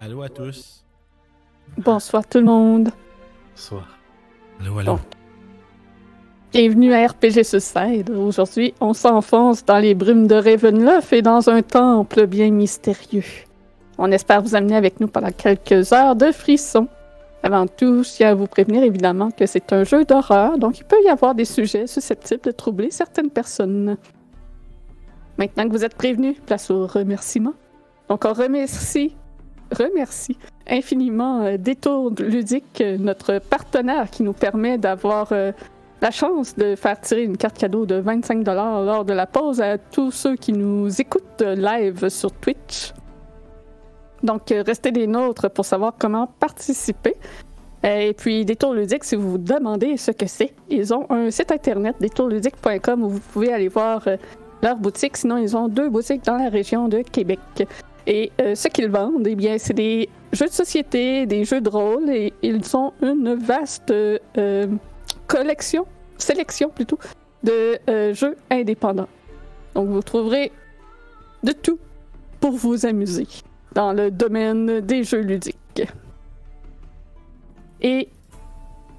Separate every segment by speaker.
Speaker 1: Allô à tous.
Speaker 2: Bonsoir tout le monde.
Speaker 3: Bonsoir.
Speaker 1: Allô, allô.
Speaker 2: Bon. Bienvenue à RPG Suicide. Aujourd'hui, on s'enfonce dans les brumes de Ravenloft et dans un temple bien mystérieux. On espère vous amener avec nous pendant quelques heures de frissons. Avant tout, je tiens à vous prévenir évidemment que c'est un jeu d'horreur, donc il peut y avoir des sujets susceptibles de troubler certaines personnes. Maintenant que vous êtes prévenus, place aux remerciements. Donc on remercie, remercie infiniment euh, Détour Ludique, euh, notre partenaire qui nous permet d'avoir euh, la chance de faire tirer une carte cadeau de 25 lors de la pause à tous ceux qui nous écoutent euh, live sur Twitch. Donc, euh, restez des nôtres pour savoir comment participer. Euh, Et puis, Détour Ludique, si vous vous demandez ce que c'est, ils ont un site internet, détourludique.com, où vous pouvez aller voir euh, leur boutique. Sinon, ils ont deux boutiques dans la région de Québec. Et euh, ce qu'ils vendent, eh bien, c'est des jeux de société, des jeux de rôle, et ils ont une vaste euh, euh, collection, sélection plutôt, de euh, jeux indépendants. Donc, vous trouverez de tout pour vous amuser dans le domaine des jeux ludiques. Et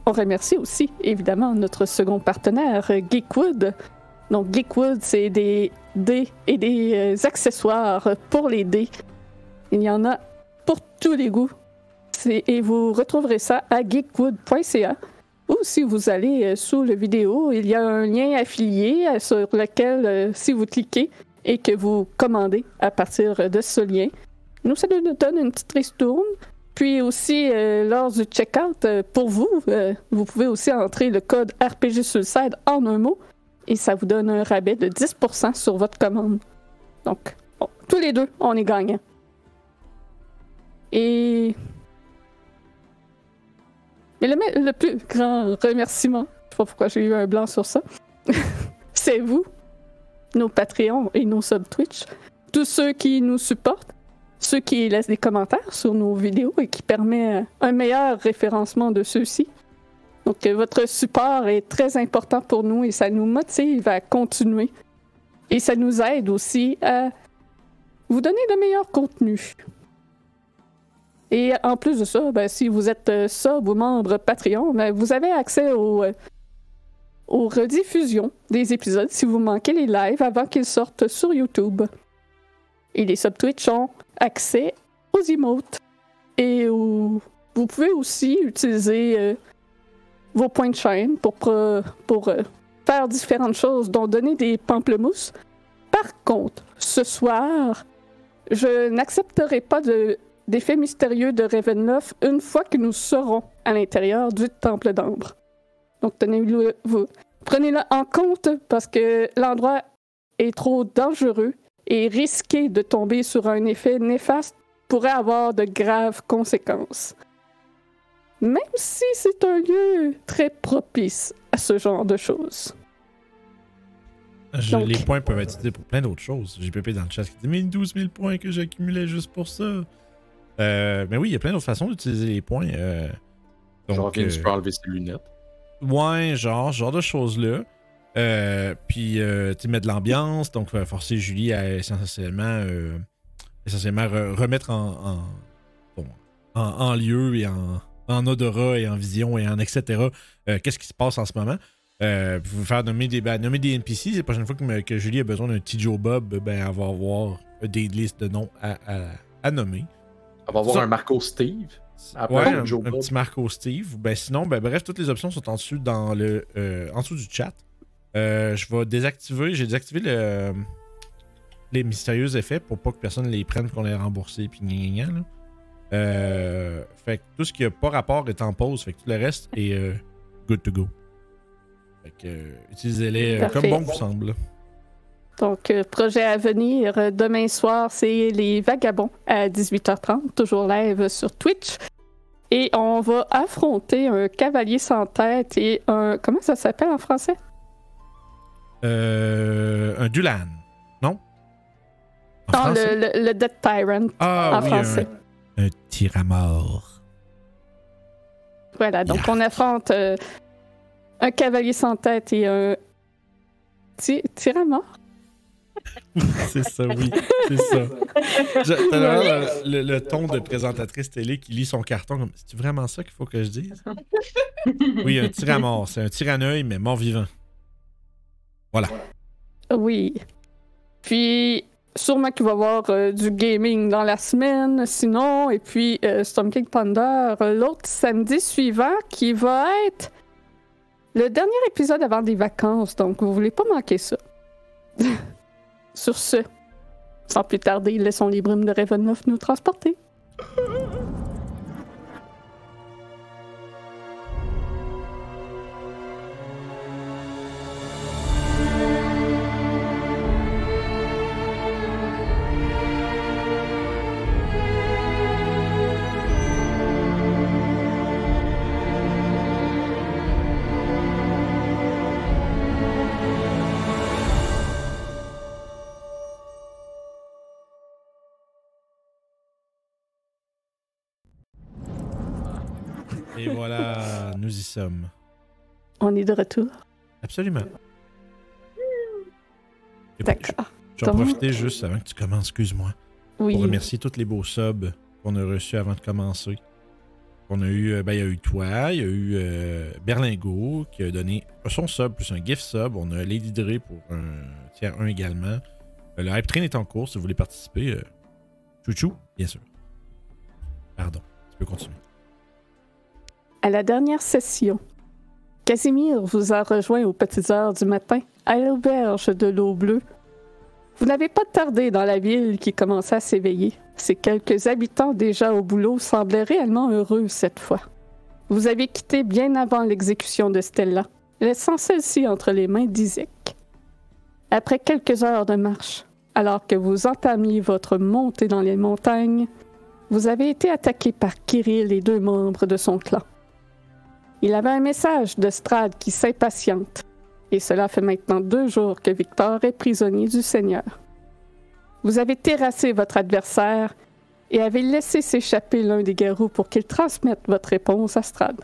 Speaker 2: on remercie aussi, évidemment, notre second partenaire, euh, Geekwood. Donc, Geekwood, c'est des dés et des euh, accessoires pour les dés. Il y en a pour tous les goûts. C'est- Et vous retrouverez ça à geekwood.ca. Ou si vous allez euh, sous la vidéo, il y a un lien affilié euh, sur lequel, euh, si vous cliquez et que vous commandez à partir de ce lien, nous, ça nous donne une petite ristourne. Puis aussi, euh, lors du checkout, euh, pour vous, euh, vous pouvez aussi entrer le code RPG Suicide en un mot et ça vous donne un rabais de 10% sur votre commande. Donc, on- tous les deux, on est gagnants. Et... Mais le, me- le plus grand remerciement, je sais pas pourquoi j'ai eu un blanc sur ça, c'est vous, nos Patreons et nos sub Twitch, tous ceux qui nous supportent, ceux qui laissent des commentaires sur nos vidéos et qui permet un meilleur référencement de ceux-ci. Donc, euh, votre support est très important pour nous et ça nous motive à continuer. Et ça nous aide aussi à vous donner de meilleurs contenus. Et en plus de ça, ben, si vous êtes euh, sub ou membre Patreon, ben, vous avez accès aux, euh, aux rediffusions des épisodes si vous manquez les lives avant qu'ils sortent sur YouTube. Et les sub Twitch ont accès aux emotes. Et aux- vous pouvez aussi utiliser euh, vos points de chaîne pour, pro- pour euh, faire différentes choses, dont donner des pamplemousses. Par contre, ce soir, je n'accepterai pas de- d'effet mystérieux de Ravenloft une fois que nous serons à l'intérieur du Temple d'Ambre. Donc, tenez-le, vous, prenez-le en compte parce que l'endroit est trop dangereux et risquer de tomber sur un effet néfaste pourrait avoir de graves conséquences même si c'est un lieu très propice à ce genre de choses.
Speaker 1: Je-
Speaker 2: Donc-
Speaker 1: Les points peuvent être utilisés pour plein d'autres choses. J'ai pépé dans le chat qui dit Mais 12 000 points que j'accumulais juste pour ça. Euh, mais oui, il y a plein d'autres façons d'utiliser les points. euh,
Speaker 3: Genre,
Speaker 1: donc,
Speaker 3: Vince
Speaker 1: euh,
Speaker 3: peut enlever ses lunettes.
Speaker 1: Ouais, genre, ce genre de choses-là. Euh, puis, euh, tu mets de l'ambiance, donc euh, forcer Julie à essentiellement, euh, essentiellement re- remettre en, en, bon, en, en lieu et en, en odorat et en vision et en etc. euh, Qu'est-ce qui se passe en ce moment? Euh, puis vous faire nommer des, ben, nommer des NPC. La prochaine fois que, me- que Julie a besoin d'un petit Joe Bob, ben, elle va avoir des listes de noms à, à- à nommer.
Speaker 3: On va avoir
Speaker 1: Ça-
Speaker 3: un Marco Steve. Après,
Speaker 1: Ouais,
Speaker 3: un
Speaker 1: un,
Speaker 3: Joe
Speaker 1: un
Speaker 3: Bob.
Speaker 1: petit Marco Steve. Ben sinon, ben bref, toutes les options sont en dessous dans le euh, en dessous du chat. Euh, je vais désactiver, j'ai désactivé le- les mystérieux effets pour pas que personne les prenne, qu'on les rembourse puis gna gna gna, là. Euh, fait que tout ce qui a pas rapport est en pause, fait que tout le reste est euh, good to go. Fait que euh, utilisez-les euh, comme
Speaker 2: Parfait.
Speaker 1: bon vous semble.
Speaker 2: Donc, euh, projet à venir, euh, demain soir, c'est Les Vagabonds à 18h30, toujours live sur Twitch. Et on va affronter un cavalier sans tête et un... Comment ça s'appelle en français?
Speaker 1: Euh, un Dulan, non? En
Speaker 2: Non,
Speaker 1: français?
Speaker 2: Ah, le, le- le Dead Tyrant.
Speaker 1: ah
Speaker 2: en
Speaker 1: oui,
Speaker 2: français.
Speaker 1: un, un tiramore.
Speaker 2: Voilà, donc
Speaker 1: Yark.
Speaker 2: on affronte euh, un cavalier sans tête et un... Ti- Tyramore?
Speaker 1: c'est ça, oui. C'est ça. Je- t'as vraiment le, le ton de présentatrice télé qui lit son carton comme C'est vraiment ça qu'il faut que je dise Oui, un tir à mort. C'est un tir à l'œil, mais mort vivant.
Speaker 2: Oui. Puis, sûrement qu'il va y avoir euh, du gaming dans la semaine, sinon. Et puis, euh, Storm King Ponder, euh, l'autre samedi suivant, qui va être le dernier épisode avant des vacances. Donc, vous voulez pas manquer ça. Sur ce, sans plus tarder, laissons les brumes de Ravenloft nous transporter.
Speaker 1: Et voilà, nous y sommes.
Speaker 2: On est de retour.
Speaker 1: Absolument. Et puis,
Speaker 2: D'accord.
Speaker 1: Je vais en
Speaker 2: Donc-
Speaker 1: profiter juste avant que tu commences, excuse-moi, pour
Speaker 2: Oui.
Speaker 1: remercier tous les beaux subs qu'on a reçus avant de commencer. On a eu, euh, ben, il y a eu toi, il y a eu euh, Berlingo qui a donné son sub plus un gift sub. On a Lady Dre pour un tiers 1 également. Euh, le hype train est en cours si vous voulez participer. euh, chouchou, bien sûr. Pardon, tu peux continuer.
Speaker 2: À la dernière session, Casimir vous a rejoint aux petites heures du matin à l'auberge de l'eau bleue. Vous n'avez pas tardé dans la ville qui commençait à s'éveiller. Ces quelques habitants déjà au boulot semblaient réellement heureux cette fois. Vous avez quitté bien avant l'exécution de Stella, laissant celle-ci entre les mains d'Isaac. Après quelques heures de marche, alors que vous entamiez votre montée dans les montagnes, vous avez été attaqué par Kirill et deux membres de son clan. Il avait un message de Strad qui s'impatiente, et cela fait maintenant deux jours que Victor est prisonnier du Seigneur. Vous avez terrassé votre adversaire et avez laissé s'échapper l'un des garous pour qu'il transmette votre réponse à Strad.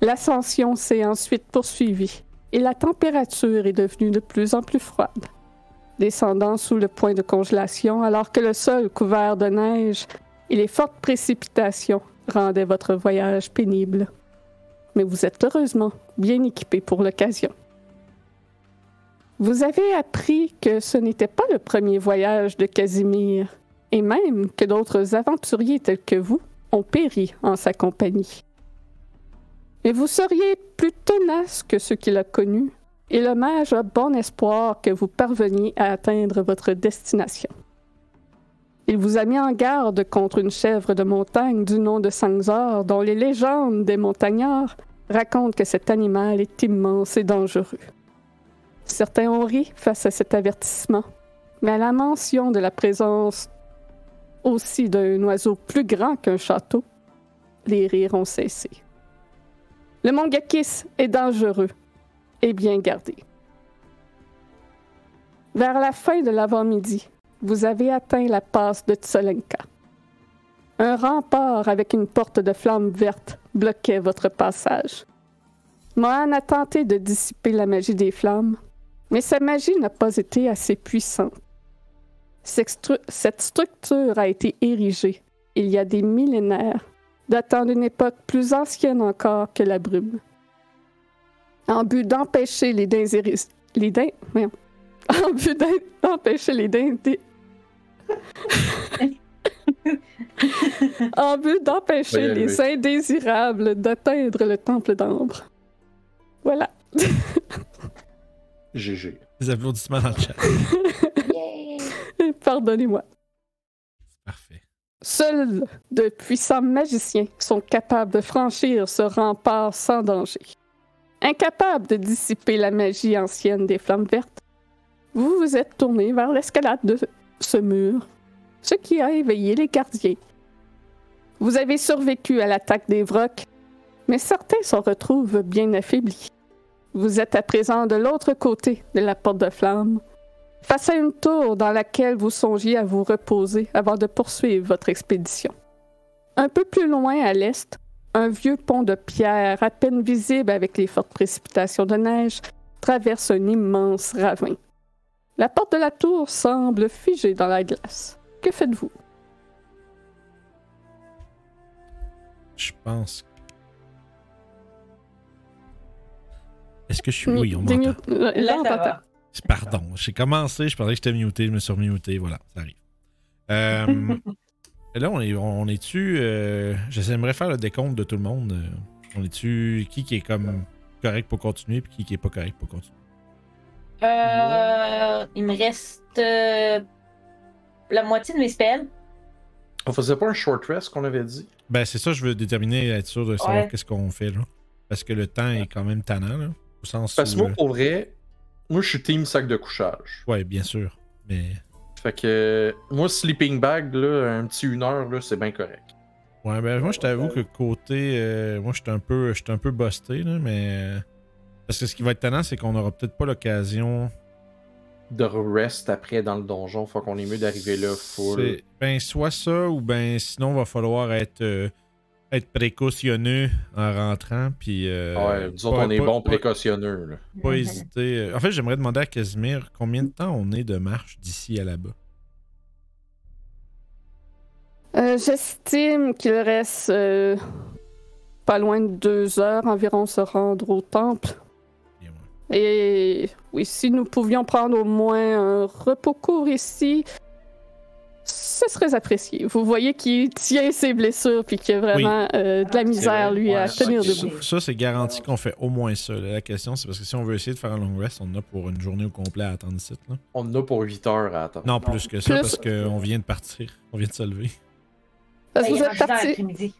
Speaker 2: L'ascension s'est ensuite poursuivie et la température est devenue de plus en plus froide, descendant sous le point de congélation alors que le sol couvert de neige et les fortes précipitations rendaient votre voyage pénible. Mais vous êtes heureusement bien équipé pour l'occasion. Vous avez appris que ce n'était pas le premier voyage de Casimir, et même que d'autres aventuriers tels que vous ont péri en sa compagnie. Mais vous seriez plus tenace que ceux qu'il a connus, et le mage a bon espoir que vous parveniez à atteindre votre destination. Il vous a mis en garde contre une chèvre de montagne du nom de Sangzor, dont les légendes des montagnards racontent que cet animal est immense et dangereux. Certains ont ri face à cet avertissement, mais à la mention de la présence aussi d'un oiseau plus grand qu'un château, les rires ont cessé. Le mangakis est dangereux et bien gardé. Vers la fin de l'avant-midi, vous avez atteint la passe de Tsolenka. Un rempart avec une porte de flammes vertes bloquait votre passage. Mohan a tenté de dissiper la magie des flammes, mais sa magie n'a pas été assez puissante. Cette stru- cette structure a été érigée, il y a des millénaires, datant d'une époque plus ancienne encore que la brume. En but d'empêcher les dins iris- les dins- voyons en vue d'en- d'empêcher les dins- des- en vue
Speaker 3: Va y
Speaker 2: d'empêcher les indésirables d'atteindre le temple d'ambre. Voilà.
Speaker 3: GG.
Speaker 1: Des applaudissements dans le chat.
Speaker 4: Yay!
Speaker 2: Pardonnez-moi.
Speaker 1: Parfait.
Speaker 2: Seuls de puissants magiciens sont capables de franchir ce rempart sans danger. Incapables de dissiper la magie ancienne des flammes vertes, vous vous êtes tourné vers l'escalade de ce mur, ce qui a éveillé les gardiens. Vous avez survécu à l'attaque des Vrocs, mais certains s'en retrouvent bien affaiblis. Vous êtes à présent de l'autre côté de la porte de flammes, face à une tour dans laquelle vous songiez à vous reposer avant de poursuivre votre expédition. Un peu plus loin à l'est, un vieux pont de pierre à peine visible avec les fortes précipitations de neige traverse un immense ravin. La porte de la tour semble figée dans la glace. Que faites-vous?
Speaker 1: Je pense. Est-ce que je suis. Oui, on
Speaker 2: Des
Speaker 1: m'entend.
Speaker 2: mute- Là,
Speaker 4: Là,
Speaker 2: on
Speaker 4: ça
Speaker 2: t'entend.
Speaker 4: va.
Speaker 1: Pardon, j'ai commencé, je pensais que j'étais muté, je me suis remuté, voilà, ça arrive. Euh, là, on est, on est tu J'aimerais faire le décompte de tout le monde. Euh, On est tu qui qui est comme correct pour continuer puis qui qui est pas correct pour continuer.
Speaker 4: Euh, il me reste euh, la moitié de mes spells.
Speaker 5: On faisait pas un short rest qu'on avait dit.
Speaker 1: Ben c'est ça, je veux déterminer, être sûr de savoir
Speaker 4: Ouais.
Speaker 1: qu'est-ce qu'on fait là, parce que le temps est quand même tannant là, au sens
Speaker 5: Parce que
Speaker 1: où,
Speaker 5: moi, pour vrai, moi, je suis team sac de couchage.
Speaker 1: euh, ouais, bien sûr, mais
Speaker 5: Fait que moi, sleeping bag, là, un petit une heure, là, c'est bien correct.
Speaker 1: Ouais, ben moi je t'avoue que côté. euh, moi je suis un peu. Je suis un peu busté, là, mais. euh, Parce que ce qui va être tannant, c'est qu'on aura peut-être pas l'occasion.
Speaker 5: De rest après dans le donjon, faut qu'on est mieux d'arriver là full.
Speaker 1: C'est- Ben soit ça, ou ben sinon va falloir être. euh, être précautionneux en rentrant. Puis. euh,
Speaker 5: ouais, nous autres,
Speaker 1: pas-
Speaker 5: on est
Speaker 1: pas-
Speaker 5: bons
Speaker 1: pas-
Speaker 5: précautionneux, là.
Speaker 1: Pas hésiter. euh, En fait, j'aimerais demander à Casimir combien de temps on est de marche d'ici à là-bas.
Speaker 2: Euh, J'estime qu'il reste euh, pas loin de deux heures environ se rendre au temple.
Speaker 1: Et ouais.
Speaker 2: Et oui, si nous pouvions prendre au moins un repos court ici, ce serait apprécié. Vous voyez qu'il tient ses blessures puis qu'il y a vraiment euh, de la misère,
Speaker 5: vrai,
Speaker 2: lui, à
Speaker 5: ouais,
Speaker 2: tenir
Speaker 5: ok.
Speaker 2: debout.
Speaker 1: Ça, ça, c'est garanti qu'on fait au moins ça. là. La question, c'est parce que si on veut essayer de faire un long rest, on en a pour une journée au complet à attendre ici. Là.
Speaker 5: On en a pour 8 heures à attendre.
Speaker 1: Non, plus que ça,
Speaker 2: Plus-
Speaker 1: parce qu'on vient de partir. On vient de se lever.
Speaker 2: Parce que
Speaker 4: Ben,
Speaker 2: vous
Speaker 4: il
Speaker 2: êtes
Speaker 4: range dans
Speaker 2: parti,
Speaker 4: l'après-midi.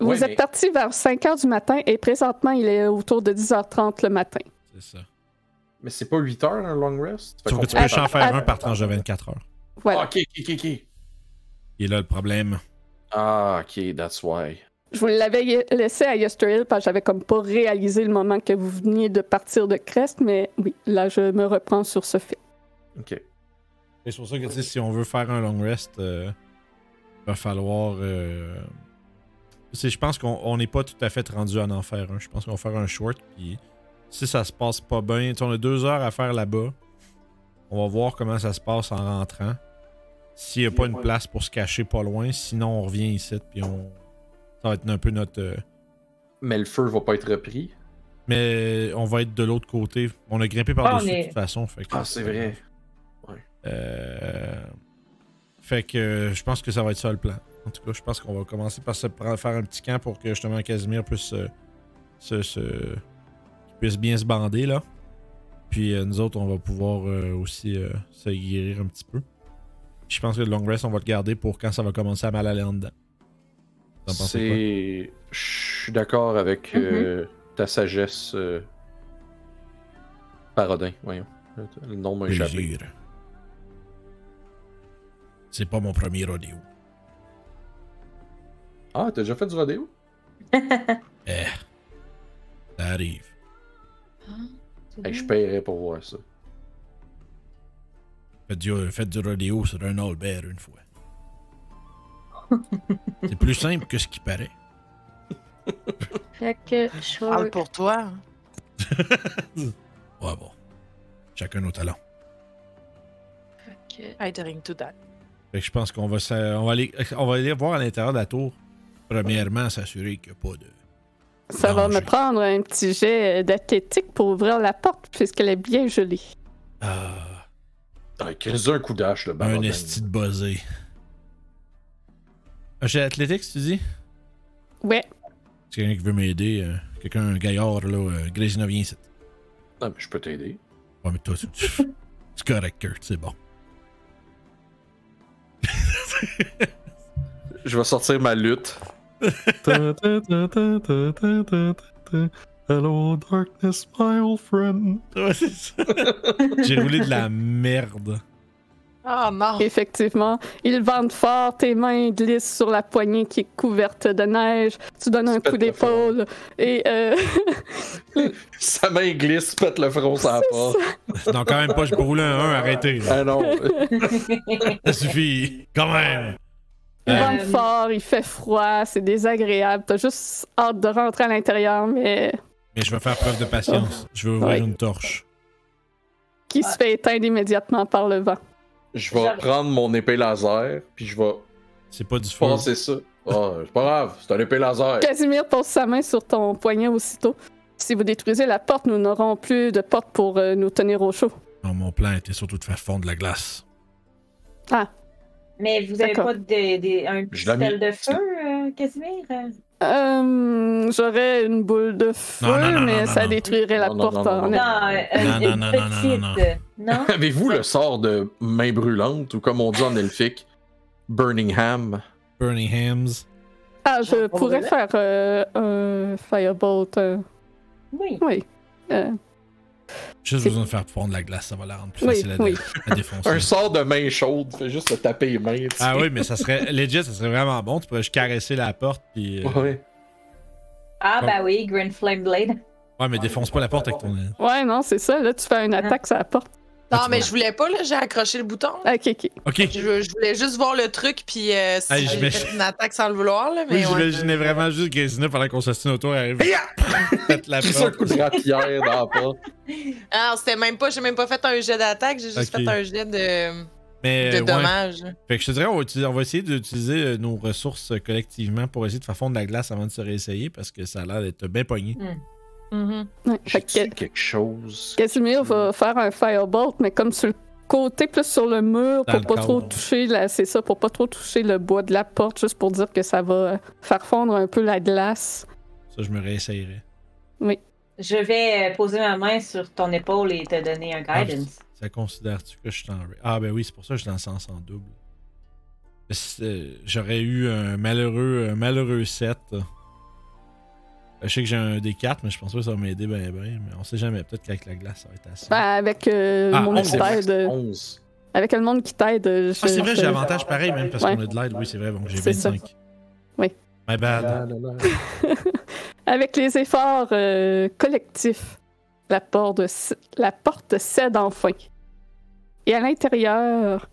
Speaker 2: vous
Speaker 5: Ouais,
Speaker 2: êtes
Speaker 5: mais-
Speaker 2: parti vers 5 h du matin et présentement, il est autour de 10h30 le matin.
Speaker 1: C'est ça.
Speaker 5: Mais c'est pas 8 heures un long rest. Fait
Speaker 1: Sauf
Speaker 5: qu'on
Speaker 1: que tu peux
Speaker 5: pourrait-
Speaker 1: en faire
Speaker 2: Ah,
Speaker 1: un par tranche de 24 heures.
Speaker 2: Voilà.
Speaker 5: Ah, ok, ok, ok, ok.
Speaker 1: Et là, le problème.
Speaker 5: Ah, ok, that's why.
Speaker 2: Je vous l'avais y- laissé à Yester Hill parce que j'avais comme pas réalisé le moment que vous veniez de partir de Crest, mais oui, là, je me reprends sur ce fait.
Speaker 5: Ok.
Speaker 1: C'est pour ça que tu sais, si on veut faire un long rest, euh, va falloir. euh, c'est- Je pense qu'on on n'est pas tout à fait rendu à en faire un. Je pense qu'on va faire un short. Puis si ça se passe pas bien, tu sais, on a deux heures à faire là-bas. On va voir comment ça se passe en rentrant. S'il n'y a pas une place pour se cacher pas loin, sinon on revient ici. Puis on. Ça va être un peu notre. euh,
Speaker 5: Mais le feu va pas être repris.
Speaker 1: Mais on va être de l'autre côté. On a grimpé
Speaker 4: Ah, on
Speaker 1: par-dessus
Speaker 4: est-
Speaker 1: de toute façon. Fait que
Speaker 5: Ah, c'est vrai.
Speaker 1: Euh, Fait que euh, je pense que ça va être ça le plan. En tout cas, je pense qu'on va commencer par se prendre- faire un petit camp pour que justement Casimir puisse euh, se, se- qu'il puisse bien se bander là. Puis euh, nous autres, on va pouvoir euh, aussi euh, se guérir un petit peu. Je pense que le long rest, on va le garder pour quand ça va commencer à mal aller en dedans. T'en penses quoi?
Speaker 5: C'est. Je suis d'accord avec euh, ta sagesse. euh, Parodin, voyons. Le nom m'a échappé.
Speaker 1: Plaisir. C'est pas mon premier rodeo.
Speaker 5: Ah, t'as déjà fait du rodéo?
Speaker 1: Eh, ça arrive.
Speaker 5: Hey, Eh,
Speaker 4: Mmh.
Speaker 5: je paierais pour voir ça.
Speaker 1: Faites du, faites du rodéo sur un Albert une fois. C'est plus simple que ce qui paraît.
Speaker 4: Fait que je vais-
Speaker 6: Parle pour toi. hein.
Speaker 1: Ouais, bon. Chacun nos talents.
Speaker 4: que-
Speaker 6: I drink to that.
Speaker 1: Fait que je pense qu'on va, s'a- on va, aller, on va aller voir à l'intérieur de la tour. Premièrement, s'assurer qu'il n'y a pas de.
Speaker 2: Ça va
Speaker 1: danger.
Speaker 2: me prendre un petit jet d'athlétique pour ouvrir la porte puisqu'elle est bien gelée.
Speaker 1: Ah,
Speaker 5: Ah, quel un coup d'âge, le
Speaker 1: un
Speaker 5: Parodin.
Speaker 1: esti de buzzé. J'ai Athletics, tu dis
Speaker 2: Ouais,
Speaker 1: C'est quelqu'un qui veut m'aider. euh, quelqu'un, un gaillard, là. Euh, Grésina, viens ici.
Speaker 5: Non, Ah, mais je peux t'aider.
Speaker 1: Ouais, mais toi, tu- tu- c'est correct, Kurt, c'est bon.
Speaker 5: Je vais sortir ma lutte.
Speaker 7: Hello, darkness, my old friend.
Speaker 1: Ouais, c'est ça. J'ai roulé de la merde.
Speaker 6: Oh non!
Speaker 2: effectivement. Il vente fort, tes mains glissent sur la poignée qui est couverte de neige. Tu donnes un
Speaker 5: Tu pètes
Speaker 2: coup
Speaker 5: le front.
Speaker 2: d'épaule et euh,
Speaker 5: Sa main glisse, pète le front sans
Speaker 2: C'est
Speaker 5: pas.
Speaker 1: Non, quand même pas, je peux rouler un 1, arrêtez. là.
Speaker 5: Ah non.
Speaker 1: Ça suffit, quand même.
Speaker 2: il
Speaker 1: Euh,
Speaker 2: vente fort, il fait froid, c'est désagréable. T'as juste hâte de rentrer à l'intérieur, mais
Speaker 1: mais je vais faire preuve de patience. Je vais ouvrir
Speaker 2: Ouais.
Speaker 1: une torche.
Speaker 2: qui se fait éteindre immédiatement par le vent.
Speaker 3: Je vais
Speaker 4: J'arrive.
Speaker 3: prendre mon épée laser, puis je vais
Speaker 1: C'est pas du feu.
Speaker 3: passer ça. Ah, c'est pas grave, c'est un épée laser.
Speaker 2: Casimir pose sa main sur ton poignet aussitôt. Si vous détruisez la porte, nous n'aurons plus de porte pour euh, nous tenir au chaud.
Speaker 1: Non, mon plan était surtout de faire fondre la glace.
Speaker 4: Mais vous avez
Speaker 2: D'accord.
Speaker 4: pas des- des- un
Speaker 3: Je l'ai mis.
Speaker 4: pistolet de feu, euh, Casimir? Euh,
Speaker 2: Euh, J'aurais une boule de feu,
Speaker 1: Non, non, non,
Speaker 2: mais
Speaker 1: non,
Speaker 2: ça
Speaker 1: non.
Speaker 2: détruirait la
Speaker 3: Non, non,
Speaker 2: porte
Speaker 3: non, non,
Speaker 2: en
Speaker 3: non.
Speaker 2: elle.
Speaker 4: Non, euh,
Speaker 1: Non,
Speaker 4: une
Speaker 1: non, non, non, non,
Speaker 4: petite.
Speaker 1: non,
Speaker 4: non.
Speaker 3: Avez-vous le sort de main brûlante, ou comme on dit en elfique, Burning Ham?
Speaker 1: Burning Hams.
Speaker 2: Ah, je
Speaker 6: On
Speaker 2: pourrais
Speaker 6: brûlait.
Speaker 2: faire euh, un firebolt. euh,
Speaker 4: Oui.
Speaker 2: oui. Euh,
Speaker 1: Juste
Speaker 2: C'est-
Speaker 1: besoin de faire fondre la glace, ça va la rendre plus
Speaker 2: Oui,
Speaker 1: facile à, dé-
Speaker 2: oui.
Speaker 1: à défoncer.
Speaker 3: Un sort de main chaude, fait juste le taper les mains. tu sais.
Speaker 1: Ah oui, mais ça serait legit, ça serait vraiment bon. Tu pourrais juste caresser la porte, puis. euh,
Speaker 3: Ouais.
Speaker 4: Ah,
Speaker 1: Bon.
Speaker 4: bah oui, Green Flame Blade.
Speaker 1: Ouais, mais défonce pas la porte avec ton. euh,
Speaker 2: Ouais, non, c'est ça. Là, tu fais une attaque sur la porte.
Speaker 1: Ah,
Speaker 6: Non,
Speaker 1: tu
Speaker 6: mais
Speaker 1: vois.
Speaker 6: je voulais pas, là. J'ai accroché le bouton.
Speaker 2: Ok, ok.
Speaker 1: Ok. Oui,
Speaker 6: Je, je voulais juste voir le truc, puis euh, si
Speaker 1: Ah,
Speaker 6: j'ai
Speaker 1: j'imagine-
Speaker 6: fait une attaque sans le vouloir, là. Mais ouais.
Speaker 1: j'imaginais vraiment juste Gazina pendant qu'on s'assine autour, elle arrive. Pète la
Speaker 3: J'ai un
Speaker 1: porte.
Speaker 3: coup de rapière dans la porte.
Speaker 6: Ah, c'était même pas. J'ai même pas fait un jet d'attaque, j'ai juste
Speaker 1: Ok.
Speaker 6: fait un jet de,
Speaker 1: Mais. euh,
Speaker 6: de
Speaker 1: ouais.
Speaker 6: dommage.
Speaker 1: Fait que je te dirais, on va, utiliser- on va essayer d'utiliser euh, nos ressources euh, collectivement pour essayer de faire fondre la glace avant de se réessayer parce que ça a l'air d'être bien pogné.
Speaker 6: Mhm.
Speaker 2: Ouais, fait
Speaker 3: J'ai
Speaker 2: que-
Speaker 3: quelque chose.
Speaker 2: Casimir va faire un firebolt, mais comme sur le côté, plus sur le
Speaker 1: Dans
Speaker 2: mur, pour
Speaker 1: le
Speaker 2: pas
Speaker 1: cadre.
Speaker 2: trop toucher, la- c'est ça, pour pas trop toucher le bois de la porte, juste pour dire que ça va euh, faire fondre un peu la glace.
Speaker 1: Ça, je me réessayerais.
Speaker 4: Je vais euh, poser ma main sur ton épaule et te donner un
Speaker 1: Ah,
Speaker 4: guidance.
Speaker 1: Ça considère-tu que je suis en. ra- Ah, ben oui, c'est pour ça que je suis dans le sens en double. C'est- euh, J'aurais eu un malheureux, un malheureux 7. Je sais que j'ai un des 4, mais je pense pas que ça va m'aider ben ben. Mais on sait jamais. Peut-être qu'avec la glace, ça va être assez.
Speaker 2: Ben, avec euh,
Speaker 1: Ah,
Speaker 2: le monde
Speaker 1: on
Speaker 2: qui
Speaker 1: sait.
Speaker 2: t'aide. euh,
Speaker 3: 11.
Speaker 2: Avec le monde qui t'aide. euh, je-
Speaker 1: ah, c'est vrai,
Speaker 2: je-
Speaker 1: j'ai avantage pareil, même parce
Speaker 2: Ouais.
Speaker 1: qu'on a de l'aide. Oui, c'est vrai, donc j'ai
Speaker 2: C'est ça.
Speaker 1: 25.
Speaker 2: Oui.
Speaker 1: My bad.
Speaker 3: La, la, la.
Speaker 2: Avec les efforts euh, collectifs, la porte, c- la porte cède enfin. Et à l'intérieur,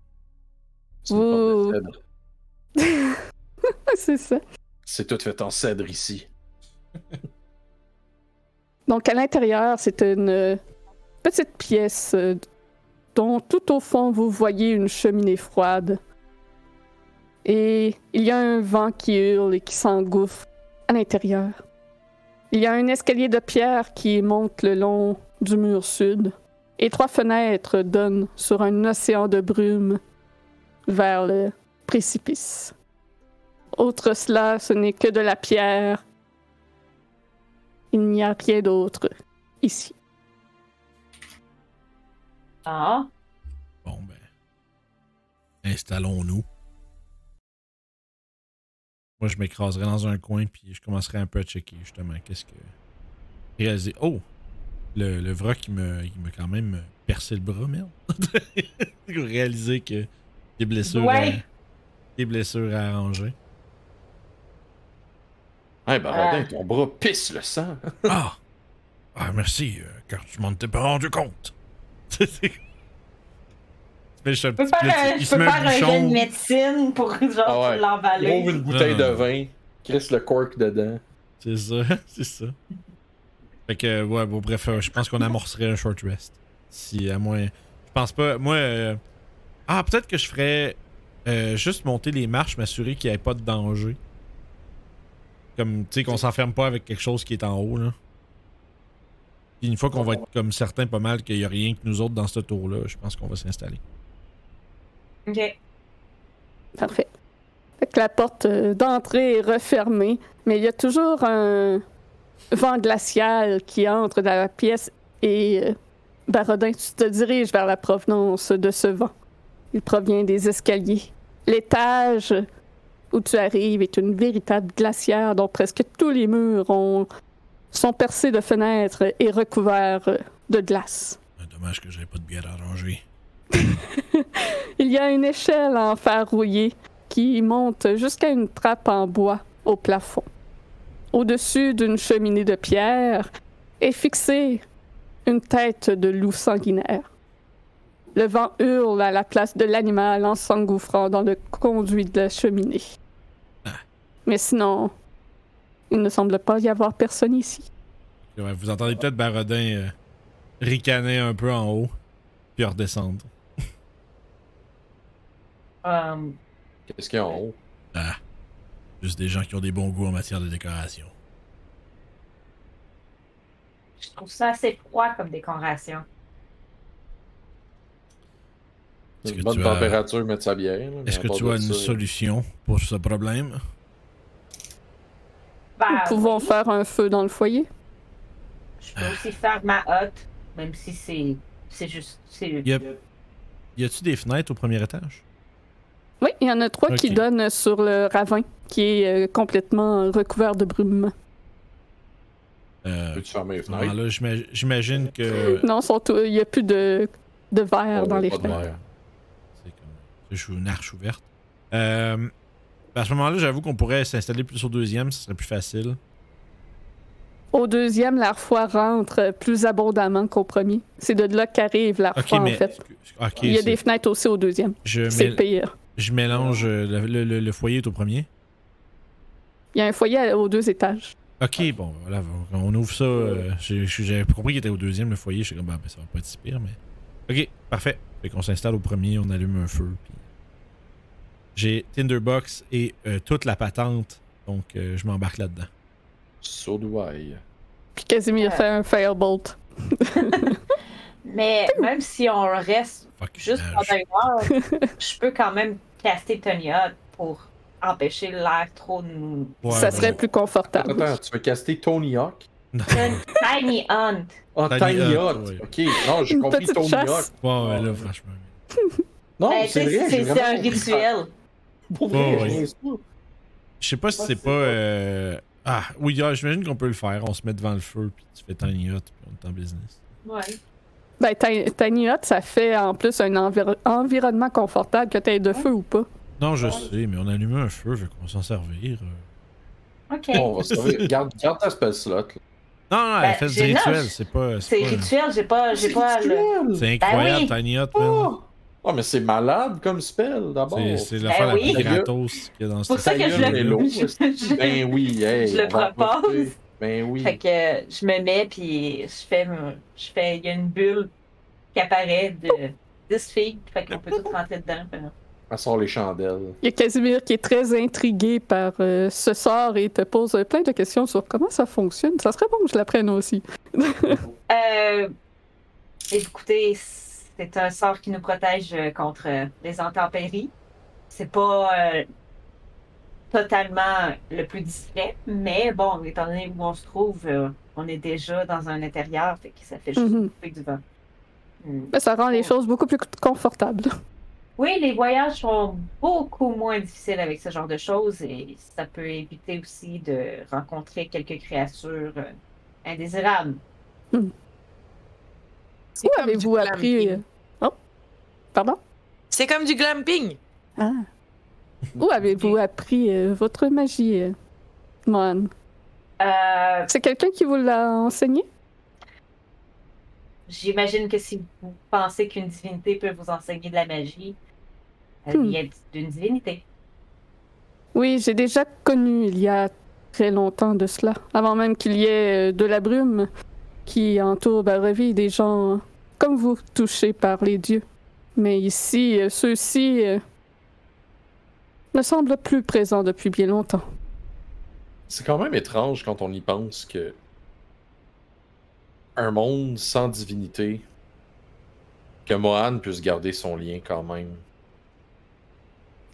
Speaker 3: C'est une porte
Speaker 2: Ouh.
Speaker 3: de cèdre.
Speaker 2: ah, c'est ça.
Speaker 3: C'est tout fait en cèdre ici.
Speaker 2: Donc à l'intérieur, c'est une euh, petite pièce euh, dont tout au fond vous voyez une cheminée froide. Et il y a un vent qui hurle et qui s'engouffre à l'intérieur. Il y a un escalier de pierre qui monte le long du mur sud. Et trois fenêtres donnent sur un océan de brume vers le précipice. Autre cela, ce n'est que de la pierre il n'y a rien d'autre ici.
Speaker 4: Ah,
Speaker 1: Bon, ben. Installons-nous. Moi, je m'écraserai dans un coin, puis je commencerai un peu à checker, justement. Qu'est-ce que. Réaliser. Oh! Le, le vroc, qui me, il m'a quand même percé le bras, merde. Réaliser que des blessures.
Speaker 4: Ouais.
Speaker 1: à- des blessures à arranger.
Speaker 3: Eh ben,
Speaker 4: Ah.
Speaker 3: Rodin, ton bras pisse le sang.
Speaker 1: Ah! Ah, merci, euh, car tu m'en étais pas rendu compte. Tu sais, Mais je suis un
Speaker 4: je peux
Speaker 1: petit peu.
Speaker 4: faire un,
Speaker 1: Il
Speaker 4: je
Speaker 1: se
Speaker 4: peux
Speaker 1: met un
Speaker 4: faire un
Speaker 1: bouchon.
Speaker 4: jeu de médecine pour, genre,
Speaker 3: Ah ouais.
Speaker 4: pour
Speaker 3: Il
Speaker 4: l'emballer.
Speaker 3: ouvre une bouteille
Speaker 1: Non, non,
Speaker 3: de vin, crisse le cork dedans.
Speaker 1: C'est ça, c'est ça. Fait que, ouais, bon, bref, euh, je pense qu'on amorcerait un short rest. Si, à moins. Je pense pas. Moi. euh, Ah, peut-être que je ferais euh, juste monter les marches, m'assurer qu'il n'y ait pas de danger. Comme, tu sais, qu'on s'enferme pas avec quelque chose qui est en haut, là. Puis une fois qu'on va être comme certain pas mal qu'il n'y a rien que nous autres dans ce tour-là, je pense qu'on va s'installer.
Speaker 4: Ok.
Speaker 2: Parfait. Fait que la porte euh, d'entrée est refermée, mais il y a toujours un vent glacial qui entre dans la pièce et euh, Barodin, tu te diriges vers la provenance de ce vent. Il provient des escaliers. L'étage où tu arrives est une véritable glacière dont presque tous les murs ont- sont percés de fenêtres et recouverts euh, de glace.
Speaker 1: Ah, Dommage que j'avais pas de bière arrangée.
Speaker 2: Il y a une échelle en fer rouillé qui monte jusqu'à une trappe en bois au plafond. Au-dessus d'une cheminée de pierre est fixée une tête de loup sanguinaire. Le vent hurle à la place de l'animal en s'engouffrant dans le conduit de la cheminée. Mais sinon, il ne semble pas y avoir personne ici.
Speaker 1: Ouais, vous entendez peut-être Barodin euh, ricaner un peu en haut, puis redescendre.
Speaker 4: Euh,
Speaker 3: Qu'est-ce qu'il y a en haut?
Speaker 1: Juste des gens qui ont des bons goûts en matière de décoration.
Speaker 4: je trouve ça assez froid comme décoration.
Speaker 1: Est-ce
Speaker 3: Une
Speaker 1: que
Speaker 3: bonne
Speaker 1: tu as-
Speaker 3: température, mettre sa bière. là, mais
Speaker 1: Est-ce
Speaker 3: à
Speaker 1: que
Speaker 3: part
Speaker 1: tu
Speaker 3: de
Speaker 1: as une
Speaker 3: ça-
Speaker 1: solution pour ce problème?
Speaker 2: Nous
Speaker 4: Bah,
Speaker 2: pouvons
Speaker 4: oui,
Speaker 2: faire un feu dans le foyer.
Speaker 4: Je peux aussi faire ma hotte, même si c'est c'est juste c'est
Speaker 1: Y a- Y a-tu des fenêtres au premier étage?
Speaker 2: Oui, il y en a trois qui
Speaker 1: Ok.
Speaker 2: donnent sur le ravin, qui est euh, complètement recouvert de brume.
Speaker 1: Euh,
Speaker 3: Peux-tu fermer les
Speaker 1: à ce moment-là,
Speaker 3: fenêtres?
Speaker 1: j'ima- j'imagine que
Speaker 2: Non, sont tout- il n'y a plus de, de verre
Speaker 3: On
Speaker 2: dans
Speaker 3: veut
Speaker 2: les
Speaker 3: pas de
Speaker 2: fenêtres.
Speaker 3: verre.
Speaker 1: C'est comme. Je joue une arche ouverte. Euh, à ce moment-là, j'avoue qu'on pourrait s'installer plus au deuxième, ce serait plus facile.
Speaker 2: Au deuxième, la foi rentre euh, plus abondamment qu'au premier. C'est de là qu'arrive la
Speaker 1: Ok,
Speaker 2: foi,
Speaker 1: mais.
Speaker 2: en fait.
Speaker 1: Ok,
Speaker 2: il y a
Speaker 1: c'est-
Speaker 2: des fenêtres aussi au deuxième.
Speaker 1: je,
Speaker 2: C'est
Speaker 1: mêle-
Speaker 2: pire.
Speaker 1: je mélange. euh, Le, le- le- le foyer est au premier.
Speaker 2: Il y a un foyer à- aux deux étages.
Speaker 1: Ok, bon, voilà, on ouvre ça. euh, j'ai- J'avais pas compris qu'il était au deuxième, le foyer. Je suis comme, bah, ben, ça va pas être si pire, mais. Ok, parfait. Fait qu'on s'installe au premier, on allume un feu. puis- J'ai Tinderbox et euh, toute la patente, donc euh, je m'embarque là-dedans.
Speaker 3: So do I.
Speaker 2: Puis Casimir
Speaker 4: Ouais.
Speaker 2: fait un firebolt.
Speaker 4: Mais même si on reste
Speaker 1: Fuck,
Speaker 4: juste
Speaker 1: euh, je-
Speaker 4: pendant une heure, je peux quand même caster Tony Hawk pour empêcher l'air trop de nous.
Speaker 1: Ouais,
Speaker 2: ça serait
Speaker 1: bon.
Speaker 2: plus confortable.
Speaker 3: Attends, tu veux caster Tony Hawk?
Speaker 1: Non.
Speaker 4: Tiny Hunt.
Speaker 3: Ah,
Speaker 1: Tony
Speaker 3: Tiny
Speaker 1: Hawk,
Speaker 3: Hawk!
Speaker 1: oui.
Speaker 3: Ok, non, j'ai
Speaker 2: Une
Speaker 3: compris
Speaker 2: petite
Speaker 3: Tony
Speaker 2: chasse.
Speaker 3: Hawk.
Speaker 1: Ouais, ouais, euh, là, franchement.
Speaker 5: Oh,
Speaker 3: Non,
Speaker 4: Ben, tu
Speaker 3: c'est
Speaker 4: sais,
Speaker 3: vrai, j'ai
Speaker 4: c'est c'est
Speaker 3: vraiment
Speaker 4: un
Speaker 3: compris.
Speaker 4: rituel.
Speaker 3: Pour
Speaker 1: Ouais,
Speaker 3: vrai,
Speaker 1: ouais.
Speaker 3: je niaise pas.
Speaker 1: Je sais pas si
Speaker 3: Ouais,
Speaker 1: c'est
Speaker 3: c'est
Speaker 1: pas.
Speaker 3: pas-
Speaker 1: euh, Ah, oui, ah, j'imagine qu'on peut le faire. On se met devant le feu, puis tu fais tiny hot, puis on est en business.
Speaker 4: Ouais.
Speaker 2: Ben, Ti- Tiny Hut, ça fait en plus un envir- environnement confortable, que t'aies de feu ou pas.
Speaker 1: Non, je sais, mais on allume un feu, vu qu'on va s'en servir. euh.
Speaker 4: Ok.
Speaker 3: Bon, Ah, on va se servir. Garde, garde ta spell slot. là.
Speaker 1: Non, non, elle
Speaker 4: Ben,
Speaker 1: fait du
Speaker 4: j'ai- non,
Speaker 1: rituel.
Speaker 4: je-
Speaker 1: C'est pas.
Speaker 4: C'est
Speaker 1: C'est pas-
Speaker 4: rituel, j'ai pas, j'ai pas le.
Speaker 3: rituel.
Speaker 1: c'est incroyable,
Speaker 4: Ben
Speaker 1: tiny hot, man.
Speaker 3: Ah, Ah, mais c'est malade comme spell, d'abord.
Speaker 1: C'est- C'est l'affaire
Speaker 4: Ben
Speaker 1: la plus
Speaker 3: oui.
Speaker 1: gratos qu'il y a dans
Speaker 4: C'est pour
Speaker 1: cette
Speaker 4: ça que je
Speaker 3: Ta gueule, Hello.
Speaker 4: le. je- je-
Speaker 3: Ben oui, hey,
Speaker 4: Je le
Speaker 3: on va
Speaker 4: propose.
Speaker 3: profiter. Ben oui.
Speaker 4: Fait que euh, je me mets puis je fais, mon- je fais, il y a une bulle qui apparaît de 10 filles, fait qu'on peut toutes rentrer dedans.
Speaker 3: Elle sort les chandelles.
Speaker 2: Il y a Casimir qui est très intrigué par euh, ce sort et te pose euh, plein de questions sur comment ça fonctionne. Ça serait bon que je l'apprenne aussi.
Speaker 4: Euh, écoutez, c'est un sort qui nous protège euh, contre euh, les intempéries. C'est pas euh, totalement le plus discret, mais bon, étant donné où on se trouve, euh, on est déjà dans un intérieur, fait que ça fait juste
Speaker 2: Mhm.
Speaker 4: couper du vent. Mm.
Speaker 2: Ben, ça rend les
Speaker 6: Oh.
Speaker 2: choses beaucoup plus confortables.
Speaker 4: Oui, les voyages sont beaucoup moins difficiles avec ce genre de choses et ça peut éviter aussi de rencontrer quelques créatures euh, indésirables.
Speaker 2: Où
Speaker 6: comme du
Speaker 2: avez-vous appris...
Speaker 6: glamping.
Speaker 2: euh, Oh, pardon?
Speaker 6: C'est comme du glamping.
Speaker 2: Ah. Où avez-vous appris euh, votre magie, euh, Mohan?
Speaker 4: Euh,
Speaker 2: C'est quelqu'un qui vous l'a enseigné?
Speaker 4: J'imagine que si vous pensez qu'une divinité peut vous enseigner de la magie, euh, elle
Speaker 2: Hmm.
Speaker 4: vient d'une divinité.
Speaker 2: Oui, j'ai déjà connu il y a très longtemps de cela, avant même qu'il y ait euh, de la brume qui entoure Barreville des gens euh, comme vous, touchés par les dieux. Mais ici, euh, ceux-ci euh, ne semblent plus présents depuis bien longtemps.
Speaker 3: C'est quand même étrange quand on y pense que un monde sans divinité, que Mohan puisse garder son lien quand même.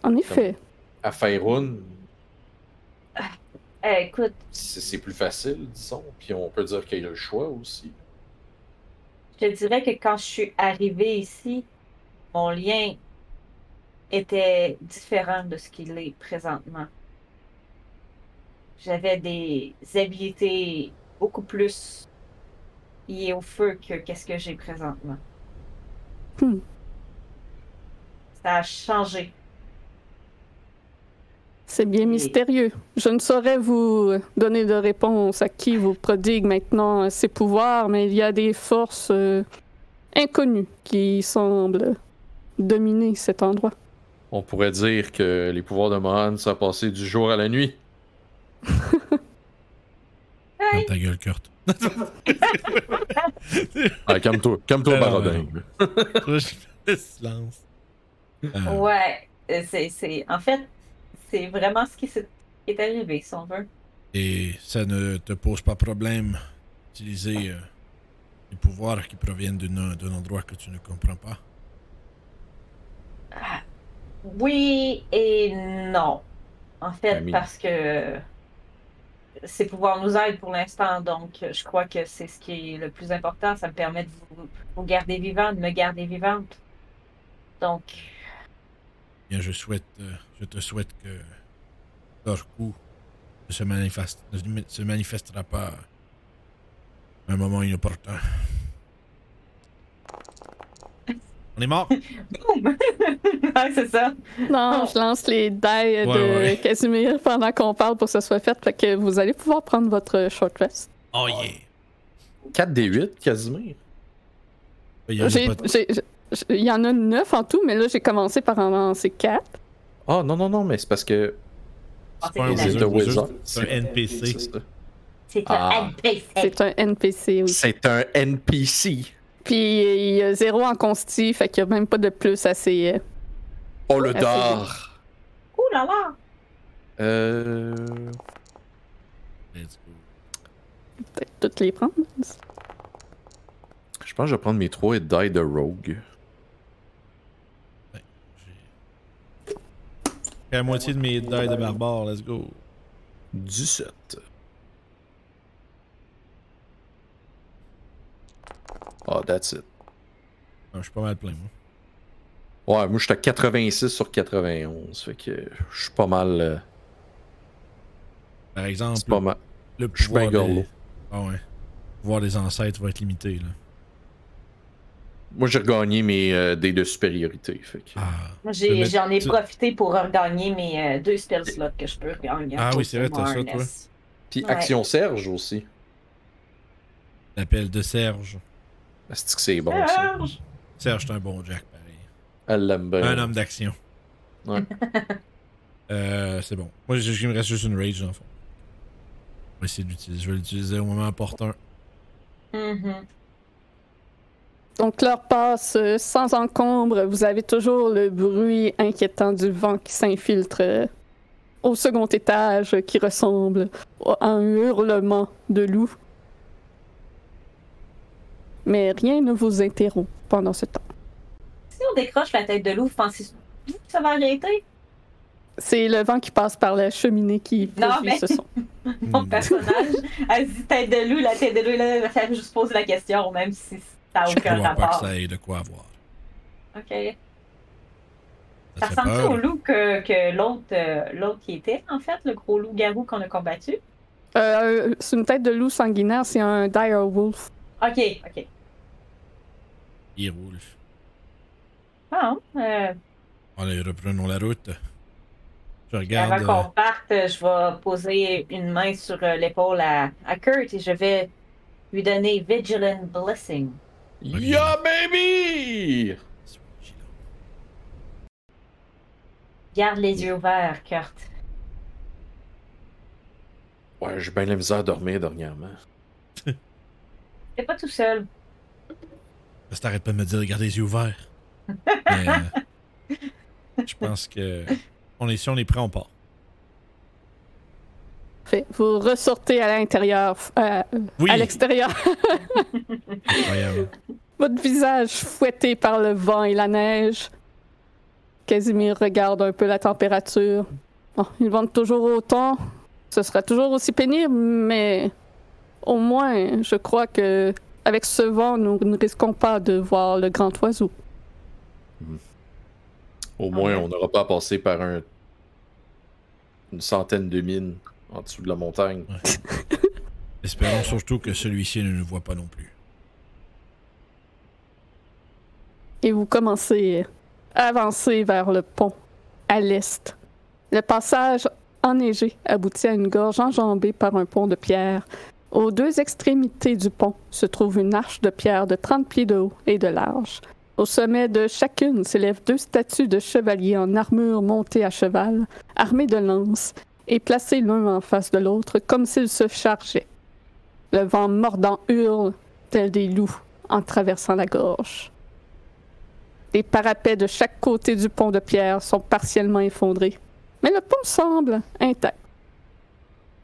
Speaker 2: En effet,
Speaker 3: À Faerun,
Speaker 4: Euh, écoute,
Speaker 3: c'est c'est plus facile, disons. Puis on peut dire qu'il y a le choix aussi.
Speaker 4: je te dirais que quand je suis arrivée ici, mon lien était différent de ce qu'il est présentement. J'avais des habiletés beaucoup plus liées au feu que qu'est-ce que j'ai présentement.
Speaker 2: Hmm.
Speaker 4: Ça a changé.
Speaker 2: c'est bien mystérieux. Je ne saurais vous donner de réponse à qui vous prodigue maintenant euh, ces pouvoirs, mais il y a des forces euh, inconnues qui semblent dominer cet endroit.
Speaker 3: On pourrait dire que les pouvoirs de Mohan, ça a passé du jour à la nuit.
Speaker 4: Euh,
Speaker 1: Ferme ta gueule, Kurt.
Speaker 3: Ah, calme-toi, calme-toi,
Speaker 1: Alors,
Speaker 3: Barodin.
Speaker 1: Je le silence. Euh,
Speaker 4: Ouais, euh, c'est, c'est... En fait, c'est vraiment ce qui s'est- qui est arrivé, si on veut.
Speaker 1: Et ça ne te pose pas problème d'utiliser euh, des pouvoirs qui proviennent d'une- d'un endroit que tu ne comprends pas.
Speaker 4: Oui et non. En fait,
Speaker 3: Famille.
Speaker 4: parce que ces pouvoirs nous aident pour l'instant, donc je crois que c'est ce qui est le plus important. Ça me permet de vous, vous garder vivant, de me garder vivante. Donc,
Speaker 1: Bien, je souhaite, euh, je te souhaite que leur coup ne se, manifeste, ne se- se manifestera pas à un moment inopportun. On est mort.
Speaker 4: boum! Ouais, c'est ça.
Speaker 2: Non, je lance les dés
Speaker 1: Ouais,
Speaker 2: euh, de
Speaker 1: ouais.
Speaker 2: Casimir pendant qu'on parle pour que ce soit fait. Fait que vous allez pouvoir prendre votre euh, short rest.
Speaker 1: Oh yeah.
Speaker 3: 4 des 8, Casimir.
Speaker 1: Il y a
Speaker 2: J'ai-
Speaker 1: pas de-
Speaker 2: j'ai- j'ai- Il y en a neuf en tout, mais là, j'ai commencé par en lancer quatre.
Speaker 3: Ah, non, non, non, mais c'est parce que.
Speaker 4: Ah,
Speaker 1: pas un
Speaker 4: c'est,
Speaker 1: wizard.
Speaker 3: The Wizard.
Speaker 1: C'est un NPC.
Speaker 3: C'est ça.
Speaker 4: c'est un
Speaker 3: Ah.
Speaker 4: NPC.
Speaker 2: C'est un NPC aussi.
Speaker 3: C'est un NPC.
Speaker 2: Puis il y a zéro en consti, fait qu'il n'y a même pas de plus à ses. euh,
Speaker 3: Oh, le
Speaker 2: Ah, c'est
Speaker 3: dard.
Speaker 4: Ouh là là!
Speaker 3: Euh.
Speaker 1: Let's go.
Speaker 2: Peut-être toutes les prendre.
Speaker 3: Je pense que je vais prendre mes 3 et die de rogue.
Speaker 1: J'ai- Fait la moitié de mes dés de barbare, let's go.
Speaker 3: 17. Ah, that's it.
Speaker 1: Ah, Je suis pas mal plein, moi.
Speaker 3: Ouais, moi, je suis à 86 sur 91. Fait que je suis pas mal. euh,
Speaker 1: Par exemple,
Speaker 3: C'est pas mal.
Speaker 1: le
Speaker 3: je suis
Speaker 1: pouvoir
Speaker 3: bien
Speaker 1: des...
Speaker 3: gorlo.
Speaker 1: Ah ouais. Le pouvoir des ancêtres va être limité, là.
Speaker 3: Moi, j'ai regagné mes euh, dés de supériorité. Fait que...
Speaker 1: Ah,
Speaker 4: Moi,
Speaker 1: Je vais
Speaker 4: j'ai,
Speaker 1: mettre-
Speaker 4: j'en ai
Speaker 1: tu-
Speaker 4: profité pour regagner mes euh, deux spell slots que je peux regagner.
Speaker 1: Ah oui, c'est vrai, t'as ça, toi.
Speaker 3: Puis
Speaker 4: Ouais.
Speaker 3: Action Serge aussi.
Speaker 1: l'appel de Serge.
Speaker 3: Est-ce que c'est bon, ça?
Speaker 4: Serge!
Speaker 1: Serge, t'es un bon Jack, pareil.
Speaker 3: Elle l'aime bien.
Speaker 1: Un homme d'action.
Speaker 3: Ouais.
Speaker 1: Euh, c'est bon. Moi, je- il me reste juste une rage, dans le fond. Je vais essayer d'utiliser. Je vais l'utiliser au moment opportun.
Speaker 4: Mhm.
Speaker 2: Donc l'heure passe euh, sans encombre. Vous avez toujours le bruit inquiétant du vent qui s'infiltre euh, au second étage euh, qui ressemble à un hurlement de loup. Mais rien ne vous interrompt pendant ce temps.
Speaker 4: Si on décroche la tête de loup, vous pensez que ça va arrêter?
Speaker 2: C'est le vent qui passe par la cheminée qui
Speaker 4: Non,
Speaker 2: produit
Speaker 4: mais-
Speaker 2: ce son.
Speaker 4: Mon
Speaker 1: Hmm.
Speaker 4: personnage, elle se dit tête de loup, la tête de loup, là, ça fait juste poser la question, même si ça n'a
Speaker 1: Je
Speaker 4: aucun
Speaker 1: crois pas que
Speaker 4: rapport.
Speaker 1: ça ait de quoi avoir.
Speaker 4: Ok.
Speaker 1: Ça
Speaker 4: Ça
Speaker 1: te fait
Speaker 4: ressemble au
Speaker 1: peur?
Speaker 4: loup que, que l'autre euh, l'autre qui était, en fait, le gros loup-garou qu'on a combattu?
Speaker 2: Euh, c'est une tête de loup sanguinaire, c'est un dire wolf.
Speaker 4: Ok, ok.
Speaker 1: Il roule.
Speaker 4: Bon, euh,
Speaker 1: Allez, reprenons la route. Je regarde. euh,
Speaker 4: avant qu'on parte, je vais poser une main sur euh, l'épaule à, à Kurt et je vais lui donner Vigilant Blessing.
Speaker 3: Yeah, baby!
Speaker 1: euh,
Speaker 4: Garde les yeux ouverts, Kurt.
Speaker 3: Ouais, j'ai bien la misère à dormir dernièrement.
Speaker 4: T'es pas tout seul.
Speaker 1: Parce que t'arrêtes pas de me dire de garder les yeux ouverts. Mais, euh, je pense que on est, si on les prend, on part.
Speaker 2: Fait, vous ressortez à l'intérieur, f- à-
Speaker 1: Oui,
Speaker 2: à l'extérieur.
Speaker 1: incroyable.
Speaker 2: Votre visage fouetté par le vent et la neige. Casimir regarde un peu la température. Bon, il vente toujours autant. Ce sera toujours aussi pénible, mais au moins, je crois que avec ce vent, nous ne risquons pas de voir le grand oiseau.
Speaker 3: Au moins,
Speaker 4: Ah ouais.
Speaker 3: on n'aura pas à passer par un... une centaine de mines en dessous de la montagne.
Speaker 1: Espérons surtout que celui-ci ne nous voit pas non plus.
Speaker 2: Et vous commencez à avancer vers le pont, à l'est. Le passage enneigé aboutit à une gorge enjambée par un pont de pierre. Aux deux extrémités du pont se trouve une arche de pierre de 30 pieds de haut et de large. Au sommet de chacune s'élèvent deux statues de chevaliers en armure montée à cheval, armés de lances, et placés l'un en face de l'autre comme s'ils se chargeaient. Le vent mordant hurle, tel des loups, en traversant la gorge. Les parapets de chaque côté du pont de pierre sont partiellement effondrés, mais le pont semble intact.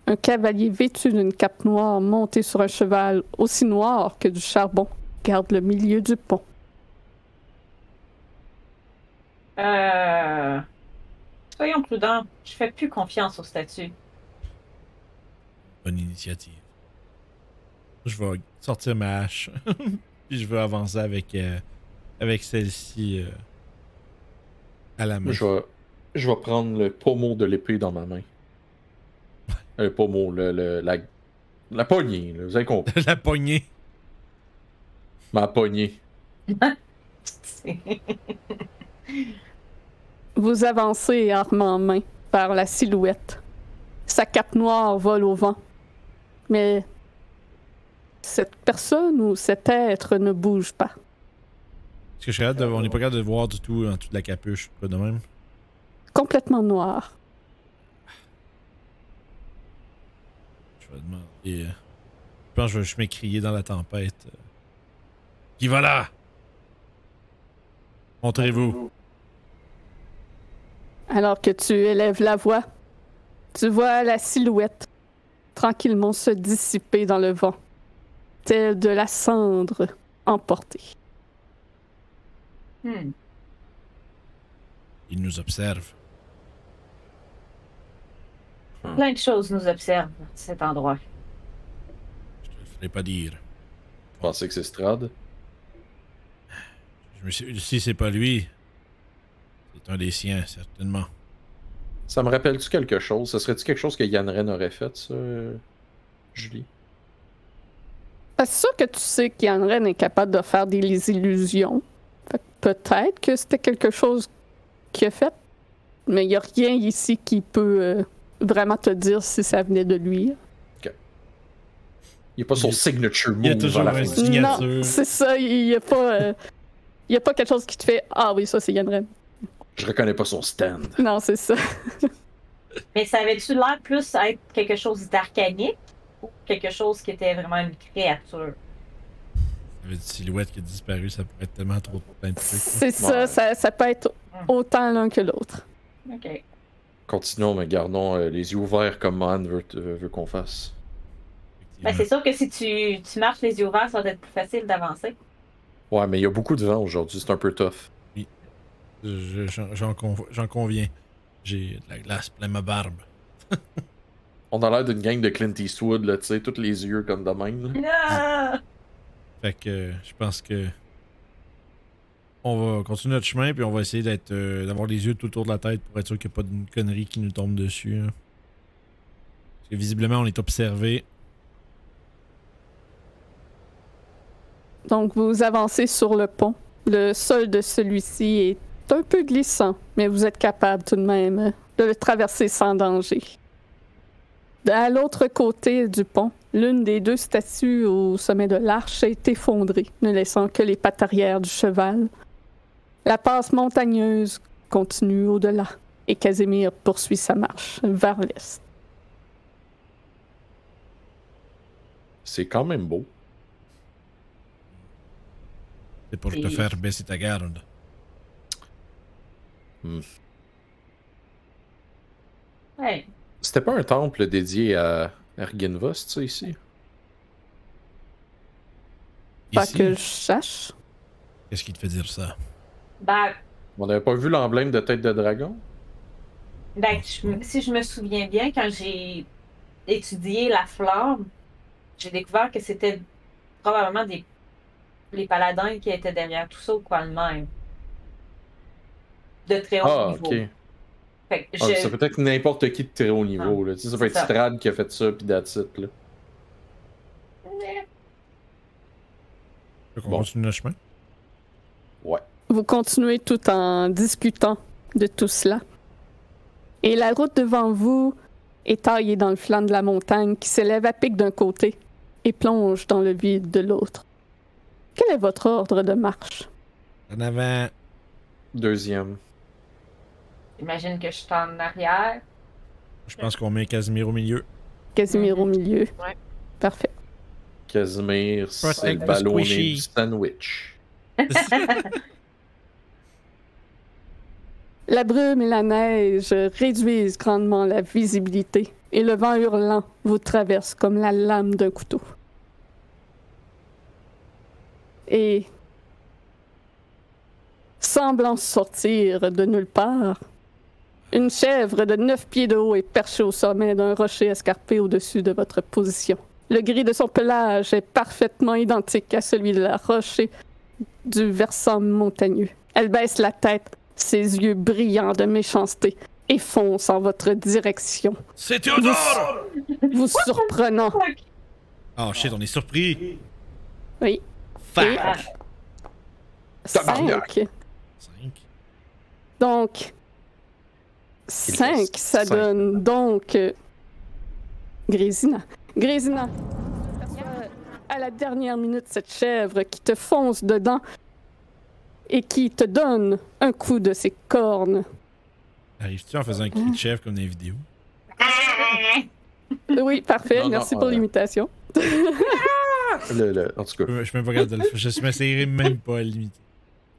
Speaker 2: Un cavalier vêtu d'une cape noire monté sur un cheval aussi noir que du charbon garde le milieu du pont.
Speaker 4: Euh... Soyons prudents. Je fais plus confiance aux statues.
Speaker 1: Bonne initiative. Je vais sortir ma hache. Puis je vais avancer avec, euh, avec celle-ci euh, à la main.
Speaker 5: Je vais, je vais prendre le pommeau de l'épée dans ma main.
Speaker 3: Euh,
Speaker 5: Le pommeau, le, le- la, la poignée, là, vous avez compris.
Speaker 1: la poignée.
Speaker 5: Ma poignée.
Speaker 2: Vous avancez arme en main vers la silhouette. Sa cape noire vole au vent. Mais cette personne ou cet être ne bouge pas.
Speaker 1: Parce que je suis capable de-
Speaker 5: Ah,
Speaker 1: on n'est pas capable de voir du tout en dessous de la capuche, quoi de même.
Speaker 2: Complètement noir.
Speaker 1: Je vais demander. euh, je pense que je vais juste m'écrier dans la tempête. euh, Qui va là Montrez-vous.
Speaker 2: Alors que tu élèves la voix, tu vois la silhouette tranquillement se dissiper dans le vent, telle de la cendre emportée.
Speaker 4: Hmm.
Speaker 1: Il nous observe.
Speaker 4: Plein de choses nous observent cet endroit.
Speaker 1: Je te le ferai pas dire.
Speaker 5: Vous pensez que c'est Strad?
Speaker 1: Je me suis- si c'est pas lui, c'est un des siens, certainement.
Speaker 5: Ça me rappelle-tu quelque chose? Ça serait-tu quelque chose que Yann Ren aurait fait, ça, euh, Julie?
Speaker 2: C'est sûr que tu sais qu'Yann Ren est capable de faire des les illusions. Fait que Peut-être que c'était quelque chose qu'il a fait, mais il n'y a rien ici qui peut euh, vraiment te dire si ça venait de lui.
Speaker 5: Il n'y a pas son
Speaker 1: Il-
Speaker 5: signature move
Speaker 1: il y a
Speaker 5: à
Speaker 1: toujours
Speaker 5: la
Speaker 1: un
Speaker 5: fin du-
Speaker 1: signe. Signature.
Speaker 2: Non, c'est ça, il n'y a pas... euh, il y a pas quelque chose qui te fait Ah oui, ça c'est Yann Ren.
Speaker 5: Je reconnais pas son stand.
Speaker 2: Non, c'est ça.
Speaker 4: Mais ça avait-tu l'air plus à être quelque chose d'arcanique ou quelque chose qui était vraiment une créature?
Speaker 1: Il y avait une silhouette qui a disparu, ça pourrait être tellement trop plein de trucs.
Speaker 2: C'est ça,
Speaker 5: Ouais.
Speaker 2: ça, ça peut être autant l'un que l'autre.
Speaker 4: OK.
Speaker 5: Continuons, mais gardons euh, les yeux ouverts comme Mohan veut, euh, veut qu'on fasse.
Speaker 4: Ben, c'est sûr que si tu, tu marches les yeux ouverts, ça va être plus facile d'avancer.
Speaker 5: Ouais, mais il y a beaucoup de vent aujourd'hui, c'est un peu tough.
Speaker 2: Ben,
Speaker 1: Je- J'en j'en conv- j'en conviens. J'ai de la glace plein ma barbe.
Speaker 5: On a l'air d'une gang de Clint Eastwood, là, tu sais, tous les yeux comme de même. là.
Speaker 4: Ah!
Speaker 1: Fait que euh, je pense que on va continuer notre chemin puis on va essayer d'être euh, d'avoir les yeux tout autour de la tête pour être sûr qu'il n'y a pas d'une connerie qui nous tombe dessus. hein. Parce que visiblement on est observé.
Speaker 2: Donc, vous avancez sur le pont. Le sol de celui-ci est un peu glissant, mais vous êtes capable tout de même euh, de le traverser sans danger. À l'autre côté du pont, l'une des deux statues au sommet de l'arche est effondrée, ne laissant que les pattes arrière du cheval. La passe montagneuse continue au-delà, et Casimir poursuit sa marche vers l'est.
Speaker 5: C'est quand même beau.
Speaker 1: C'est pour te
Speaker 4: Et-
Speaker 1: faire baisser ta garde.
Speaker 4: Ouais.
Speaker 5: C'était pas un temple dédié à Ergenvos, tu sais, ici?
Speaker 2: Pas
Speaker 1: Ici,
Speaker 2: que je sache.
Speaker 1: Qu'est-ce qui te fait dire ça?
Speaker 4: Ben,
Speaker 5: On n'avait pas vu l'emblème de tête de dragon?
Speaker 4: ben, je me- si je me souviens bien, quand j'ai étudié la flamme, j'ai découvert que c'était probablement des les paladins qui étaient derrière tout ça ou quoi de même. De très haut
Speaker 5: Ah,
Speaker 4: niveau.
Speaker 5: ok.
Speaker 4: Fait que
Speaker 5: Ah,
Speaker 4: je- Ah,
Speaker 5: ça peut être n'importe qui de très haut niveau. Là. Tu sais, Ça peut être
Speaker 4: Ça.
Speaker 5: Strad qui a fait ça, puis that's it, là.
Speaker 1: On
Speaker 5: Bon.
Speaker 1: continue notre chemin?
Speaker 5: Ouais.
Speaker 2: Vous continuez tout en discutant de tout cela. Et la route devant vous est taillée dans le flanc de la montagne qui s'élève à pic d'un côté et plonge dans le vide de l'autre. Quel est votre ordre de marche?
Speaker 1: En avant.
Speaker 5: Deuxième.
Speaker 4: J'imagine que je suis en arrière.
Speaker 1: Je pense qu'on met Casimir au milieu.
Speaker 2: Casimir
Speaker 4: Mhm.
Speaker 2: au milieu.
Speaker 8: Ouais.
Speaker 2: Parfait.
Speaker 3: Casimir, c'est
Speaker 1: Protect
Speaker 3: le
Speaker 1: the
Speaker 3: ballonné
Speaker 1: squishy.
Speaker 3: du sandwich.
Speaker 2: La brume et la neige réduisent grandement la visibilité et le vent hurlant vous traverse comme la lame d'un couteau. Et semblant sortir de nulle part, une chèvre de neuf pieds de haut est perchée au sommet d'un rocher escarpé au-dessus de votre position. Le gris de son pelage est parfaitement identique à celui de la roche et du versant montagneux. Elle baisse la tête ses yeux brillants de méchanceté et fonce en votre direction,
Speaker 1: C'est Théodore!
Speaker 2: vous surprenant.
Speaker 1: Oh shit, on est surpris.
Speaker 2: Oui.
Speaker 1: Fuck.
Speaker 2: Et-
Speaker 3: Tabarnak.
Speaker 2: Cinq.
Speaker 1: Cinq.
Speaker 2: Donc, cinq,
Speaker 3: reste
Speaker 2: ça
Speaker 3: cinq.
Speaker 2: donne donc euh, Grésina. Grésina, t'aperçois à la dernière minute, cette chèvre qui te fonce dedans et qui te donne un coup de ses cornes.
Speaker 1: Arrives-tu en faisant un cri de chef comme dans les vidéos?
Speaker 2: Oui, parfait,
Speaker 3: Non, non,
Speaker 2: merci
Speaker 3: on
Speaker 2: pour
Speaker 3: a-
Speaker 2: l'imitation.
Speaker 3: Le, le- en tout
Speaker 1: Je
Speaker 3: cas,
Speaker 1: suis même pas capable de le faire. Je m'essayerai même pas à limiter.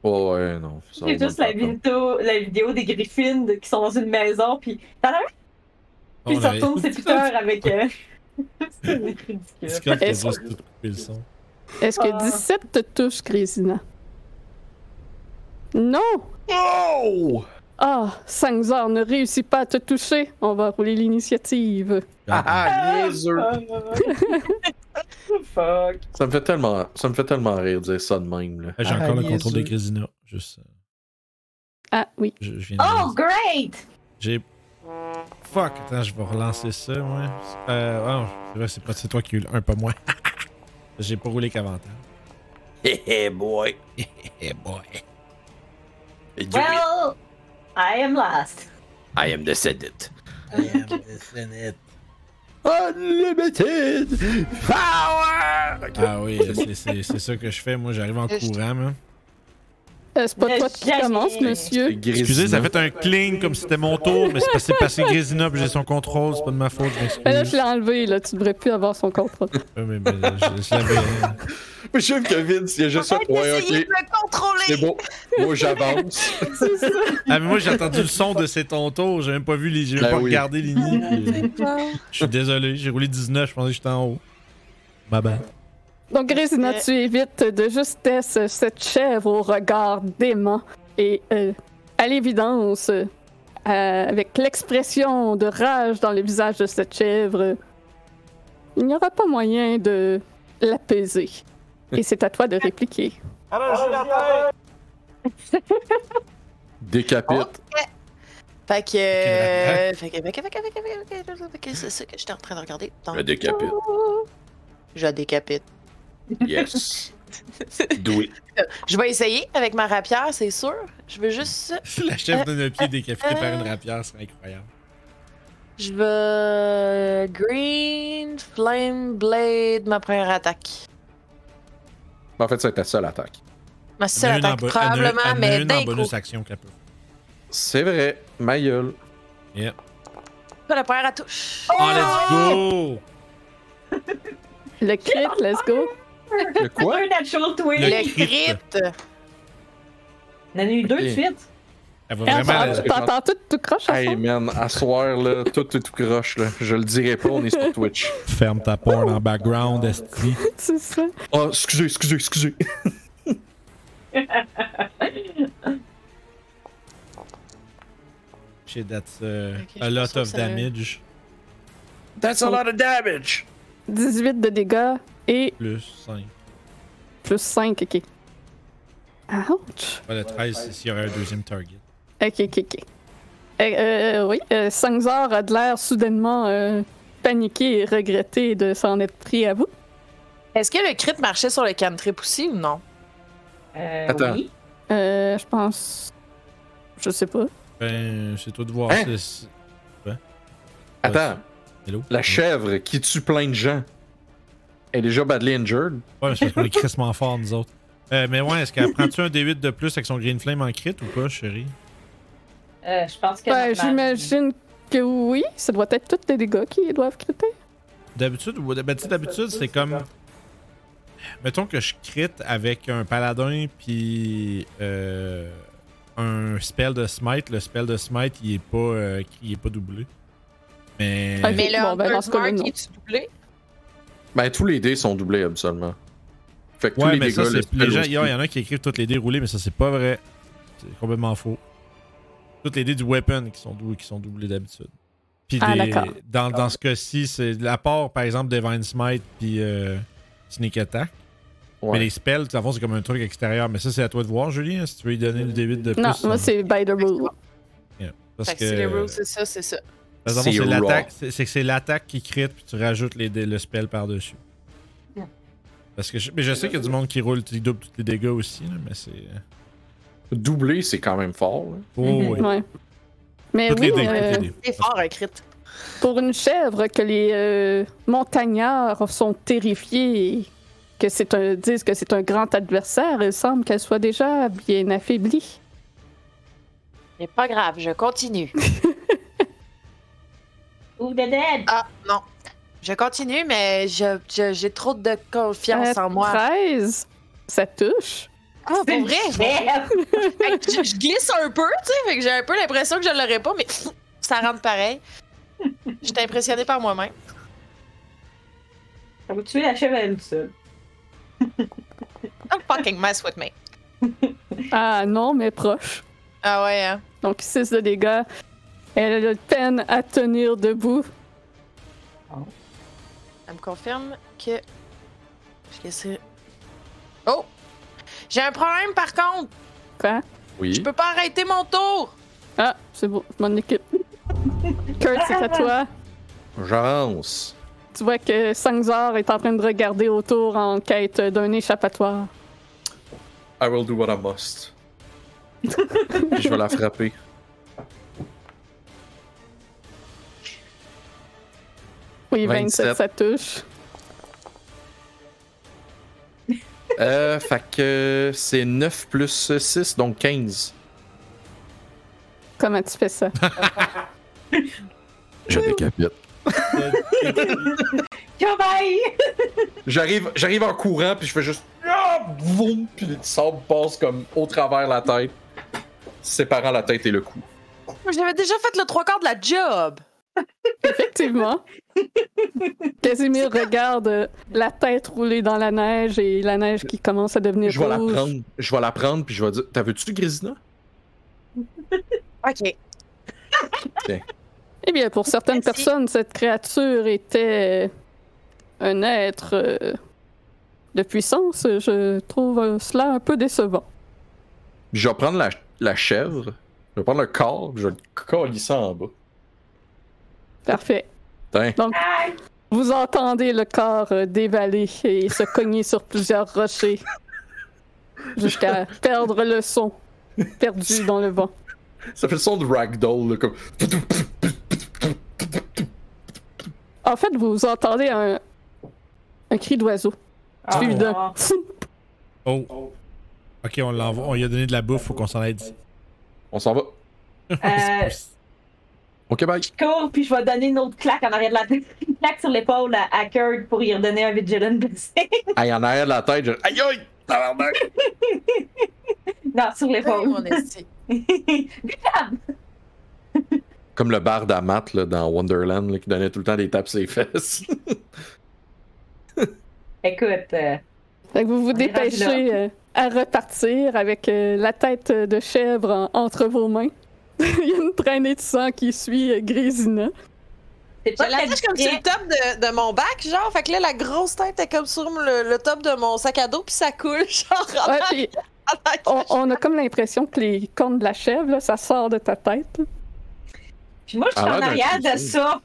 Speaker 3: oh, ouais, non. ça
Speaker 4: C'est
Speaker 3: vaut
Speaker 4: juste
Speaker 3: même
Speaker 4: la
Speaker 3: pas peine.
Speaker 4: vidéo, la vidéo des griffines de- qui sont dans une maison, puis t'as l'air, puis
Speaker 1: On
Speaker 4: ça
Speaker 1: aurait-
Speaker 4: retourne ses tuteurs avec. euh, C'est ridicule.
Speaker 1: Discord qui a
Speaker 2: Est-ce-
Speaker 1: juste tout coupé le son.
Speaker 2: Est-ce que
Speaker 4: Ah.
Speaker 2: 17 te touche, Grésina? Non!
Speaker 3: Oh!
Speaker 2: Ah, Sangzor ne réussit pas à te toucher. On va rouler l'initiative.
Speaker 3: Ah ah, niaiseux.
Speaker 4: Fuck.
Speaker 3: Ça me fait tellement, ça me fait tellement rire dire ça de même. Là.
Speaker 1: Ah, J'ai encore le
Speaker 5: Ah,
Speaker 1: contrôle de
Speaker 5: niaiseux.
Speaker 1: Grésina. Juste. euh,
Speaker 2: Ah oui.
Speaker 1: Je, je viens de
Speaker 4: Oh,
Speaker 1: réaliser.
Speaker 4: great!
Speaker 1: J'ai. Fuck! Attends, je vais relancer ça, moi. Euh. ah, c'est vrai, c'est pas- c'est toi qui as eu le un, pas moi. J'ai pas roulé qu'avantage.
Speaker 3: Hé hé, boy.
Speaker 1: Eh boy.
Speaker 3: Do it.
Speaker 4: Well, I am last.
Speaker 3: I am descended.
Speaker 1: I am the Senate.
Speaker 3: Unlimited power!
Speaker 1: Ah oui, c'est- c'est c'est ça que je fais. Moi, j'arrive en
Speaker 6: Je-
Speaker 1: courant, man.
Speaker 2: Euh, c'est pas
Speaker 4: Le
Speaker 2: toi qui
Speaker 4: jamais.
Speaker 2: commence, monsieur.
Speaker 1: Excusez, ça fait un cling comme si c'était mon tour, mais c'est parce que c'est passé Grésina puis j'ai son contrôle, c'est pas de ma faute, je
Speaker 6: Ah
Speaker 2: Mais Euh, là, je
Speaker 1: m'excuse.
Speaker 2: l'ai enlevé, là. Tu devrais plus avoir son contrôle.
Speaker 1: Ouais, mais, mais, je- je l'avais-
Speaker 3: Je que Vince, il y a juste ça. Ouais,
Speaker 6: Essayez
Speaker 3: ok,
Speaker 6: de me
Speaker 3: c'est
Speaker 6: contrôler.
Speaker 3: bon. Moi, j'avance.
Speaker 2: C'est ça.
Speaker 1: Ah, mais moi, j'ai entendu le son de ses tontons, j'ai même pas vu les j'ai même
Speaker 3: Ben
Speaker 1: pas
Speaker 3: oui.
Speaker 1: regardé les nids. puis- Je suis désolé, j'ai roulé 19, je pensais que j'étais en haut. Bye bye.
Speaker 2: Donc, Grésina,
Speaker 6: Mais-
Speaker 2: tu évites de justesse cette chèvre au regard dément et, euh, à l'évidence, euh, avec l'expression de rage dans le visage de cette chèvre, il n'y aura pas moyen de l'apaiser. Et c'est à toi de répliquer.
Speaker 4: Ah.
Speaker 3: Décapite.
Speaker 6: Fait que. euh,
Speaker 1: la-
Speaker 6: Fait que. Fait que. Fait que. Fait que. fait que- fait que. C'est ça que j'étais en train de regarder. Donc,
Speaker 3: Je décapite.
Speaker 6: je la décapite.
Speaker 3: Yes. Do it.
Speaker 6: Je vais essayer avec ma rapière, c'est sûr. Je veux juste.
Speaker 1: La chef de nos pieds décapitée par une rapière, c'est incroyable.
Speaker 6: Je veux. Green Flame Blade, ma première attaque.
Speaker 3: En fait, c'est ta seule attaque.
Speaker 6: Ma
Speaker 1: Elle a
Speaker 6: seule
Speaker 1: une en
Speaker 6: attaque,
Speaker 1: bo- elle a-
Speaker 6: probablement,
Speaker 1: elle a
Speaker 6: mais
Speaker 1: une en
Speaker 6: d'un coup.
Speaker 1: bonus action qu'elle peut.
Speaker 3: C'est vrai. Ma gueule.
Speaker 6: Pas la première à touche.
Speaker 1: Oh, let's go!
Speaker 2: Le crit, let's go.
Speaker 3: Le quoi?
Speaker 4: Un natural
Speaker 1: Le
Speaker 4: twin.
Speaker 6: Le
Speaker 1: crit.
Speaker 6: crit.
Speaker 4: On en a eu deux de
Speaker 3: Ok.
Speaker 4: suite.
Speaker 1: Elle va
Speaker 2: Ah,
Speaker 1: vraiment.
Speaker 2: T'entends t'entends tout, tout croche à
Speaker 3: Hey
Speaker 2: fond.
Speaker 3: man, à soir là, tout tout tout croche là. Je le dirai pas, on est sur Twitch.
Speaker 1: Ferme ta porte en background, Esti.
Speaker 2: C'est ça.
Speaker 5: Ah,
Speaker 3: Oh, excusez, excusez, excusez.
Speaker 1: Shit, that's uh,
Speaker 6: Ok, je
Speaker 1: a lot
Speaker 6: pense que
Speaker 1: of
Speaker 6: ça-
Speaker 1: damage.
Speaker 3: That's a lot of damage.
Speaker 2: 18 de dégâts et
Speaker 1: Plus 5.
Speaker 2: plus 5, ok. Ouch.
Speaker 1: Ouais, le 13, c'est s'il y aurait un deuxième target.
Speaker 2: Ok, ok, ok. Euh, euh, oui, euh, Sangzor a de l'air soudainement euh, paniqué et regretté de s'en être pris à vous.
Speaker 6: Est-ce que le crit marchait sur le cantrip aussi ou non?
Speaker 4: Euh,
Speaker 3: Attends.
Speaker 4: oui.
Speaker 2: Euh, je pense. Je sais pas.
Speaker 1: Ben, c'est toi de voir.
Speaker 3: Hein?
Speaker 1: c'est- c'est-
Speaker 3: Attends,
Speaker 1: Hello?
Speaker 3: la chèvre qui tue plein de gens. Elle est déjà badly injured.
Speaker 1: Ouais, mais c'est parce qu'on est crissement fort, nous autres. Euh, mais ouais, est-ce qu'elle prend-tu un D8 de plus avec son Green Flame en crit ou pas, chérie?
Speaker 4: Euh, je pense que.
Speaker 2: Ben,
Speaker 4: normal.
Speaker 2: j'imagine que oui. Ça doit être tous les dégâts qui doivent criter.
Speaker 1: D'habitude, ou- ben, tu sais, d'habitude, c'est comme. Mettons que je crit avec un paladin puis euh, un spell de smite. Le spell de smite, il est pas, euh, il est pas doublé. Mais.
Speaker 2: Ah,
Speaker 6: Mais le
Speaker 2: Bon, ben, dans ce cas-là,
Speaker 6: Hunter's
Speaker 2: non.
Speaker 6: Mark, est-tu doublé?
Speaker 5: Ben, tous les dés sont doublés, absolument. Fait que tous
Speaker 1: Ouais,
Speaker 5: les
Speaker 1: mais
Speaker 5: dégâts,
Speaker 1: ça, c'est.
Speaker 5: spells
Speaker 1: Les gens,
Speaker 5: aussi.
Speaker 1: il y en a qui écrivent toutes les dés roulés, mais ça, c'est pas vrai. C'est complètement faux. Toutes les dés du weapon qui sont, dou- qui sont doublés d'habitude. Puis
Speaker 2: Ah,
Speaker 1: les-
Speaker 2: d'accord.
Speaker 1: dans, dans ce cas-ci, c'est la part, par exemple, Divine Smite puis euh, Sneak Attack.
Speaker 5: Ouais.
Speaker 1: Mais les spells, dans le fond, c'est comme un truc extérieur. Mais ça, c'est à toi de voir, Julie, hein, si tu veux lui donner le D8 de plus.
Speaker 2: Non, moi,
Speaker 1: hein.
Speaker 2: c'est by the rule.
Speaker 1: Parce
Speaker 6: Fait que
Speaker 1: que,
Speaker 6: si les rules,
Speaker 1: parce que
Speaker 6: c'est ça, c'est ça.
Speaker 1: dans le fond,
Speaker 5: C'est
Speaker 1: c'est
Speaker 5: raw.
Speaker 1: l'attaque- c'est c'est que c'est l'attaque qui crit, puis tu rajoutes les dés- le spell par-dessus.
Speaker 4: Ouais.
Speaker 1: Parce que je, mais je sais qu'il y a du monde qui roule, qui double tous les dégâts aussi, là, mais c'est.
Speaker 5: Doublé, c'est quand même fort. hein. là.
Speaker 1: Oh,
Speaker 4: Mhm.
Speaker 1: ouais.
Speaker 2: Ouais. Mais
Speaker 1: Toutes
Speaker 2: oui,
Speaker 1: les dés,
Speaker 2: euh,
Speaker 1: toutes les dés.
Speaker 6: C'est fort, un crit.
Speaker 2: pour une chèvre que les euh, montagnards sont terrifiés et que c'est un, disent que c'est un grand adversaire, il semble qu'elle soit déjà bien affaiblie.
Speaker 6: Mais pas grave, je continue.
Speaker 4: Ou de dead.
Speaker 6: ah, non. Je continue, mais je- je- j'ai trop de confiance
Speaker 2: Euh,
Speaker 6: en moi.
Speaker 2: 13, ça touche.
Speaker 6: Ah,
Speaker 4: C'est
Speaker 6: pour vrai?
Speaker 4: Merde.
Speaker 6: Fait que je, je glisse un peu, tu sais, fait que j'ai un peu l'impression que je l'aurais pas, mais ça rentre pareil. J'étais impressionnée par moi-même.
Speaker 4: Ça va tuer la chèvre à elle seule.
Speaker 6: I'm fucking mess with me.
Speaker 2: Ah non, mais proche.
Speaker 6: Ah ouais, hein.
Speaker 2: Donc 6 de dégâts. Elle a peine à tenir debout.
Speaker 6: Elle me confirme que. Je laisserai- Oh! J'ai un problème par contre!
Speaker 2: Quoi?
Speaker 5: Oui.
Speaker 6: Je peux pas arrêter mon tour!
Speaker 2: Ah, c'est bon, mon équipe. Kurt, c'est à toi.
Speaker 5: J'avance.
Speaker 2: Tu vois que Sangzor est en train de regarder autour en quête d'un échappatoire.
Speaker 5: I will do what I must. Puis je vais la frapper.
Speaker 2: Oui, 27,
Speaker 5: 27.
Speaker 2: ça touche.
Speaker 5: Euh, fait que c'est 9 plus 6, donc 15.
Speaker 2: Comment tu fais ça?
Speaker 5: Je décapite.
Speaker 4: Cobaye!
Speaker 5: J'arrive, j'arrive en courant, puis je fais juste. Ah! Vroom! Puis le sable passe comme au travers la tête, séparant la tête et le cou.
Speaker 6: J'avais déjà fait le trois quarts de la job!
Speaker 2: Effectivement. Casimir regarde euh, la tête roulée dans la neige et la neige qui commence à devenir
Speaker 5: Je vais la
Speaker 2: rouge.
Speaker 5: prendre, je vais la prendre, puis je vais dire T'as vu-tu Grisina
Speaker 6: Ok.
Speaker 2: Eh bien, pour certaines
Speaker 6: Merci.
Speaker 2: personnes, cette créature était un être euh, de puissance. Je trouve euh, cela un peu décevant.
Speaker 5: Je vais prendre la, la chèvre, je vais prendre le corps, puis je vais le colisser en bas.
Speaker 2: Parfait.
Speaker 5: Putain.
Speaker 2: Vous entendez le corps euh, dévaler et se cogner sur plusieurs rochers jusqu'à perdre le son, perdu dans le vent.
Speaker 5: Ça fait le son de ragdoll, là, comme.
Speaker 2: En fait, vous entendez un, un cri d'oiseau. suivi d'un
Speaker 4: Ah.
Speaker 1: Oh. Ok, on l'envoie. On lui a donné de la bouffe, faut qu'on s'en aide.
Speaker 5: On s'en va.
Speaker 4: Euh,
Speaker 5: Ok, bye.
Speaker 4: je cours, puis je vais donner une autre claque en arrière de la tête. Une claque sur l'épaule à, à Kurt pour y redonner un vigilant blessé.
Speaker 5: Aïe, en arrière de la tête, je. Aïe, aïe Tabarnak!
Speaker 4: non, sur
Speaker 6: Hey,
Speaker 4: l'épaule.
Speaker 6: mon esti.
Speaker 5: Comme le barde à Matt là, dans Wonderland là, qui donnait tout le temps des tapes ses fesses.
Speaker 4: Écoute, euh,
Speaker 2: Fait que vous vous
Speaker 4: On est rendu
Speaker 2: dépêchez euh, à repartir avec euh, la tête de chèvre en- entre vos mains. Il y a une traînée de sang qui suit euh, Grésina.
Speaker 4: c'est
Speaker 6: Je
Speaker 4: pas très
Speaker 6: l'attache comme sur le
Speaker 4: discret.
Speaker 6: top de, de mon bac, genre. Fait que là, la grosse tête est comme sur le, le top de mon sac à dos, puis ça coule, genre. en
Speaker 4: Ah!
Speaker 2: Ouais,
Speaker 6: arrière.
Speaker 2: puis on, on a comme l'impression que les cornes de la chèvre, là, ça sort de ta tête.
Speaker 4: Puis moi, je suis
Speaker 5: Ah,
Speaker 4: en
Speaker 5: d'un
Speaker 4: arrière de
Speaker 5: cliché.
Speaker 4: ça.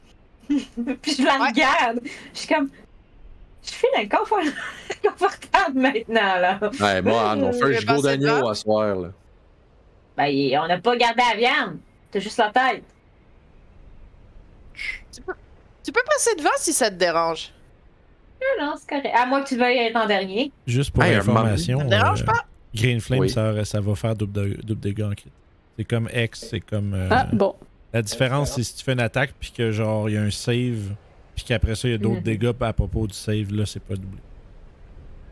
Speaker 4: puis je la
Speaker 6: Ouais.
Speaker 4: regarde. Je suis comme. Je suis inconfort- inconfortable maintenant, là.
Speaker 5: Ouais, moi, Anne, on fait un
Speaker 6: J'ai
Speaker 5: gigot
Speaker 6: pensé
Speaker 5: d'agneau
Speaker 6: pas.
Speaker 5: à soir. Là.
Speaker 4: Ben, on n'a pas gardé la viande. T'as juste la tête.
Speaker 6: Tu peux passer devant si ça te dérange.
Speaker 4: Ah, Non, non, c'est correct. À moins que tu veuilles être en dernier.
Speaker 1: Juste pour
Speaker 5: Hey, un
Speaker 1: information.
Speaker 6: Ça te dérange
Speaker 1: euh,
Speaker 6: pas?
Speaker 1: Green Flame,
Speaker 5: Oui.
Speaker 1: ça, ça va faire double, de- double dégâts en crit. C'est comme X, c'est comme. euh,
Speaker 2: Ah, bon.
Speaker 1: La différence, c'est si tu fais une attaque, puis que genre, il y
Speaker 6: Mm.
Speaker 1: a un save, puis qu'après ça, il y a d'autres
Speaker 4: Mhm.
Speaker 1: dégâts à propos du save, là, c'est pas doublé.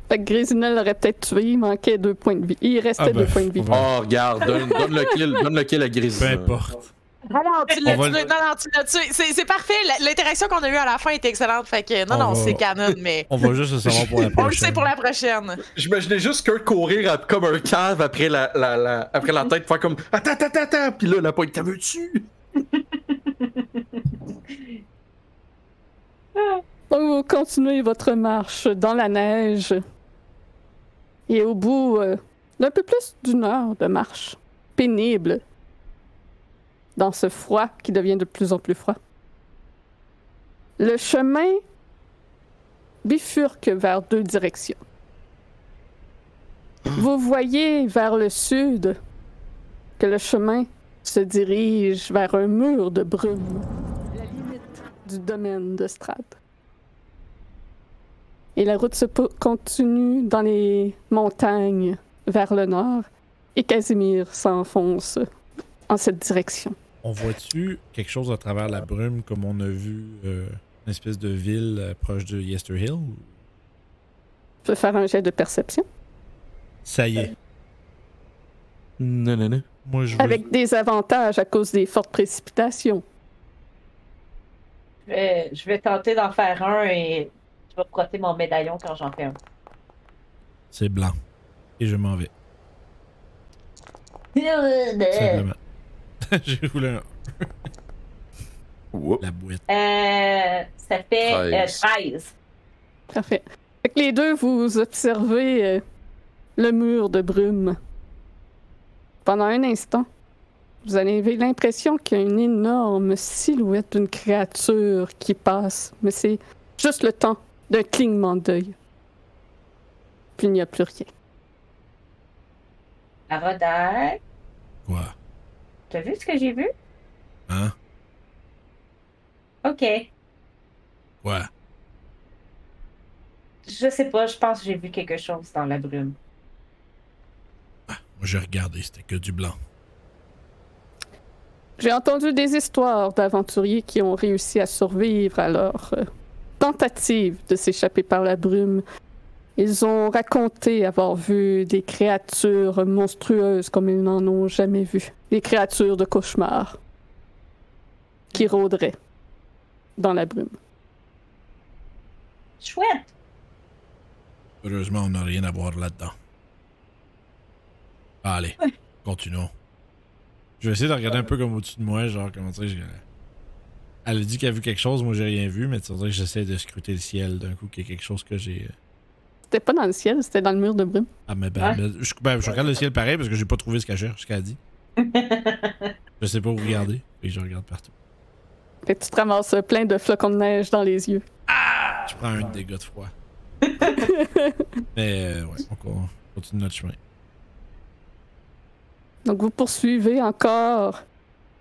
Speaker 2: Fait que Grisina l'aurait peut-être tué, il manquait deux points de vie. Il restait
Speaker 1: Ah,
Speaker 2: deux
Speaker 1: ben,
Speaker 2: points de vie.
Speaker 1: on va-
Speaker 3: Oh, regarde, donne, donne le kill, donne le kill à
Speaker 1: Peu
Speaker 3: Grisina.
Speaker 1: importe.
Speaker 4: Alors,
Speaker 6: Ah, Tu l'as
Speaker 1: On va
Speaker 6: tué.
Speaker 1: le-
Speaker 6: Non, non, tu l'as tué. C'est c'est parfait. La- L'interaction qu'on a eue à la fin était excellente. Fait que non,
Speaker 1: On
Speaker 6: non,
Speaker 1: va-
Speaker 6: c'est canon, mais
Speaker 1: On va juste le savoir pour la prochaine.
Speaker 6: on le sait pour la prochaine.
Speaker 3: J'imaginais juste Kurt courir à- comme un cave après la, la, la- après la tête, faire comme Attends, attends, attends, attends, puis là, la pointe, t'as vu-tu?
Speaker 2: Donc, vous continuez votre marche dans la neige. Et au bout euh, d'un peu plus d'une heure de marche, pénible, dans ce froid qui devient de plus en plus froid, le chemin bifurque vers deux directions. Vous voyez vers le sud que le chemin se dirige vers un mur de brume, à la limite du domaine de Strade. Et la route se po- continue dans les montagnes vers le nord. Et Casimir s'enfonce en cette direction.
Speaker 1: On voit-tu quelque chose à travers la brume comme on a vu euh, une espèce de ville euh, proche de Yester Hill?
Speaker 2: Je peux faire un jet de perception.
Speaker 1: Ça y est.
Speaker 5: Non, non, non.
Speaker 1: Moi, je veux...
Speaker 2: Avec des avantages à cause des fortes précipitations.
Speaker 4: je vais, je vais tenter d'en faire un et je vais frotter mon médaillon quand j'en fais un.
Speaker 1: C'est blanc. Et je m'en vais,
Speaker 4: Euh,
Speaker 1: simplement. J'ai voulu un- la boîte.
Speaker 4: ça fait euh, 13.
Speaker 3: Treize.
Speaker 2: Parfait. Fait que les deux, vous observez euh, le mur de brume. Pendant un instant, vous avez l'impression qu'il y a une énorme silhouette d'une créature qui passe, mais c'est juste le temps d'un clignement d'œil. Puis il n'y a plus rien.
Speaker 4: Arodac,
Speaker 1: Quoi?
Speaker 4: t'as vu ce que j'ai vu?
Speaker 1: Hein?
Speaker 4: Ok.
Speaker 1: Quoi?
Speaker 4: Je sais pas, je pense que j'ai vu quelque chose dans la brume.
Speaker 1: Moi, j'ai regardé, c'était que du blanc.
Speaker 2: J'ai entendu des histoires d'aventuriers qui ont réussi à survivre à leur euh, tentative de s'échapper par la brume. Ils ont raconté avoir vu des créatures monstrueuses comme ils n'en ont jamais vu. Des créatures de cauchemar qui rôderaient dans la brume.
Speaker 4: Chouette!
Speaker 1: Heureusement, on n'a rien à voir là-dedans. Allez, continuons. Je vais essayer de regarder un peu comme au-dessus de moi, genre, comment dire, j'ai- elle a dit qu'elle a vu quelque chose, moi j'ai rien vu, mais tu sais, on dirait que j'essaie de scruter le ciel d'un coup, qu'il y a quelque chose que j'ai. euh,
Speaker 2: C'était pas dans le ciel, c'était dans le mur de brume.
Speaker 1: Ah, mais ben, ben, je, ben, je regarde le ciel pareil parce que j'ai pas trouvé ce qu'elle cherche, ce qu'elle a dit. je sais pas où regarder, et je regarde partout.
Speaker 2: Fait que tu te ramasses plein de flocons de neige dans les yeux.
Speaker 1: Je prends un dégât de froid. mais euh, ouais, on con- continue notre chemin.
Speaker 2: Donc vous poursuivez encore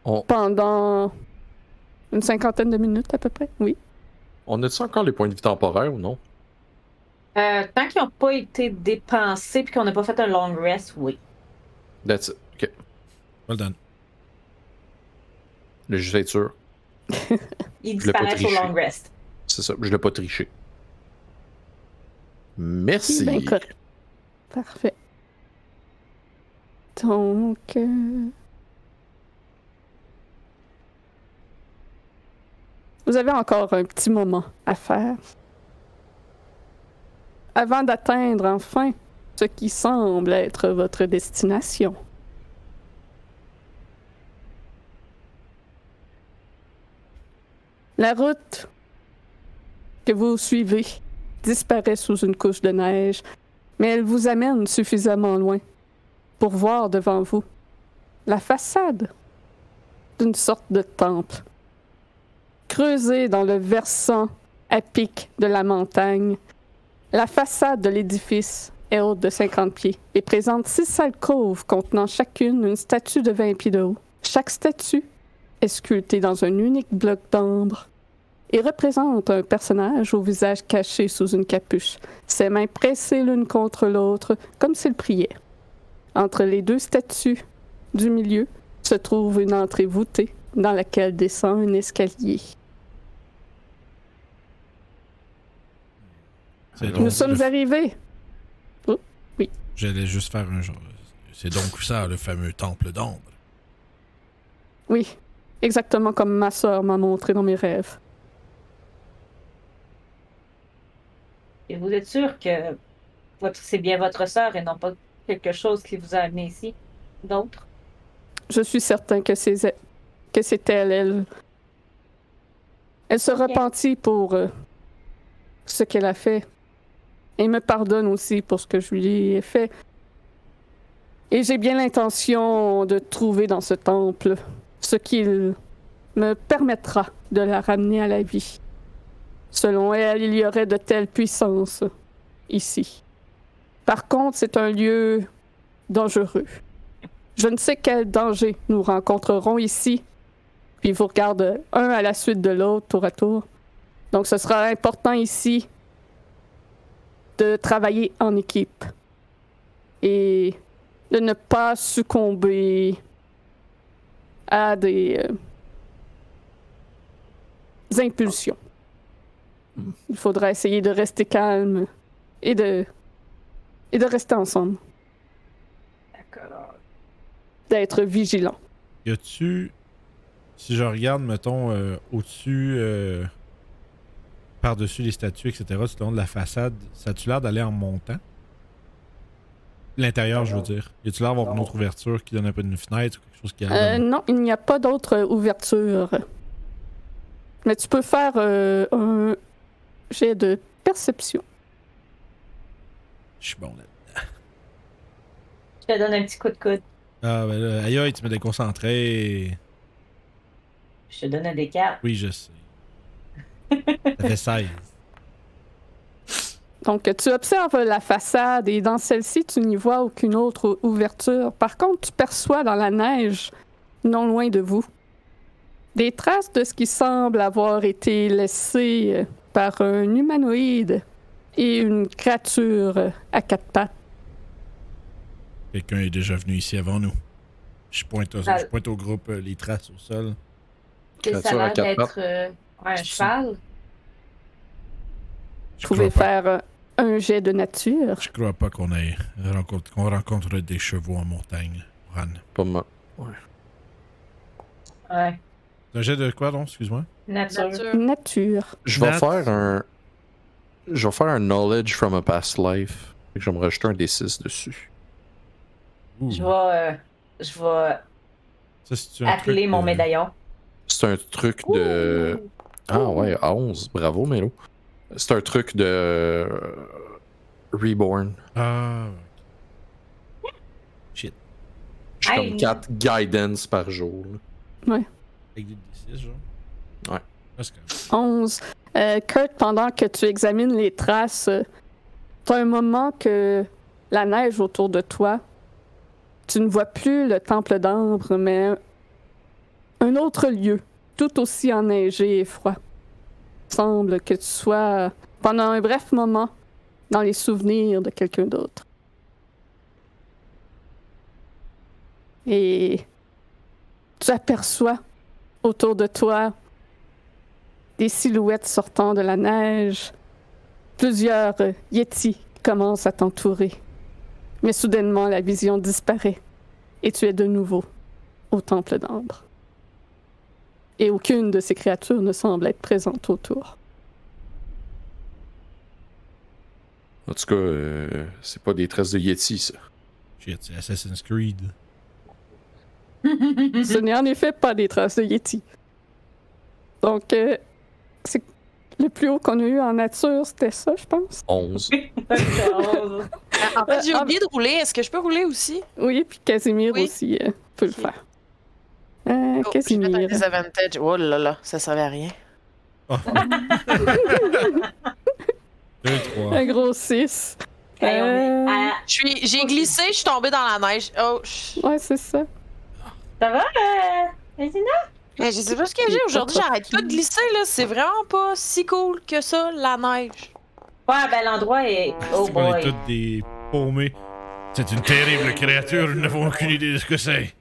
Speaker 3: On-
Speaker 2: pendant une cinquantaine de minutes à peu près, oui.
Speaker 3: On a-tu encore les points de vie temporaires ou non?
Speaker 4: Euh, tant qu'ils n'ont pas été dépensés puis qu'on n'a pas fait un long rest, oui.
Speaker 3: That's it. Ok.
Speaker 1: Well done.
Speaker 3: Le juste être sûr.
Speaker 4: Ils
Speaker 3: Je l'ai pas
Speaker 4: disparaissent au
Speaker 3: triché.
Speaker 4: long rest.
Speaker 3: C'est ça, je l'ai pas triché. Merci.
Speaker 2: Ben, correct. Parfait. Donc. euh, Vous avez encore un petit moment à faire. Avant d'atteindre enfin ce qui semble être votre destination. La route que vous suivez disparaît sous une couche de neige, mais elle vous amène suffisamment loin pour voir devant vous la façade d'une sorte de temple, creusée dans le versant à pic de la montagne. La façade de l'édifice est haute de 50 pieds et présente six salles couves contenant chacune une statue de 20 pieds de haut. Chaque statue est sculptée dans un unique bloc d'ambre et représente un personnage au visage caché sous une capuche, ses mains pressées l'une contre l'autre comme s'il priait. Entre les deux statues du milieu se trouve une entrée voûtée dans laquelle descend un escalier.
Speaker 1: C'est
Speaker 2: Nous sommes
Speaker 1: Ah, le,
Speaker 2: arrivés
Speaker 1: J'allais juste faire un genre. C'est donc ça, le fameux temple d'ombre.
Speaker 2: Oui, exactement comme ma sœur m'a montré dans mes rêves.
Speaker 4: Et vous êtes sûr que votre, c'est bien votre sœur et non pas quelque chose qui vous a amené ici? D'autres?
Speaker 2: Je suis certain que c'est que c'est elle, elle. Elle se repentit pour euh, ce qu'elle a fait. Et me pardonne aussi pour ce que je lui ai fait. Et j'ai bien l'intention de trouver dans ce temple ce qu'il me permettra de la ramener à la vie. Selon elle, il y aurait de telles puissances ici. Par contre, c'est un lieu dangereux. Je ne sais quel danger nous rencontrerons ici. Puis ils vous regardent un à la suite de l'autre, tour à tour. Donc ce sera important ici de travailler en équipe et de ne pas succomber à des euh, des impulsions. Il faudra essayer de rester calme et de et de rester ensemble,
Speaker 4: D'accord.
Speaker 2: d'être vigilant.
Speaker 1: Y a-tu. Si je regarde, mettons, euh, au-dessus, euh, par-dessus les statues, etc., tout le long de la façade, ça a-tu l'air d'aller en montant L'intérieur, je veux dire. Y a-tu l'air d'avoir une autre ouverture qui donne un peu d'une fenêtre ou quelque chose qui
Speaker 2: Euh,
Speaker 1: arrive
Speaker 2: non, il n'y a pas d'autre euh, ouverture. Mais tu peux faire euh, un jet de perception.
Speaker 1: Je suis bon là.
Speaker 4: Je te donne un petit coup de coude.
Speaker 1: Ah, ben là, aïe, aïe, tu m'as déconcentré.
Speaker 4: Je te donne un des cartes.
Speaker 1: Oui, je sais. Ça fait 16.
Speaker 2: Donc, tu observes la façade et dans celle-ci, tu n'y vois aucune autre ouverture. Par contre, tu perçois dans la neige, non loin de vous, des traces de ce qui semble avoir été laissé euh, par un humanoïde et une créature euh, à quatre pattes.
Speaker 1: Quelqu'un est déjà venu ici avant nous. Je pointe, au-
Speaker 4: Ah.
Speaker 1: je pointe au groupe euh, les traces au sol.
Speaker 4: Et ça
Speaker 3: Créature à
Speaker 4: a l'air
Speaker 3: quatre
Speaker 4: d'être euh, ouais, un cheval.
Speaker 1: Je
Speaker 2: Tu pouvais
Speaker 1: crois pas-
Speaker 2: faire euh, un jet de nature.
Speaker 1: Je crois pas qu'on ait rencontre, qu'on rencontre des chevaux en montagne, Ran.
Speaker 5: Pas mal.
Speaker 4: Ouais.
Speaker 1: Un jet de quoi donc, excuse-moi?
Speaker 4: Nature.
Speaker 6: Nature.
Speaker 2: Nature.
Speaker 5: Je vais
Speaker 1: Nat-
Speaker 5: faire un. Je vais faire un knowledge from a past life. Fait que Je vais me rajouter un D6 dessus.
Speaker 1: Ouh,
Speaker 4: Je vais, euh, je vais
Speaker 1: ça, c'est-tu un
Speaker 4: appeler
Speaker 1: truc,
Speaker 4: mon
Speaker 1: euh,
Speaker 4: médaillon.
Speaker 5: C'est un truc de. Ah ouais, à 11. Bravo, Melo. C'est un truc de. euh, Reborn.
Speaker 1: Ah,
Speaker 5: Je suis
Speaker 4: Hey.
Speaker 5: comme 4 guidance par jour. là.
Speaker 1: avec des D6, genre?
Speaker 5: Ouais.
Speaker 1: Ah, c'est correct.
Speaker 2: 11. Euh, Kurt, pendant que tu examines les traces, euh, t'as un moment que la neige autour de toi, tu ne vois plus le temple d'ambre, mais un autre lieu, tout aussi enneigé et froid. Semble que tu sois, pendant un bref moment, dans les souvenirs de quelqu'un d'autre. Et tu aperçois autour de toi des silhouettes sortant de la neige. Plusieurs euh, yétis commencent à t'entourer. Mais soudainement, la vision disparaît et tu es de nouveau au temple d'ambre. Et aucune de ces créatures ne semble être présente autour.
Speaker 5: En tout cas, euh, c'est pas des traces de Yeti, ça.
Speaker 1: Shit, c'est Assassin's Creed.
Speaker 6: Mm-hmm.
Speaker 2: Ce n'est en effet pas des traces de yétis. Donc, euh, c'est le plus haut qu'on a eu en nature, c'était ça, je pense.
Speaker 5: 11.
Speaker 4: Chose.
Speaker 6: En fait, j'ai
Speaker 2: Ah,
Speaker 6: oublié de rouler. Est-ce que je peux rouler aussi?
Speaker 2: Oui, puis Casimir
Speaker 6: Oui.
Speaker 2: aussi euh, peut le
Speaker 6: Ok.
Speaker 2: faire. Euh,
Speaker 6: Oh, j'ai fait un
Speaker 2: Casimir.
Speaker 6: disadvantage. Oh là là, ça servait à rien.
Speaker 1: 2, 3.
Speaker 2: Un gros 6.
Speaker 4: Hey, on est
Speaker 2: Euh,
Speaker 4: à-
Speaker 6: Je suis- J'ai glissé, je suis tombée dans la neige. Oh, je,
Speaker 2: Ouais, c'est ça.
Speaker 4: Ça va, euh, Alzina?
Speaker 6: Mais Eh, je sais pas ce que j'ai aujourd'hui. J'arrête pas de glisser, là. C'est vraiment pas si cool que ça, la neige.
Speaker 4: Ouais, ben l'endroit est. Oh
Speaker 1: On est
Speaker 4: boy.
Speaker 1: tous des paumés. C'est une terrible créature, nous n'avons aucune idée de ce que c'est.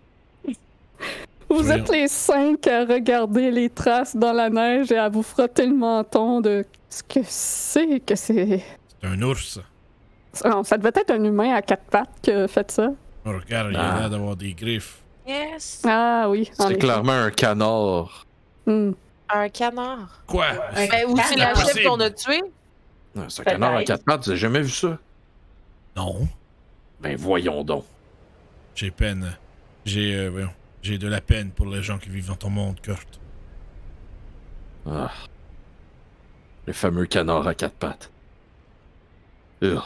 Speaker 2: Vous
Speaker 1: Voyons.
Speaker 2: êtes les cinq à regarder les traces dans la neige et à vous frotter le menton de ce que c'est que c'est.
Speaker 1: C'est un ours.
Speaker 2: Non, ça devait être un humain à quatre pattes qui a fait ça.
Speaker 1: Oh, regarde, il a
Speaker 5: Ah.
Speaker 1: l'air d'avoir des griffes.
Speaker 6: Yes.
Speaker 2: Ah oui, en
Speaker 5: C'est
Speaker 2: effet.
Speaker 5: clairement un canard.
Speaker 2: Hmm.
Speaker 6: Un canard.
Speaker 1: Quoi?
Speaker 4: Un
Speaker 6: Ben, ou c'est la
Speaker 4: canard.
Speaker 6: chèvre qu'on a tuée.
Speaker 5: Non, Ah, C'est un canard à
Speaker 4: Peut-être.
Speaker 5: quatre pattes, j'ai jamais vu ça.
Speaker 1: Non,
Speaker 5: Ben voyons donc.
Speaker 1: j'ai peine. J'ai, euh, voyons, j'ai de la peine pour les gens qui vivent dans ton monde, Kurt.
Speaker 5: Ah. Le fameux canard à quatre pattes. Ugh.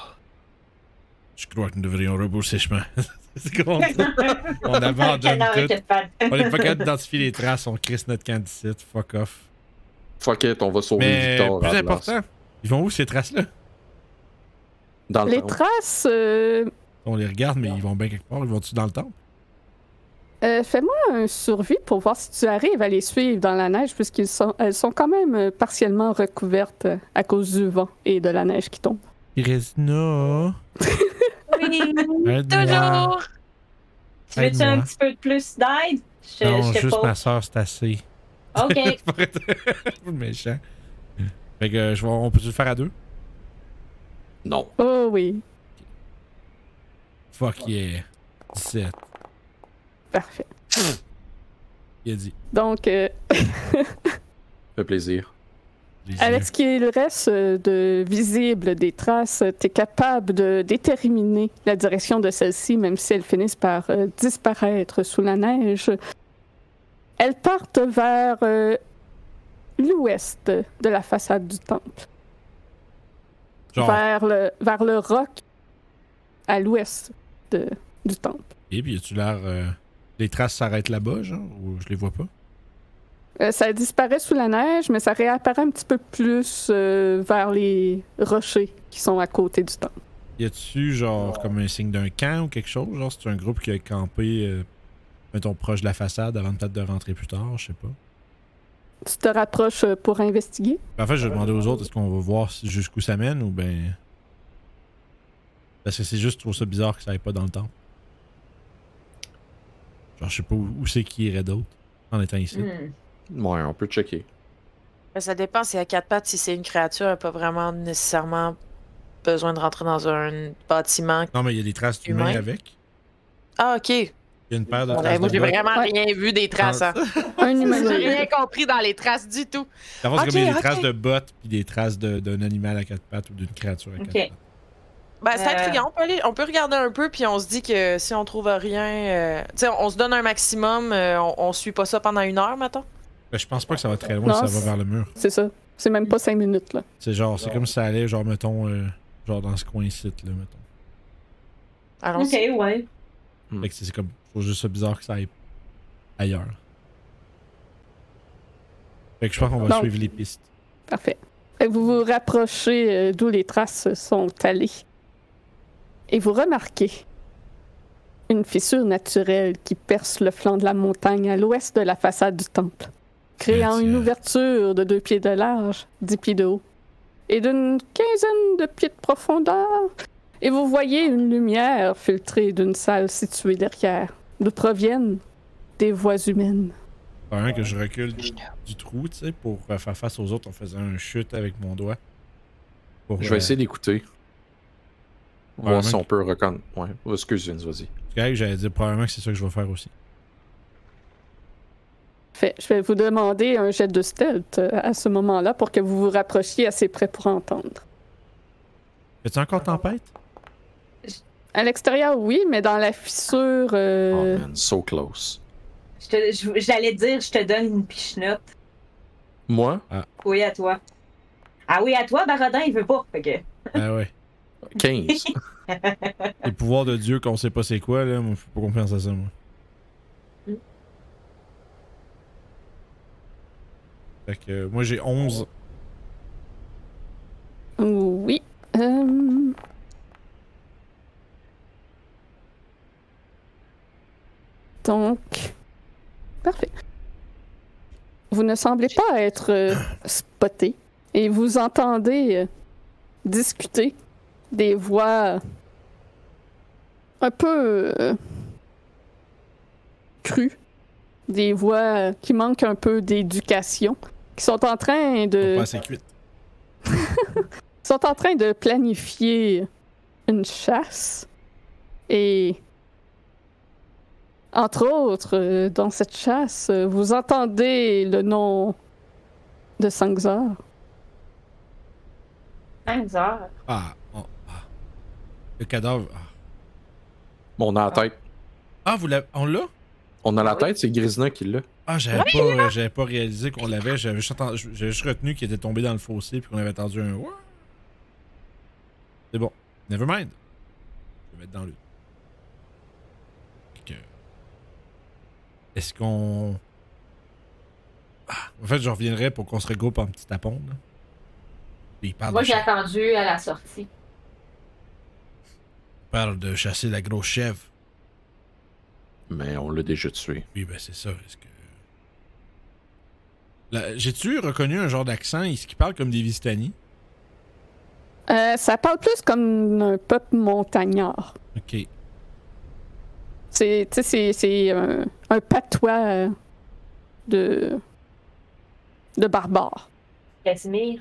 Speaker 1: Je crois que nous devrions rebourser chemin. C'est con. On abandonne
Speaker 4: canard et
Speaker 1: tout.
Speaker 4: quatre pattes.
Speaker 1: On est pas capable d'identifier les traces, on crisse notre candidate, fuck off.
Speaker 5: Fuck it, on va sauver
Speaker 1: Mais
Speaker 5: Victor. à
Speaker 1: plus
Speaker 5: la place.
Speaker 1: important, ils vont où ces traces-là?
Speaker 5: Dans le
Speaker 2: Les
Speaker 5: temps.
Speaker 2: traces, euh,
Speaker 1: On les regarde, mais ils vont bien quelque part. Ils vont-tu dans le temple?
Speaker 2: euh, fais-moi un survie pour voir si tu arrives à les suivre dans la neige, puisqu'elles sont, elles sont quand même euh, partiellement recouvertes euh, à cause du vent et de la neige qui tombe.
Speaker 1: Resna.
Speaker 4: Oui.
Speaker 6: Toujours.
Speaker 4: Tu veux-tu un
Speaker 1: Aide-moi.
Speaker 4: petit peu de plus d'aide? Je,
Speaker 1: Non,
Speaker 4: je te
Speaker 1: juste
Speaker 4: pose.
Speaker 1: ma soeur, c'est assez.
Speaker 4: Ok.
Speaker 1: Vous le méchant. Fait que, je vais- on peut-tu le faire à deux?
Speaker 5: Non.
Speaker 2: Oh oui,
Speaker 1: Fuck yeah. 17.
Speaker 2: parfait.
Speaker 1: Il a dit.
Speaker 2: Donc, euh,
Speaker 5: Fait plaisir.
Speaker 1: Les
Speaker 4: Ah,
Speaker 2: Avec
Speaker 1: yeux.
Speaker 2: ce qu'il reste euh, de visible des traces, tu es capable de déterminer la direction de celles-ci, même si elles finissent par euh, disparaître sous la neige. Elles partent vers euh, l'ouest de la façade du temple,
Speaker 1: Genre,
Speaker 2: vers, le, vers le roc à l'ouest de- du temple.
Speaker 1: et puis, tu l'air. euh, Les traces s'arrêtent là-bas, genre, ou je les vois pas?
Speaker 2: Euh, ça disparaît sous la neige, mais ça réapparaît un petit peu plus euh, vers les rochers qui sont à côté du temple.
Speaker 1: Y a-tu, genre, comme un signe d'un camp ou quelque chose? Genre, c'est un groupe qui a campé, euh, mettons, proche de la façade avant peut-être de rentrer plus tard, je sais pas.
Speaker 2: Tu te rapproches euh, pour investiguer.
Speaker 1: En fait, je vais demander aux autres, est-ce qu'on va voir si- jusqu'où ça mène ou ben. Parce que c'est juste, je trouve ça bizarre que ça aille pas dans le temps. Genre, je sais pas où, où c'est qui irait d'autre en étant ici.
Speaker 6: Mm.
Speaker 4: Hmm.
Speaker 5: Ouais, on peut checker.
Speaker 6: Ben, ça dépend si à quatre pattes, si c'est une créature, elle n'a pas vraiment nécessairement besoin de rentrer dans un bâtiment.
Speaker 1: Non, mais il y a des traces d'humains
Speaker 6: Humain.
Speaker 1: avec.
Speaker 6: Ah, OK.
Speaker 1: Il y a une paire de
Speaker 6: Bon,
Speaker 1: traces
Speaker 6: ben, moi, j'ai
Speaker 1: d'humains.
Speaker 6: vraiment
Speaker 2: Ouais.
Speaker 6: rien vu des traces. hein.
Speaker 2: Un
Speaker 6: J'ai
Speaker 2: humanoïde.
Speaker 6: rien compris dans les traces du tout.
Speaker 1: Dans le fond, c'est
Speaker 6: Ok,
Speaker 1: comme il y a des
Speaker 6: ok.
Speaker 1: traces de bottes puis des traces de- d'un animal à quatre pattes ou d'une créature à quatre
Speaker 4: Ok.
Speaker 1: pattes.
Speaker 6: Ben, c'est
Speaker 4: Euh.
Speaker 6: intriguant. On peut, aller- on peut regarder un peu, puis on se dit que si on trouve rien, euh, tu sais, on, on se donne un maximum, euh, on, on suit pas ça pendant une heure, maintenant.
Speaker 1: Ben, je pense pas que ça va très loin,
Speaker 2: Non,
Speaker 1: ça va
Speaker 2: c'est-
Speaker 1: vers le mur.
Speaker 2: C'est ça. C'est même pas cinq minutes, là.
Speaker 1: C'est genre, c'est comme si ça allait, genre, mettons, euh, genre dans ce coin-ci, là, mettons.
Speaker 6: Allons
Speaker 4: Ok, ouais.
Speaker 5: Hmm.
Speaker 1: Fait que c'est c'est comme, je trouve juste ça bizarre que ça aille ailleurs. Fait que je pense qu'on va
Speaker 2: Donc-
Speaker 1: suivre les pistes.
Speaker 2: Parfait. Et vous vous rapprochez euh, d'où les traces sont allées. Et vous remarquez une fissure naturelle qui perce le flanc de la montagne à l'ouest de la façade du temple, créant
Speaker 1: Yes,
Speaker 2: une
Speaker 1: yeah.
Speaker 2: ouverture de deux pieds de large, dix pieds de haut, et d'une quinzaine de pieds de profondeur. Et vous voyez une lumière filtrée d'une salle située derrière, d'où proviennent des voix humaines.
Speaker 1: Pas un que je recule du, du trou, tu sais, pour euh, faire face aux autres en faisant un chute avec mon doigt. Pour,
Speaker 5: Je
Speaker 1: euh,
Speaker 5: vais essayer d'écouter.
Speaker 1: Ouais,
Speaker 5: Voir si
Speaker 1: mec.
Speaker 5: on peut reconnaître. Ouais, Oh, excuse Vince, vas-y.
Speaker 1: c'est correct, J'allais dire probablement que c'est ça que je vais faire aussi.
Speaker 2: Fait, je vais vous demander un jet de stealth euh, à ce moment-là pour que vous vous rapprochiez assez près pour entendre.
Speaker 1: Fais-tu encore tempête?
Speaker 2: À l'extérieur, oui, mais dans la fissure. euh,
Speaker 5: Oh man, so close.
Speaker 4: Je te- je- J'allais dire, je te donne une pichenote.
Speaker 5: Moi,
Speaker 4: Oui, à toi. Ah oui, à toi, Barodin, il veut pas. Fait que...
Speaker 1: Ah ouais.
Speaker 5: 15.
Speaker 1: Les pouvoirs de Dieu qu'on sait pas c'est quoi, là, moi, je peux pas confiance à ça, moi.
Speaker 4: Mm.
Speaker 1: Fait que euh, moi j'ai 11.
Speaker 2: Oui. euh, Donc. Parfait. Vous ne semblez pas être euh, spoté et vous entendez euh, discuter des voix euh, un peu euh, crues, des voix qui manquent un peu d'éducation, qui sont en train de
Speaker 1: Pas assez cuite.
Speaker 2: sont en train de planifier une chasse. Et entre autres, euh, dans cette chasse, euh, vous entendez le nom de Sangzor.
Speaker 4: Cinq heures.
Speaker 1: Ah, on- ah. Le cadavre. ah.
Speaker 5: Bon, on a la tête.
Speaker 1: Ah, vous l'avez. On l'a?
Speaker 5: On a la
Speaker 4: Oui.
Speaker 5: tête, c'est Grisna qui l'a.
Speaker 1: Ah, j'avais pas, euh, j'avais pas réalisé qu'on l'avait. J'avais juste, entendu- j'avais juste retenu qu'il était tombé dans le fossé puis qu'on avait entendu un. Ouah C'est bon. Never mind. Je vais mettre dans le. Fait que- Est-ce qu'on. Ah, en fait, je reviendrai pour qu'on se regroupe en petit tapon. Là. Puis il parle,
Speaker 4: Moi,
Speaker 1: de
Speaker 4: j'ai
Speaker 1: cha-
Speaker 4: attendu à la sortie.
Speaker 1: il parle de chasser la grosse chèvre.
Speaker 5: Mais on l'a déjà tué.
Speaker 1: Oui, ben c'est ça. Est-ce que. Là, J'ai-tu reconnu un genre d'accent? Est-ce qu'il parle comme des Visitani?
Speaker 2: Euh, ça parle plus comme un peuple montagnard.
Speaker 1: Ok.
Speaker 2: C'est, tu sais, c'est, c'est un, un patois euh, de, de barbare.
Speaker 4: Casimir,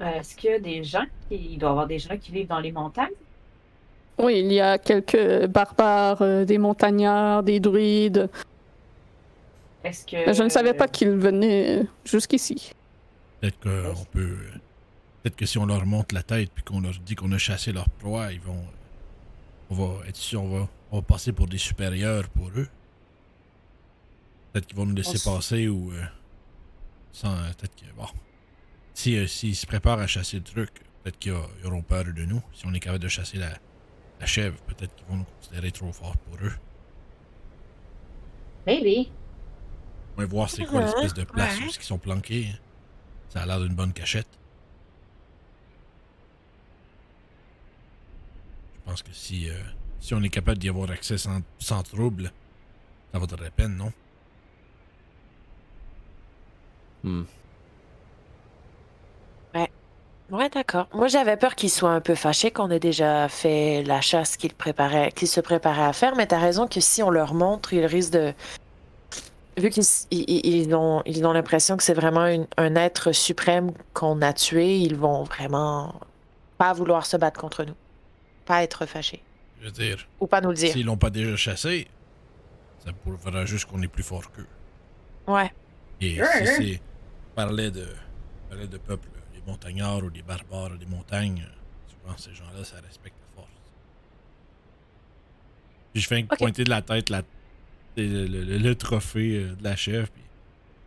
Speaker 4: euh, est-ce qu'il y a des gens qui. Il doit y avoir des gens qui vivent dans les montagnes?
Speaker 2: Oui, il y a quelques barbares, euh, des montagnards, des druides.
Speaker 4: Est-ce que.
Speaker 2: Je ne savais pas qu'ils venaient euh, jusqu'ici.
Speaker 1: Peut-être qu'on peut. Peut-être que si on leur monte la tête puis qu'on leur dit qu'on a chassé leur proie, ils vont. On va être sûr, on va, on va passer pour des supérieurs pour eux. Peut-être qu'ils vont nous laisser
Speaker 5: On s-
Speaker 1: passer ou. euh, sans. euh, Peut-être que. Bon. Si, euh, S'ils se préparent à chasser le truc, peut-être qu'ils a- ils auront peur de nous. Si on est capable de chasser la, la chèvre, peut-être qu'ils vont nous considérer trop fort pour eux.
Speaker 4: Maybe.
Speaker 1: On va voir c'est quoi
Speaker 6: Ouais,
Speaker 1: l'espèce de place
Speaker 6: ouais.
Speaker 1: où ils sont planqués. Ça a l'air d'une bonne cachette. Je pense que si, euh, si on est capable d'y avoir accès sans, sans trouble, ça vaudrait la peine, non?
Speaker 6: Ouais, d'accord. Moi, j'avais peur qu'il soit un peu fâché qu'on ait déjà fait la chasse qu'il préparait, qu'il se préparait à faire, mais t'as raison que si on leur montre, ils risquent de. Vu qu'ils s- ils, ils- ils ont ils ont l'impression que c'est vraiment une- un être suprême qu'on a tué, ils vont vraiment pas vouloir se battre contre nous, pas être fâchés
Speaker 1: Je veux dire,
Speaker 6: ou pas nous le dire.
Speaker 1: s'ils l'ont pas déjà chassé, ça prouvera juste qu'on est plus fort qu'eux.
Speaker 6: Ouais.
Speaker 1: Et
Speaker 4: Ouais,
Speaker 1: si
Speaker 4: hein.
Speaker 1: c'est. parlait de. parlait de peuple, des montagnards ou des barbares des montagnes, euh, souvent ces gens-là, ça respecte la force. Puis je fais
Speaker 6: Ok.
Speaker 1: pointer de la tête la, le, le- le- le trophée euh, de la chef. Puis,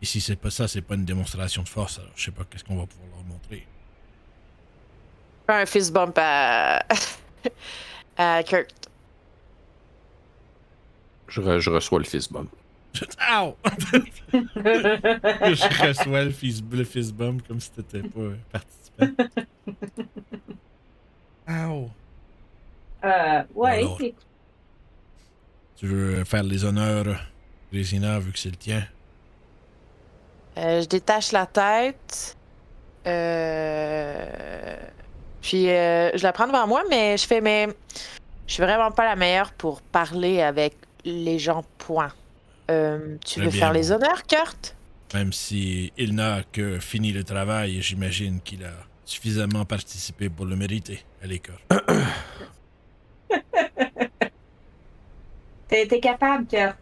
Speaker 1: et si c'est pas ça, c'est pas une démonstration de force, alors je sais pas qu'est-ce qu'on va pouvoir leur montrer.
Speaker 6: Fais un fist bump à, à Kurt.
Speaker 5: Je, re- je reçois le fist bump.
Speaker 1: Ow! je reçois le fist, le fist bump comme si t'étais pas euh, participant. Ow!
Speaker 4: Euh, ouais,
Speaker 1: Alors.
Speaker 4: c'est-
Speaker 1: Tu veux faire les honneurs, Résina, vu que c'est le tien.
Speaker 6: Euh, je détache la tête. Euh, Puis euh, je la prends devant moi, mais je fais mais je suis vraiment pas la meilleure pour parler avec les gens. Point. Euh, tu
Speaker 1: Très
Speaker 6: veux
Speaker 1: bien,
Speaker 6: faire
Speaker 1: bon.
Speaker 6: les honneurs, Kurt
Speaker 1: Même si il n'a que fini le travail, j'imagine qu'il a suffisamment participé pour le mériter à l'école.
Speaker 4: T'es t'es capable, Kurt.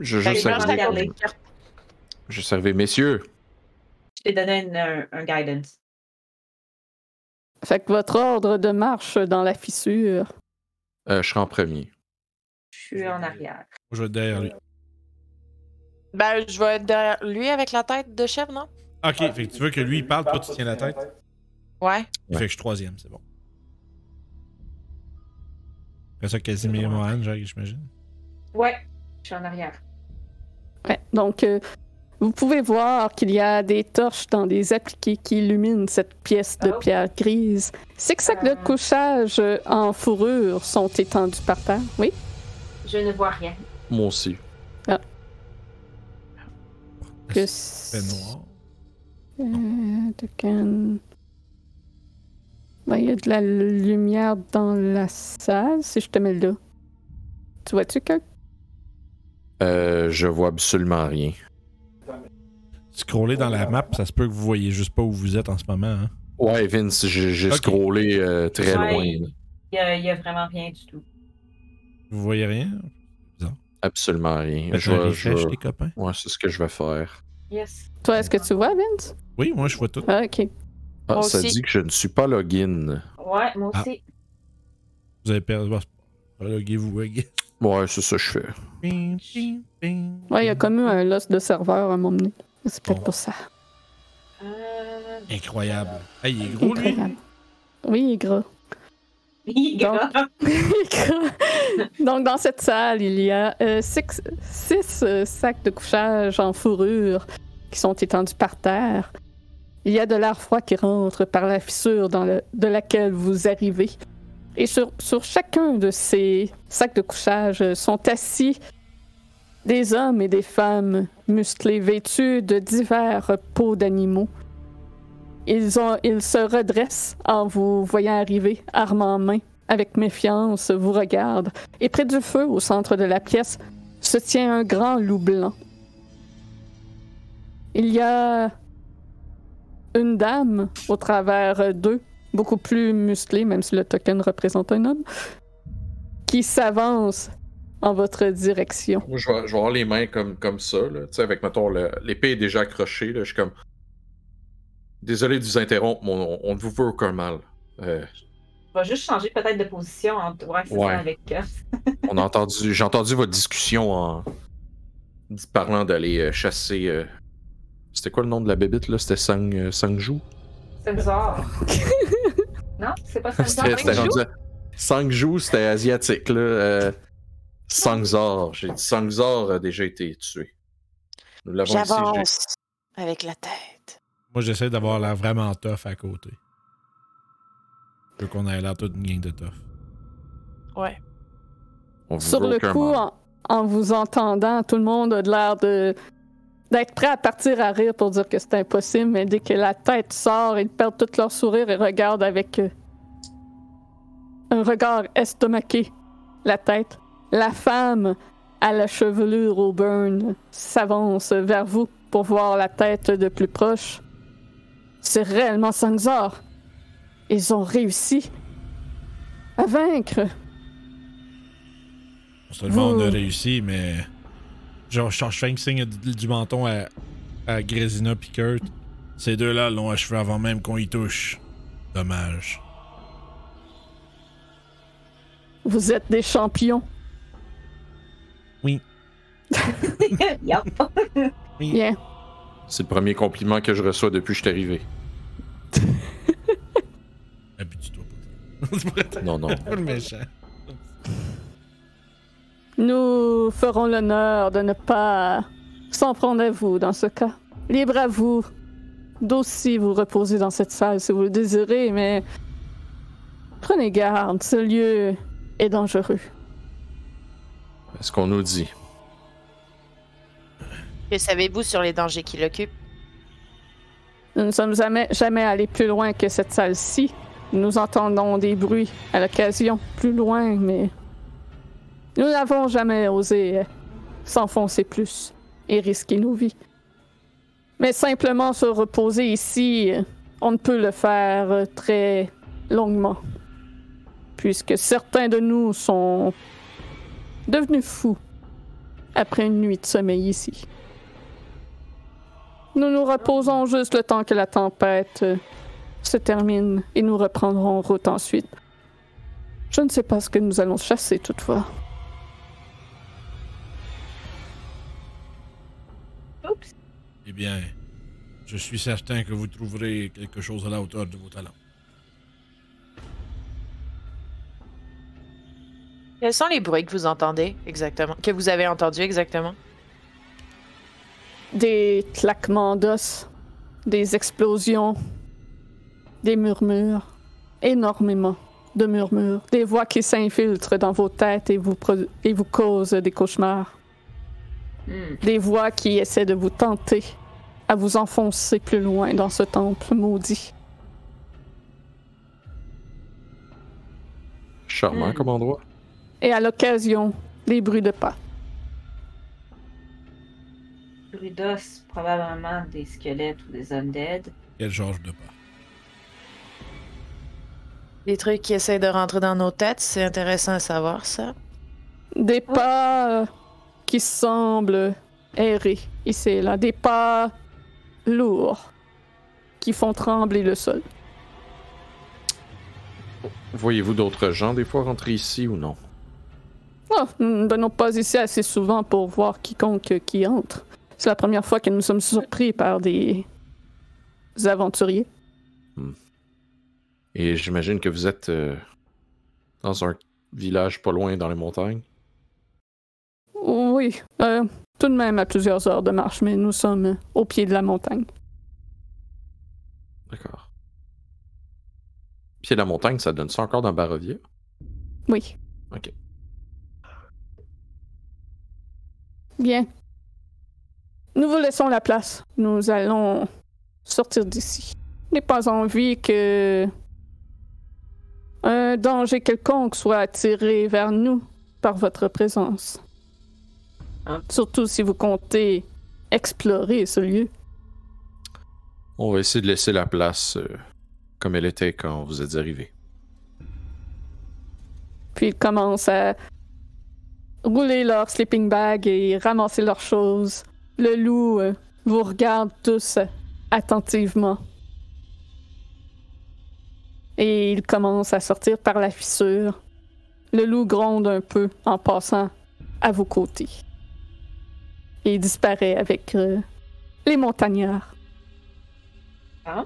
Speaker 5: Je
Speaker 6: Fait que
Speaker 5: juste
Speaker 6: je
Speaker 4: savais.
Speaker 6: regarde
Speaker 5: servais.
Speaker 6: les Kurt.
Speaker 5: Je servais, messieurs.
Speaker 4: Je t'ai donné une- un, un guidance.
Speaker 2: Fait que votre ordre de marche dans la fissure.
Speaker 5: Euh, je serai en premier.
Speaker 4: Je suis en arrière.
Speaker 1: Je vais derrière lui.
Speaker 6: Ben, je vais être derrière lui avec la tête de chef, non
Speaker 1: Ok, fait que tu veux que lui il parle, toi tu tiens la tête.
Speaker 6: Ouais.
Speaker 1: Fait que je suis troisième, c'est bon. Après ça, Casimir Mohan, genre, j'imagine.
Speaker 4: Ouais, je suis en arrière.
Speaker 2: Ouais, donc, euh, vous pouvez voir qu'il y a des torches dans des appliqués qui illuminent cette pièce de
Speaker 4: Oh.
Speaker 2: pierre grise. Six sacs de
Speaker 4: Euh.
Speaker 2: couchage euh, en fourrure sont étendus par terre. Oui?
Speaker 4: Je ne vois rien.
Speaker 5: Moi aussi.
Speaker 2: Que
Speaker 1: C'est noir.
Speaker 2: Euh, de can- Ben, il y a de la lumière dans la salle, si je te mets là. Tu vois-tu que...
Speaker 5: Euh, je vois absolument rien.
Speaker 1: Scroller dans la map, ça se peut que vous voyez juste pas où vous êtes en ce moment. Hein.
Speaker 5: Ouais, Vince, j'ai j'ai
Speaker 1: Ok.
Speaker 5: scrollé euh, très
Speaker 4: Ouais.
Speaker 5: loin. là.
Speaker 4: Il y a, il y a vraiment rien du tout.
Speaker 1: Vous voyez rien?
Speaker 5: Absolument rien.
Speaker 1: Faites
Speaker 5: Je
Speaker 1: un
Speaker 5: vais- je
Speaker 1: refresh,
Speaker 5: vais-
Speaker 1: les copains.
Speaker 5: Ouais, c'est ce que je vais faire.
Speaker 4: Yes.
Speaker 2: Toi, est-ce que tu vois, Vince?
Speaker 1: Oui, moi, je vois tout.
Speaker 2: Ah, ok.
Speaker 5: Ah,
Speaker 6: Moi
Speaker 5: ça
Speaker 6: aussi.
Speaker 5: dit que je ne suis pas login.
Speaker 4: Ouais, moi
Speaker 1: Ah.
Speaker 4: aussi.
Speaker 1: Vous avez perdu. bon, c'est pas grave. Loguez-vous, loguez.
Speaker 5: Ouais, c'est ça que je fais.
Speaker 1: Ping, ping, ping.
Speaker 2: Ouais, il y a comme eu un loss de serveur à un moment donné. C'est peut-être
Speaker 1: Bon.
Speaker 2: pour ça.
Speaker 4: Euh...
Speaker 1: Incroyable. Ah, il est gros, lui.
Speaker 2: Incroyable. Oui, il est gras.
Speaker 4: oui, gars.
Speaker 2: Il est gras. Donc, dans cette salle, il y a euh, six, six, euh, sacs de couchage en fourrure qui sont étendus par terre. Il y a de l'air froid qui rentre par la fissure dans le- de laquelle vous arrivez. Et sur, sur chacun de ces sacs de couchage euh, sont assis des hommes et des femmes musclés, vêtus de divers peaux d'animaux. Ils, ont, ils se redressent en vous voyant arriver, armes en main, avec méfiance, vous regardent. Et près du feu, au centre de la pièce, se tient un grand loup blanc. Il y a une dame au travers euh, d'eux, beaucoup plus musclée, même si le token représente un homme, qui s'avance en votre direction.
Speaker 3: Moi, je vais, je vais avoir les mains comme, comme ça, là. Tu sais, avec, mettons, le- l'épée est déjà accrochée, là. Je suis comme. Désolé de vous interrompre, mais on, on ne vous veut aucun mal. Euh,
Speaker 4: On va juste changer peut-être de position. Hein. Ouais, c'est
Speaker 5: Ouais.
Speaker 4: ça avec. euh,
Speaker 5: On a entendu, j'ai entendu votre discussion en dis- parlant d'aller euh, chasser. euh, C'était quoi le nom de la bébite là C'était Sang euh, Sangju.
Speaker 4: Samsar. non, c'est pas Samsar.
Speaker 5: Eh, C'était c'était rendu à- Sangju, c'était asiatique là. euh, Sangzor, j'ai dit Sangzor a déjà été tué. Nous l'avons ici. Ah j'ai-
Speaker 6: J'avance avec la tête.
Speaker 1: Moi, j'essaie d'avoir l'air vraiment tough à côté. Je veux qu'on ait l'air toute une gang de tough.
Speaker 6: Ouais.
Speaker 5: On vous
Speaker 2: Sur
Speaker 5: veut
Speaker 2: le
Speaker 5: aucun
Speaker 2: coup,
Speaker 5: mal.
Speaker 2: en, en vous entendant, tout le monde a de l'air de d'être prêt à partir à rire pour dire que c'est impossible, mais dès que la tête sort, ils perdent tout leur sourire et regardent avec euh, un regard estomaqué la tête. La femme à la chevelure au burn s'avance vers vous pour voir la tête de plus proche. C'est réellement Sangzor. Ils ont réussi à vaincre
Speaker 1: Non seulement on a
Speaker 2: Vous-
Speaker 1: réussi, mais. Genre, Charles Fink signe du, du menton à, à Grésina puis Kurt. Ces deux-là l'ont achevé avant même qu'on y touche. Dommage.
Speaker 2: Vous êtes des champions.
Speaker 4: Yup.
Speaker 2: Bien.
Speaker 5: C'est le premier compliment que je reçois depuis que je suis arrivé.
Speaker 1: Habitue-toi pas. C'est pas-
Speaker 5: Non non.
Speaker 1: c'est pas le méchant.
Speaker 2: Nous ferons l'honneur de ne pas s'en prendre à vous dans ce cas. Libre à vous d'aussi vous reposer dans cette salle si vous le désirez, mais prenez garde, ce lieu est dangereux.
Speaker 5: Ce qu'on nous dit.
Speaker 6: Que savez-vous sur les dangers qui l'occupent?
Speaker 2: Nous ne sommes jamais, jamais allés plus loin que cette salle-ci. Nous entendons des bruits à l'occasion, plus loin, mais nous n'avons jamais osé euh, s'enfoncer plus et risquer nos vies. Mais simplement se reposer ici, euh, on ne peut le faire euh, très longuement, puisque certains de nous sont devenus fous après une nuit de sommeil ici. Nous nous reposons juste le temps que la tempête euh, se termine et nous reprendrons route ensuite. Je ne sais pas ce que nous allons chasser toutefois.
Speaker 4: Oups.
Speaker 1: Eh bien, je suis certain que vous trouverez quelque chose à la hauteur de vos talents.
Speaker 6: Quels sont les bruits que vous entendez exactement? Que vous avez entendus exactement?
Speaker 2: Des claquements d'os, des explosions, des murmures, énormément de murmures, des voix qui s'infiltrent dans vos têtes et vous, pro- et vous causent des cauchemars.
Speaker 4: Hmm.
Speaker 2: des voix qui essaient de vous tenter à vous enfoncer plus loin dans ce temple maudit.
Speaker 5: Charmant
Speaker 4: Hmm.
Speaker 5: comme endroit.
Speaker 2: Et à l'occasion, les bruits de pas.
Speaker 4: Brudos, probablement des squelettes ou des undead.
Speaker 1: Quel genre de pas.
Speaker 6: Des trucs qui essayent de rentrer dans nos têtes, c'est intéressant à savoir ça.
Speaker 2: Des pas euh, qui semblent errer ici et là. Des pas lourds qui font trembler le sol.
Speaker 5: Voyez-vous d'autres gens des fois rentrer ici ou non?
Speaker 2: Ah, nous ne venons pas ici assez souvent pour voir quiconque qui entre. C'est la première fois que nous sommes surpris par des aventuriers.
Speaker 5: Et j'imagine que vous êtes euh, dans un village pas loin dans les montagnes.
Speaker 2: Oui, euh, tout de même à plusieurs heures de marche, mais nous sommes euh, au pied de la montagne.
Speaker 5: D'accord. Pied de la montagne, ça donne ça encore dans Barovia?
Speaker 2: Oui.
Speaker 5: Ok.
Speaker 2: Bien. Nous vous laissons la place. Nous allons sortir d'ici. N'ai pas envie que un danger quelconque soit attiré vers nous par votre présence.
Speaker 4: Hein?
Speaker 2: Surtout si vous comptez explorer ce lieu.
Speaker 5: On va essayer de laisser la place euh, comme elle était quand vous êtes arrivés.
Speaker 2: Puis ils commencent à rouler leur sleeping bag et ramasser leurs choses. Le loup euh, vous regarde tous euh, attentivement. Et il commence à sortir par la fissure. Le loup gronde un peu en passant à vos côtés. Et il disparaît avec euh, les montagnards.
Speaker 4: Ah.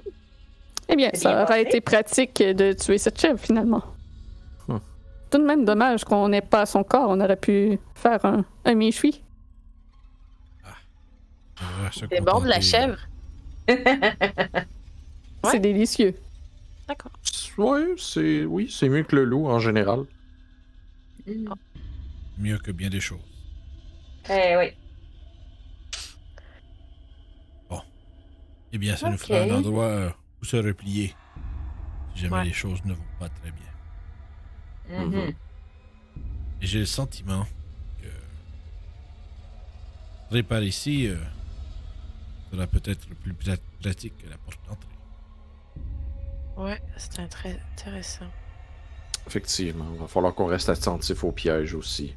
Speaker 2: Eh bien,
Speaker 4: C'est
Speaker 2: ça
Speaker 4: bien
Speaker 2: aurait
Speaker 4: passé.
Speaker 2: été pratique de tuer cette chèvre finalement.
Speaker 5: Hmm.
Speaker 2: Tout de même dommage qu'on n'ait pas son corps. On aurait pu faire un, un méchoui.
Speaker 6: C'est bon de la chèvre? Ouais.
Speaker 2: C'est délicieux.
Speaker 6: D'accord.
Speaker 5: Ouais, c'est... Oui, c'est mieux que le loup en général.
Speaker 4: Mm.
Speaker 1: Mieux que bien des choses.
Speaker 4: Eh oui.
Speaker 1: Eh bien, ça nous
Speaker 6: Ok.
Speaker 1: fera un endroit euh, où se replier. Si jamais
Speaker 6: Ouais.
Speaker 1: les choses ne vont pas très bien.
Speaker 4: Mhm.
Speaker 5: Mhm.
Speaker 1: Et j'ai le sentiment que. Entrer par ici euh, sera peut-être plus pla- pratique que la porte d'entrée.
Speaker 6: Ouais, c'est un très intéressant.
Speaker 5: Effectivement, il va falloir qu'on reste attentif aux pièges aussi.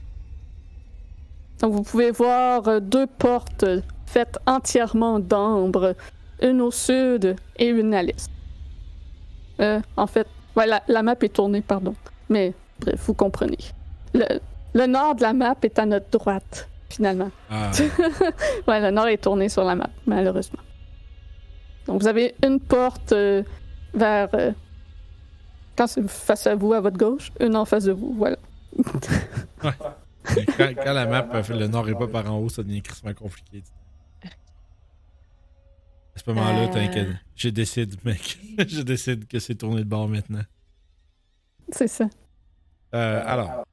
Speaker 2: Donc vous pouvez voir euh, deux portes euh, faites entièrement d'ambre, une au sud et une à l'est. Euh, en fait, ouais, la, la map est tournée, pardon. Mais bref, vous comprenez. Le, le nord de la map est à notre droite, finalement.
Speaker 1: Ah,
Speaker 2: Ouais, le nord est tourné sur la map, malheureusement. Donc vous avez une porte euh, vers... euh, quand c'est face à vous, à votre gauche, une en face de vous, voilà.
Speaker 1: quand, quand la map euh, fait le nord et pas par en haut, ça devient crissement compliqué. À ce moment-là,
Speaker 6: Euh.
Speaker 1: t'inquiète. Je décide, mec. je décide que c'est tourné de bord maintenant.
Speaker 2: C'est ça.
Speaker 1: Euh, alors,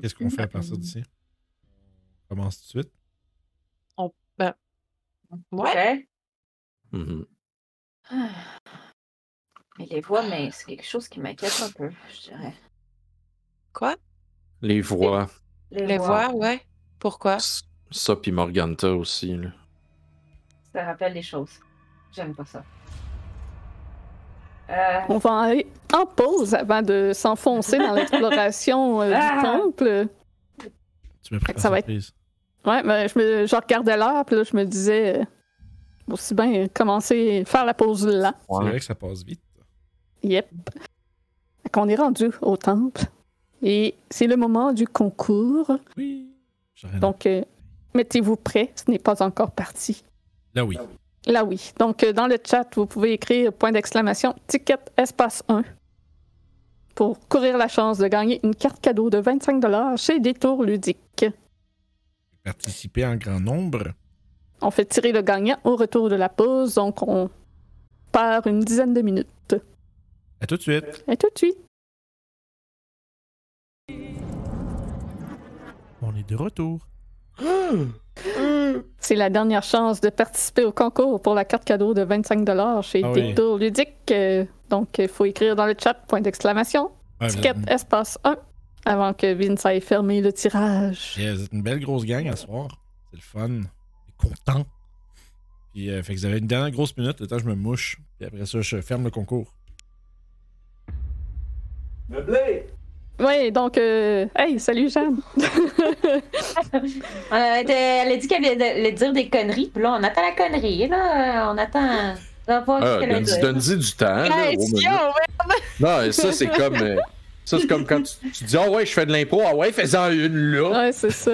Speaker 1: qu'est-ce qu'on fait à partir d'ici? On commence tout de suite.
Speaker 6: Ouais.
Speaker 4: Ouais.
Speaker 5: Mhm.
Speaker 4: Ah. Mais les voix, mais c'est quelque chose qui m'inquiète un peu, je dirais.
Speaker 6: Quoi?
Speaker 5: Les voix,
Speaker 6: Les voix, ouais. Pourquoi?
Speaker 5: s- ça puis Morganta aussi. là.
Speaker 4: Ça rappelle les choses. J'aime pas ça. Euh,
Speaker 2: On va aller en pause avant de s'enfoncer dans l'exploration euh, du
Speaker 4: Ah!
Speaker 2: temple.
Speaker 1: Tu me prépares
Speaker 2: Ça va être-
Speaker 1: surprise.
Speaker 2: Ouais, ben, je, me, je regardais l'heure, puis là, je me disais, euh, aussi bien commencer, faire la pause là.
Speaker 1: C'est
Speaker 5: Ouais.
Speaker 1: vrai que ça passe vite.
Speaker 2: Yep. Fait qu'on est rendu au temple. Et c'est le moment du concours.
Speaker 1: Oui. J'ai rien
Speaker 2: Donc, euh, mettez-vous prêts, ce n'est pas encore parti.
Speaker 1: Là, oui.
Speaker 2: Là, oui. Donc, euh, dans le chat, vous pouvez écrire point d'exclamation ticket espace 1 pour courir la chance de gagner une carte cadeau de 25 chez Détour Ludique.
Speaker 1: Participer en grand nombre.
Speaker 2: On fait tirer le gagnant au retour de la pause, donc on perd une dizaine de minutes.
Speaker 1: À tout de suite.
Speaker 2: À tout de suite.
Speaker 1: On est de retour.
Speaker 2: C'est la dernière chance de participer au concours pour la carte cadeau de 25 chez
Speaker 1: Ah oui.
Speaker 2: Détour Ludique. Euh, Donc, il faut écrire dans le chat point d'exclamation
Speaker 1: Ouais, vous,
Speaker 2: ticket
Speaker 1: êtes une...
Speaker 2: espace 1 avant que Vince aille fermer le tirage.
Speaker 1: Yeah, vous êtes une belle grosse gang à ce soir. C'est le fun. On est content. Puis, euh, fait que vous avez une dernière grosse minute. Le temps, que je me mouche. Puis après ça, je ferme le concours.
Speaker 2: Ouais, donc, euh, hey, salut Jeanne.
Speaker 4: On a été- Euh, elle a dit qu'elle allait allait dire des conneries, puis là, on attend la connerie, là. Euh, On attend. On va voir
Speaker 5: Ah,
Speaker 4: ce qu'elle a
Speaker 5: donne-y
Speaker 4: dit.
Speaker 5: donne-y du temps.
Speaker 1: Ah,
Speaker 5: là, au menu. non, et ça, c'est comme. euh, ça, c'est comme quand tu, tu dis Ah ouais, je fais de l'impôt. Ah ouais, fais-en une là.
Speaker 2: Ouais, c'est ça.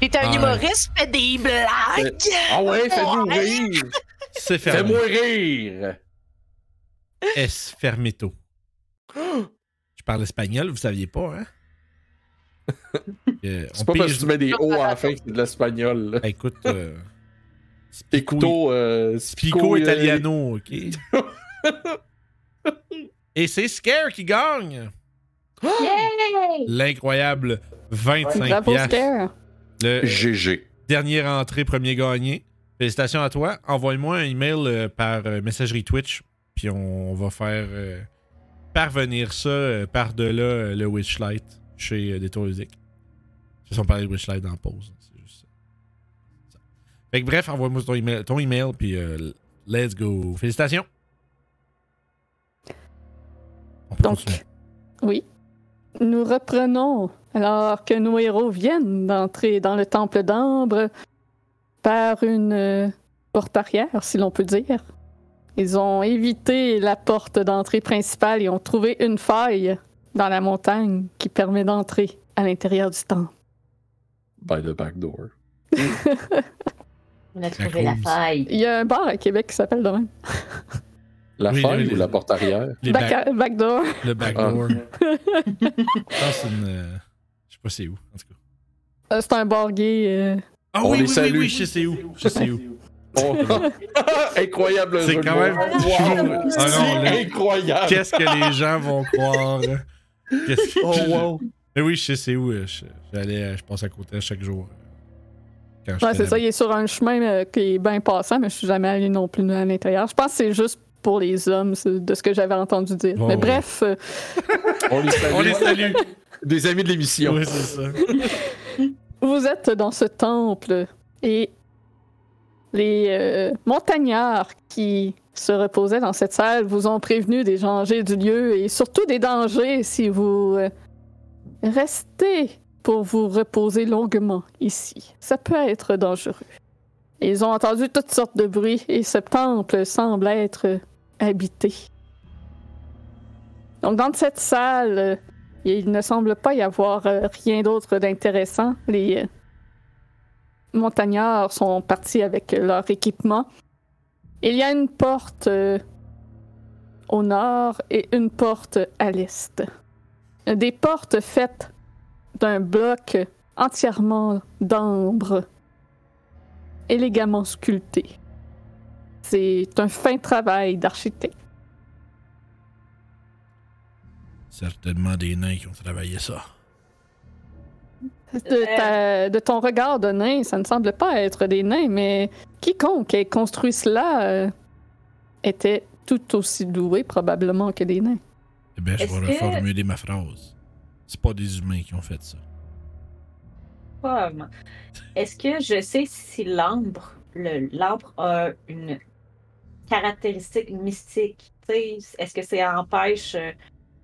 Speaker 6: T'es un
Speaker 1: Ouais.
Speaker 6: humoriste, fais des blagues!
Speaker 5: Ah ouais, fais-nous rire.
Speaker 1: C'est fermé.
Speaker 5: Fais-moi rire.
Speaker 1: Es fermito. Je parle espagnol, vous saviez pas, hein? Euh, on
Speaker 5: C'est pas parce
Speaker 1: pige-
Speaker 5: que tu mets des hauts à la fin que c'est de l'espagnol. là.
Speaker 1: Ah, écoute, euh, Spico,
Speaker 5: Écoutons. Euh,
Speaker 1: Spico
Speaker 5: euh,
Speaker 1: Italiano, ok? Et c'est Scare qui gagne!
Speaker 4: Yay!
Speaker 1: L'incroyable 25
Speaker 2: Bravo,
Speaker 1: piastres.
Speaker 2: Scare.
Speaker 1: Le
Speaker 5: GG.
Speaker 1: dernier entrée, premier gagné. Félicitations à toi. Envoie-moi un email euh, par euh, messagerie Twitch, puis on, va faire euh, parvenir ça euh, par-delà euh, le Witchlight chez euh, Détour Ludique. Ils sont parlé de Witchlight dans la pause. hein, C'est juste ça. Ça. Fait que bref, envoie-moi ton email, ton email puis euh, let's go. Félicitations. On peut
Speaker 2: Donc,
Speaker 1: continuer.
Speaker 2: oui. Nous reprenons, alors que nos héros viennent d'entrer dans le temple d'ambre par une euh, porte arrière, si l'on peut dire. Ils ont évité la porte d'entrée principale et ont trouvé une faille dans la montagne qui permet d'entrer à l'intérieur du temple.
Speaker 5: By the back door.
Speaker 4: On a trouvé la
Speaker 1: Rose.
Speaker 4: faille.
Speaker 2: Il y a un bar à Québec qui s'appelle de même.
Speaker 5: La
Speaker 1: Oui,
Speaker 5: faille
Speaker 1: oui, oui.
Speaker 5: ou la porte arrière?
Speaker 1: Les
Speaker 2: Back-
Speaker 1: back-
Speaker 2: backdoor.
Speaker 1: le backdoor. Je pense que c'est une. euh, je sais pas c'est où, en tout cas.
Speaker 2: Euh, C'est un bar gay. euh,
Speaker 1: Ah
Speaker 5: On
Speaker 1: oui,
Speaker 5: les
Speaker 1: oui, oui,
Speaker 5: salue.
Speaker 1: oui, je sais où. Je sais où.
Speaker 5: Oh. Incroyable
Speaker 1: C'est
Speaker 5: jeu de
Speaker 1: quand
Speaker 5: mots.
Speaker 1: même-
Speaker 5: Wow.
Speaker 1: Ah non,
Speaker 5: C'est
Speaker 1: là.
Speaker 5: incroyable.
Speaker 1: Qu'est-ce que les gens vont croire? Qu'est-ce
Speaker 5: Oh,
Speaker 1: que... Mais oui, je sais c'est où. euh, je- J'allais, euh, je passe à côté à chaque jour. euh, Quand
Speaker 2: Ouais,
Speaker 1: j'étais
Speaker 2: c'est ça.
Speaker 1: là-bas.
Speaker 2: Il est sur un chemin euh, qui est bien passant, mais je suis jamais allée non plus à l'intérieur. Je pense que c'est juste pour les hommes, c'est de ce que j'avais entendu dire.
Speaker 1: Ouais,
Speaker 2: mais
Speaker 1: ouais.
Speaker 2: bref, euh,
Speaker 5: On les salue.
Speaker 1: On les salue.
Speaker 5: Des amis de l'émission.
Speaker 1: oui, c'est ça.
Speaker 2: vous êtes dans ce temple et les euh, montagnards qui se reposaient dans cette salle vous ont prévenu des dangers du lieu et surtout des dangers si vous euh, restez pour vous reposer longuement ici. Ça peut être dangereux. Ils ont entendu toutes sortes de bruits et ce temple semble être euh, habité. Donc dans cette salle, euh, il ne semble pas y avoir euh, rien d'autre d'intéressant. Les euh, montagnards sont partis avec euh, leur équipement. Il y a une porte euh, au nord et une porte à l'est. Des portes faites d'un bloc entièrement d'ambre, élégamment sculpté. C'est un fin travail d'architecte.
Speaker 1: Certainement des nains qui ont travaillé ça.
Speaker 2: De, ta- de ton regard de nain, ça ne semble pas être des nains, mais quiconque ait construit cela euh, était tout aussi doué probablement que des nains.
Speaker 1: Eh bien, je
Speaker 4: Est-ce
Speaker 1: vais
Speaker 4: que-
Speaker 1: reformuler ma phrase. C'est pas des humains qui ont fait ça.
Speaker 4: Pomme. Est-ce que je sais si l'ambre, le- l'ambre a une caractéristique mystique? tu sais? Est-ce que ça empêche euh,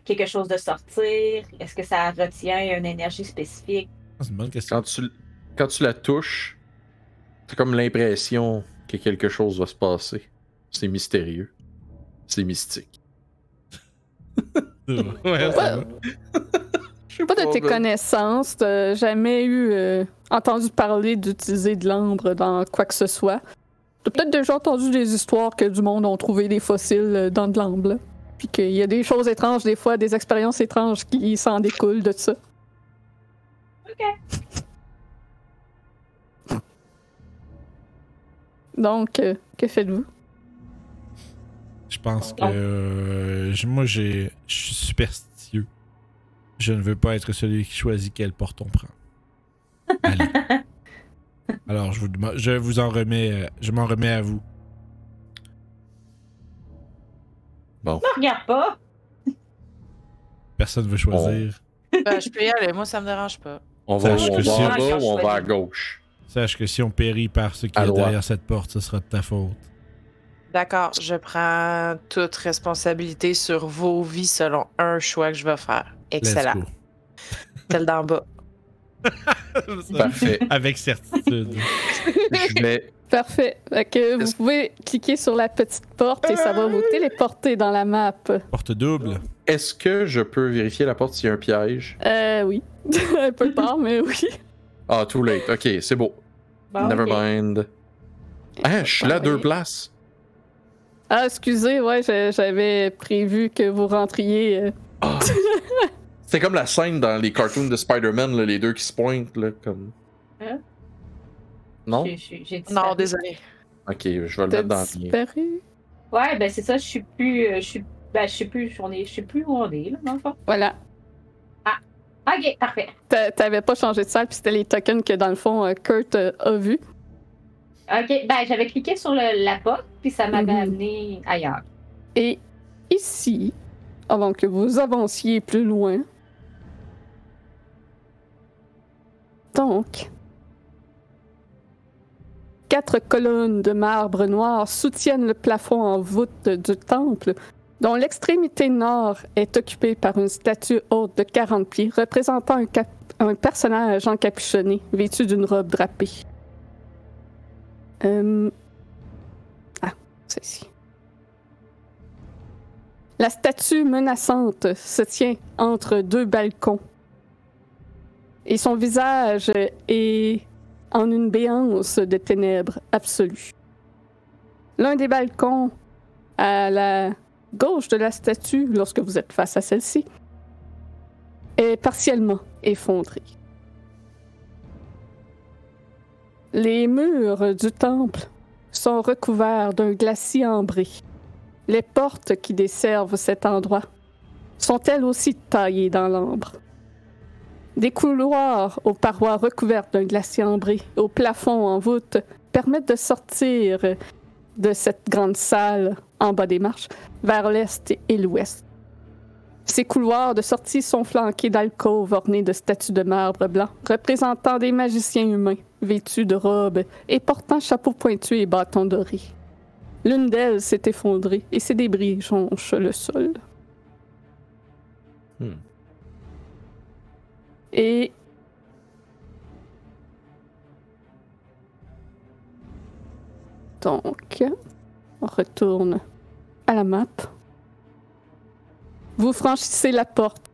Speaker 4: quelque chose de sortir? Est-ce que ça retient une énergie spécifique?
Speaker 1: Ah, C'est une bonne question.
Speaker 5: Quand tu, quand tu la touches, t'as comme l'impression que quelque chose va se passer. C'est mystérieux. C'est mystique.
Speaker 1: Ouais, c'est bon.
Speaker 2: Pas de tes connaissances, t'as jamais eu euh, entendu parler d'utiliser de l'ambre dans quoi que ce soit. T'as peut-être déjà entendu des histoires que du monde ont trouvé des fossiles euh, dans de l'ambre, là. puis qu'il y a des choses étranges des fois, des expériences étranges qui s'en découlent de ça. Donc, euh, que faites-vous?
Speaker 1: Je pense que euh, je- moi, j'ai, je suis superstitieux. Je ne veux pas être celui qui choisit quelle porte on prend. Allez. Alors, je vous, demande- je vous en remets, euh, je m'en remets à vous.
Speaker 4: Ne regarde pas!
Speaker 1: Personne veut choisir.
Speaker 6: Ben, je peux y aller, moi ça me dérange pas.
Speaker 5: On va,
Speaker 1: Sache
Speaker 5: on
Speaker 1: que
Speaker 5: va
Speaker 1: si-
Speaker 5: en bas ou on va à gauche?
Speaker 1: Sache que si on périt par ce qui
Speaker 5: À
Speaker 1: est
Speaker 5: droite.
Speaker 1: derrière cette porte, ce sera de ta faute.
Speaker 6: D'accord, je prends toute responsabilité sur vos vies selon un choix que je vais faire.
Speaker 1: Let's
Speaker 6: Excellent.
Speaker 1: go.
Speaker 6: Celle d'en bas.
Speaker 5: Parfait.
Speaker 1: Bah, Avec certitude.
Speaker 5: Je mets.
Speaker 2: Parfait. Fait que vous
Speaker 5: Est-ce-
Speaker 2: pouvez cliquer sur la petite porte et ça va vous téléporter dans la map.
Speaker 1: Porte double.
Speaker 5: Est-ce que je peux vérifier à la porte s'il y a un piège?
Speaker 2: Euh, oui. Un peu tard, mais oui.
Speaker 5: Ah, too late. Ok, c'est beau.
Speaker 4: Bon,
Speaker 5: Never
Speaker 4: ok.
Speaker 5: mind. Ah, je suis là à deux places.
Speaker 2: Ah, excusez, ouais, je- j'avais prévu que vous rentriez. euh,
Speaker 5: Ah. C'est comme la scène dans les cartoons de Spider-Man, là, les deux qui se pointent, là, comme.
Speaker 4: Hein?
Speaker 5: Non?
Speaker 4: J'ai- j'ai- j'ai disparu.
Speaker 6: Non, désolé.
Speaker 5: Ok, je vais le
Speaker 2: T'as
Speaker 5: mettre dans le lien.
Speaker 2: disparu.
Speaker 4: Ouais, ben c'est ça, je suis plus. euh, je suis. Ben, je sais plus, on est, je sais plus où on est, là, dans le fond.
Speaker 2: Voilà.
Speaker 4: Ok, parfait.
Speaker 2: T'a- T'avais pas changé de salle, puis c'était les tokens que, dans le fond, euh, Kurt euh, a vu.
Speaker 4: Ok, ben j'avais cliqué sur le- la porte, puis ça m'avait
Speaker 5: Mm-hmm.
Speaker 2: Mhm.
Speaker 4: amené ailleurs.
Speaker 2: Et ici, avant que vous avanciez plus loin. Donc, quatre colonnes de marbre noir soutiennent le plafond en voûte du temple, dont l'extrémité nord est occupée par une statue haute de 40 pieds représentant un, cap- un personnage encapuchonné, vêtu d'une robe drapée. Euh, Ah, c'est ici. La statue menaçante se tient entre deux balcons. Et son visage est en une béance de ténèbres absolues. L'un des balcons, à la gauche de la statue, lorsque vous êtes face à celle-ci, est partiellement effondré. Les murs du temple sont recouverts d'un glacis ambré. Les portes qui desservent cet endroit sont elles aussi taillées dans l'ambre. Des couloirs aux parois recouvertes d'un glacier ambré, au plafond en voûte, permettent de sortir de cette grande salle en bas des marches vers l'est et l'ouest. Ces couloirs de sortie sont flanqués d'alcôves ornées de statues de marbre blanc représentant des magiciens humains vêtus de robes et portant chapeaux pointus et bâtons dorés. L'une d'elles s'est effondrée et ses débris jonchent le sol.
Speaker 5: Hmm.
Speaker 2: Et donc, on retourne à la map. Vous franchissez la porte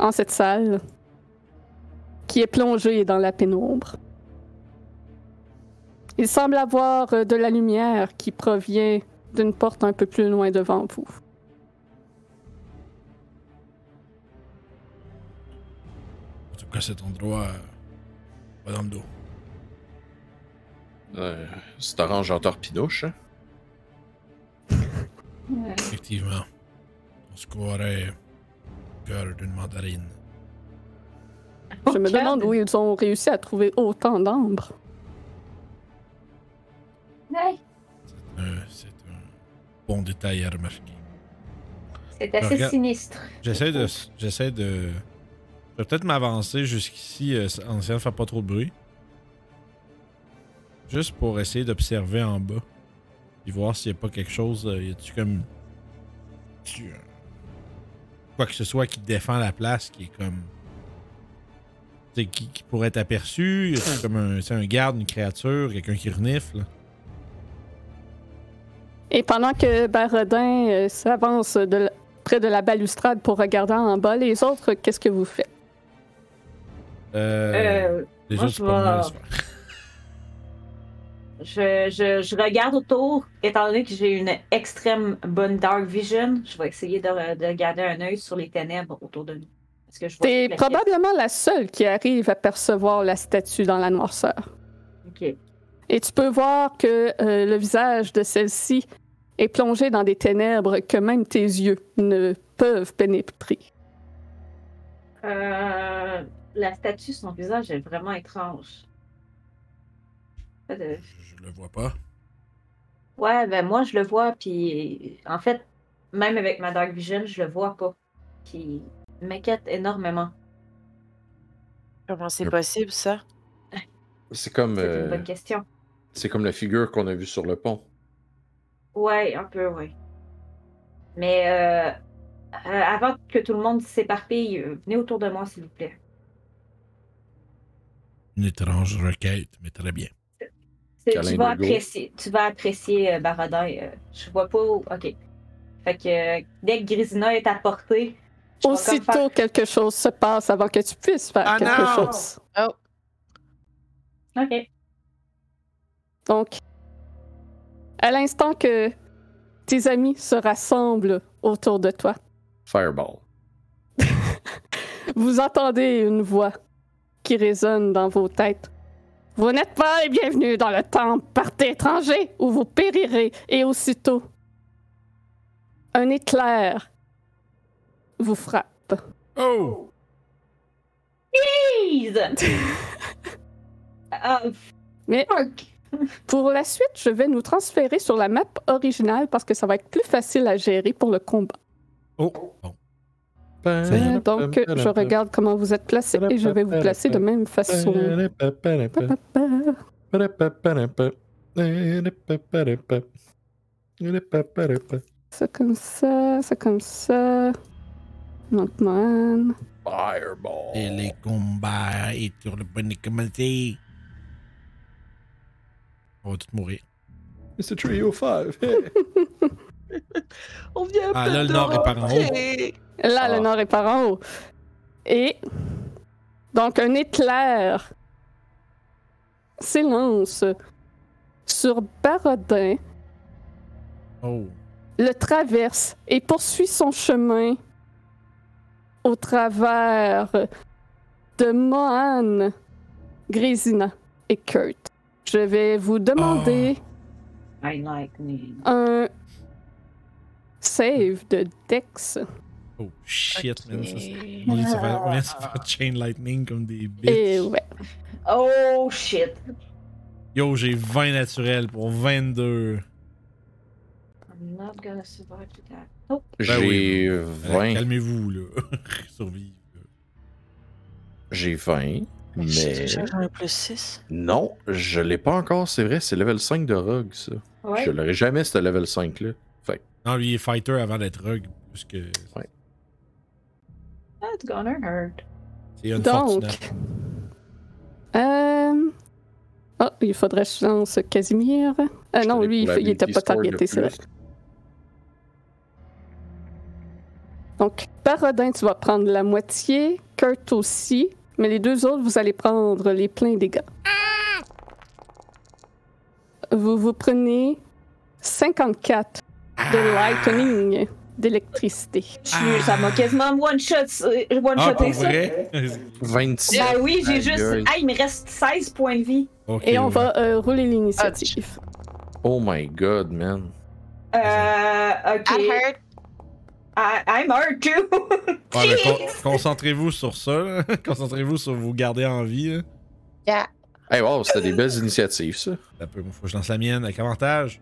Speaker 2: en cette salle qui est plongée dans la pénombre. Il semble avoir euh, de la lumière qui provient d'une porte un peu plus loin devant vous.
Speaker 1: En tout cas, cet endroit. euh, Pas dans le dos.
Speaker 5: Euh, c'est orange en torpinouche. hein?
Speaker 1: Effectivement. On se croirait au cœur d'une mandarine.
Speaker 2: Je me
Speaker 4: Aucun.
Speaker 2: demande où ils ont réussi à trouver autant d'ambre.
Speaker 4: Ouais,
Speaker 1: Euh, c'est un bon détail à remarquer.
Speaker 4: c'est assez
Speaker 1: Regarde.
Speaker 4: sinistre.
Speaker 1: J'essaie de. J'essaie de. Je vais peut-être m'avancer jusqu'ici euh, en essayant de faire pas trop de bruit. Juste pour essayer d'observer en bas. Puis voir s'il n'y a pas quelque chose. euh, Y a-tu comme. tu- euh, Quoi que ce soit qui défend la place qui est comme. tu sais, Qui, qui pourrait être aperçu. Y a-tu comme un, tu sais, un garde, une créature, quelqu'un qui renifle.
Speaker 2: Et pendant que Barodin euh, s'avance de la- près de la balustrade pour regarder en bas, les autres, qu'est-ce que vous faites?
Speaker 1: Euh,
Speaker 4: Euh,
Speaker 1: les
Speaker 4: moi,
Speaker 1: autres,
Speaker 4: je
Speaker 1: c'est pas mal.
Speaker 4: vais-
Speaker 1: c'est pas-
Speaker 4: je, je, je regarde autour, étant donné que j'ai une extrême bonne dark vision, je vais essayer de, re- de garder un œil sur les ténèbres autour de nous. Parce que je vois
Speaker 2: T'es
Speaker 4: toute la
Speaker 2: probablement la seule qui arrive à percevoir la statue dans la noirceur.
Speaker 4: pièce. Ok.
Speaker 2: Et tu peux voir que euh, le visage de celle-ci est plongé dans des ténèbres que même tes yeux ne peuvent pénétrer.
Speaker 4: Euh, la statue, son visage est vraiment étrange. Pas de-
Speaker 1: Je je le vois pas.
Speaker 4: Ouais, ben moi je le vois, puis en fait, même avec ma Dark Vision, je le vois pas. Qui m'inquiète énormément.
Speaker 6: Comment c'est
Speaker 5: Yep.
Speaker 6: possible, ça?
Speaker 5: C'est comme,
Speaker 4: C'est une
Speaker 5: euh,
Speaker 4: bonne question.
Speaker 5: c'est comme la figure qu'on a vue sur le pont.
Speaker 4: Ouais, un peu, oui. Mais euh, euh, avant que tout le monde s'éparpille, euh, venez autour de moi, s'il vous plaît.
Speaker 1: Une étrange requête, mais très bien.
Speaker 4: C'est-
Speaker 5: Câlin
Speaker 4: Tu vas,
Speaker 5: Gogo.
Speaker 4: apprécier, tu vas apprécier euh, Baradin. euh, je vois pas où. OK. Fait que euh, dès que Grisina est à portée, je vais
Speaker 2: Aussitôt
Speaker 4: comme faire-
Speaker 2: quelque chose se passe avant que tu puisses faire
Speaker 1: Ah
Speaker 2: quelque
Speaker 1: non!
Speaker 2: chose.
Speaker 4: OK.
Speaker 2: Donc, à l'instant que tes amis se rassemblent autour de toi,
Speaker 5: Fireball.
Speaker 2: vous entendez une voix qui résonne dans vos têtes. Vous n'êtes pas les bienvenus dans le temple, partez étrangers ou vous périrez. Et aussitôt, un éclair vous frappe.
Speaker 1: Oh!
Speaker 4: Please! Ah,
Speaker 2: Mais
Speaker 4: fuck!
Speaker 2: Pour la suite, je vais nous transférer sur la map originale parce que ça va être plus facile à gérer pour le combat.
Speaker 1: Oh! Bon. Ça y est.
Speaker 2: Euh, Donc, euh, je regarde comment vous êtes placés et je vais vous placer de même façon. Ça comme ça, ça comme ça. Monkman.
Speaker 5: Fireball.
Speaker 1: Et les combats et sur le bon comité. On va tous mourir.
Speaker 5: It's a trio 5.
Speaker 6: On vient
Speaker 1: Ah, là, le nord est par en
Speaker 6: rentrer.
Speaker 2: Là,
Speaker 5: Ah.
Speaker 2: le nord est par en haut. Et donc, un éclair s'élance sur Barodin
Speaker 1: Oh!
Speaker 2: le traverse et poursuit son chemin au travers de Mohan, Grésina et Kurt. Je vais vous demander
Speaker 4: I like me.
Speaker 2: un save de Dex.
Speaker 1: Oh shit, man. Ça, c'est-
Speaker 6: Ok.
Speaker 1: on vient de se faire, on vient de se faire chain lightning comme des bitches.
Speaker 2: Et Ah. Eh ouais.
Speaker 4: Oh shit!
Speaker 1: Yo, j'ai 20 naturels pour 22.
Speaker 4: I'm not gonna survive to that.
Speaker 1: Ben
Speaker 5: J'ai
Speaker 1: Alors,
Speaker 5: 20.
Speaker 1: Calmez-vous, là. Survivre.
Speaker 5: J'ai 20. Mais
Speaker 6: J'ai un plus 6.
Speaker 5: non, je l'ai pas encore, c'est vrai. C'est level 5 de Rogue, ça.
Speaker 4: Ouais.
Speaker 5: Je l'aurais jamais, ce level 5-là.
Speaker 1: Non, lui, il est fighter avant d'être rogue. Parce que
Speaker 4: That's gonna hurt.
Speaker 1: c'est
Speaker 2: Donc.
Speaker 1: unfortunate.
Speaker 2: Euh... Oh, il faudrait que je lance Casimir. Ah non, lui, il, il était pas targeté, c'est vrai. Donc, Parodin, tu vas prendre la moitié, Kurt aussi, mais les deux autres, vous allez prendre les pleins dégâts. Vous vous prenez 54 de
Speaker 5: Ah.
Speaker 2: lightning, d'électricité.
Speaker 4: Je- Ça m'a quasiment one-shot
Speaker 1: Ah,
Speaker 4: one-shoté
Speaker 1: pour
Speaker 4: ça.
Speaker 1: vrai?
Speaker 5: 26.
Speaker 4: Ben oui, j'ai
Speaker 5: Aïe,
Speaker 4: juste.
Speaker 5: aïe.
Speaker 4: Ah, il me reste 16 points de vie.
Speaker 1: Ok,
Speaker 2: Et on
Speaker 1: ouais.
Speaker 2: va euh, rouler l'initiative.
Speaker 5: Oh my god, man.
Speaker 4: Euh. Ok.
Speaker 6: I heard.
Speaker 4: I- I'm hurt too.
Speaker 1: Ouais, mais con-
Speaker 4: Jeez.
Speaker 1: concentrez-vous sur ça. là. concentrez-vous sur vous garder en vie. là.
Speaker 5: Hey, wow, c'était des belles initiatives, ça.
Speaker 1: Ça peut, faut que je lance la mienne avec avantage.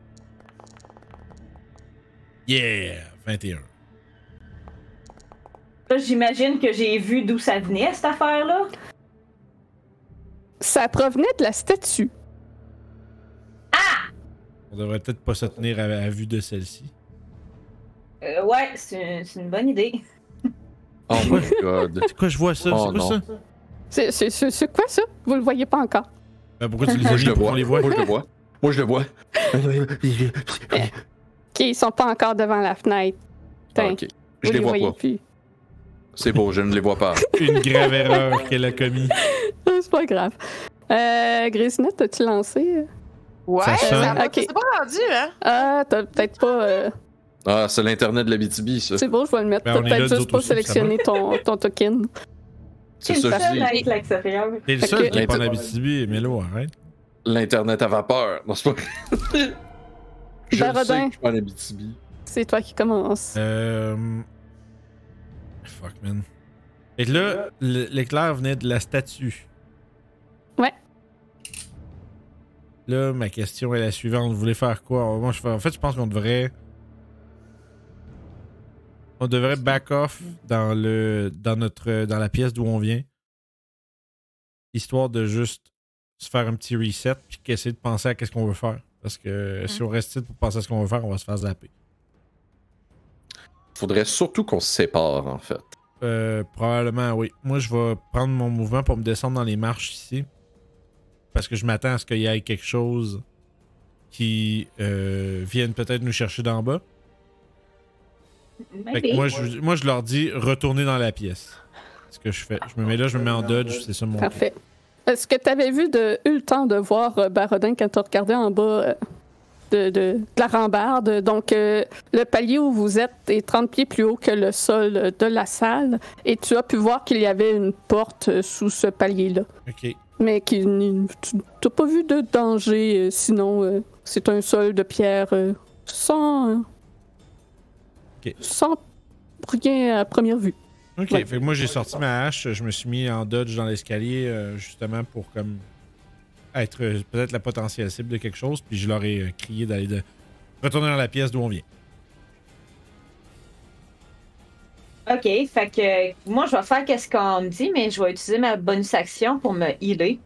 Speaker 1: Yeah! 21.
Speaker 4: Là, j'imagine que j'ai vu d'où ça venait, cette affaire-là.
Speaker 2: Ça provenait de la statue.
Speaker 1: On devrait peut-être pas se tenir à, à vue de celle-ci.
Speaker 4: Euh, ouais, c'est c'est une bonne idée.
Speaker 5: Oh my god.
Speaker 1: C'est quoi, je vois ça?
Speaker 5: Oh
Speaker 1: c'est quoi
Speaker 5: non.
Speaker 1: ça?
Speaker 2: C'est- C'est c'est- c'est quoi ça? Vous le voyez pas encore.
Speaker 1: Ben, pourquoi tu les
Speaker 5: Moi,
Speaker 1: as
Speaker 5: je le
Speaker 1: mis pour
Speaker 5: vois.
Speaker 1: qu'on les voit?
Speaker 5: Moi, je le vois. Moi, je le vois.
Speaker 2: Ok, ils sont pas encore devant la fenêtre.
Speaker 5: Ah,
Speaker 2: Putain,
Speaker 5: ok.
Speaker 2: vous
Speaker 5: Je les vois
Speaker 2: voyez
Speaker 5: pas.
Speaker 2: plus.
Speaker 5: C'est beau, je ne les vois pas.
Speaker 1: Une grave erreur qu'elle a commise.
Speaker 2: Ah, C'est pas grave. Euh, Grisina, t'as-tu lancé?
Speaker 6: Ouais,
Speaker 1: Ça
Speaker 6: ça,
Speaker 1: sonne.
Speaker 6: m'a-
Speaker 2: Ok.
Speaker 6: c'est pas rendu, hein?
Speaker 2: Ah, t'as peut-être pas. euh,
Speaker 5: Ah, c'est l'internet de la BTB, ça.
Speaker 2: C'est bon, je vais le mettre.
Speaker 1: Ben,
Speaker 2: T'as
Speaker 1: on est là,
Speaker 2: peut-être
Speaker 1: nous
Speaker 2: juste
Speaker 1: autres
Speaker 2: pas
Speaker 1: aussi, ça va.
Speaker 2: sélectionné ton, ton token.
Speaker 5: C'est
Speaker 4: une
Speaker 5: ça, je
Speaker 4: seule
Speaker 5: dis.
Speaker 4: avec l'accélérable.
Speaker 1: T'es le
Speaker 2: Fait
Speaker 1: seul
Speaker 2: que-
Speaker 1: qui est pas en
Speaker 5: Ben,
Speaker 1: Abitibi, mais là, arrête.
Speaker 5: L'internet à vapeur. Non, c'est pas.
Speaker 2: Ben,
Speaker 5: je le sais
Speaker 2: Baradin.
Speaker 5: que je suis pas en Abitibi.
Speaker 2: C'est toi qui commence.
Speaker 1: Euh... Fuck, man. Fait que là, l- l'éclair venait de la statue.
Speaker 2: Ouais.
Speaker 1: Là, ma question est la suivante. Vous voulez faire quoi? Moi, je fais- En fait, je pense qu'on devrait... On devrait back off dans le dans notre dans la pièce d'où on vient. Histoire de juste se faire un petit reset puis essayer de penser à qu'est-ce qu'on veut faire. Parce que si on reste ici pour penser à ce qu'on veut faire, on va se faire zapper.
Speaker 5: Faudrait surtout qu'on se sépare, en fait.
Speaker 1: Euh, probablement, oui. Moi, je vais prendre mon mouvement pour me descendre dans les marches ici. Parce que je m'attends à ce qu'il y ait quelque chose qui euh, vienne peut-être nous chercher d'en bas. Fait que
Speaker 4: Maybe.
Speaker 1: moi, je, moi, je leur dis retournez dans la pièce. Ce que je fais. Je me mets là, je me mets en dodge, c'est ça mon.
Speaker 2: Parfait. Est-ce que tu avais vu de, eu le temps de voir euh, Barodin quand tu regardais en bas euh, de, de- de la rambarde? Donc, euh, le palier où vous êtes est 30 pieds plus haut que le sol euh, de la salle et tu as pu voir qu'il y avait une porte euh, sous ce palier-là.
Speaker 1: Ok.
Speaker 2: Mais qu'il n'y- tu n'as pas vu de danger, euh, sinon euh, c'est un sol de pierre euh, sans, euh,
Speaker 1: Ok.
Speaker 2: sans rien à première vue.
Speaker 1: Ok,
Speaker 2: Ouais.
Speaker 1: fait que moi j'ai sorti ma hache, je me suis mis en dodge dans l'escalier euh, justement pour comme être euh, peut-être la potentielle cible de quelque chose, puis je leur ai euh, crié d'aller de retourner dans la pièce d'où on vient.
Speaker 4: Ok, fait que euh, moi je vais faire qu'est-ce qu'on me dit, mais je vais utiliser ma bonus action pour me healer.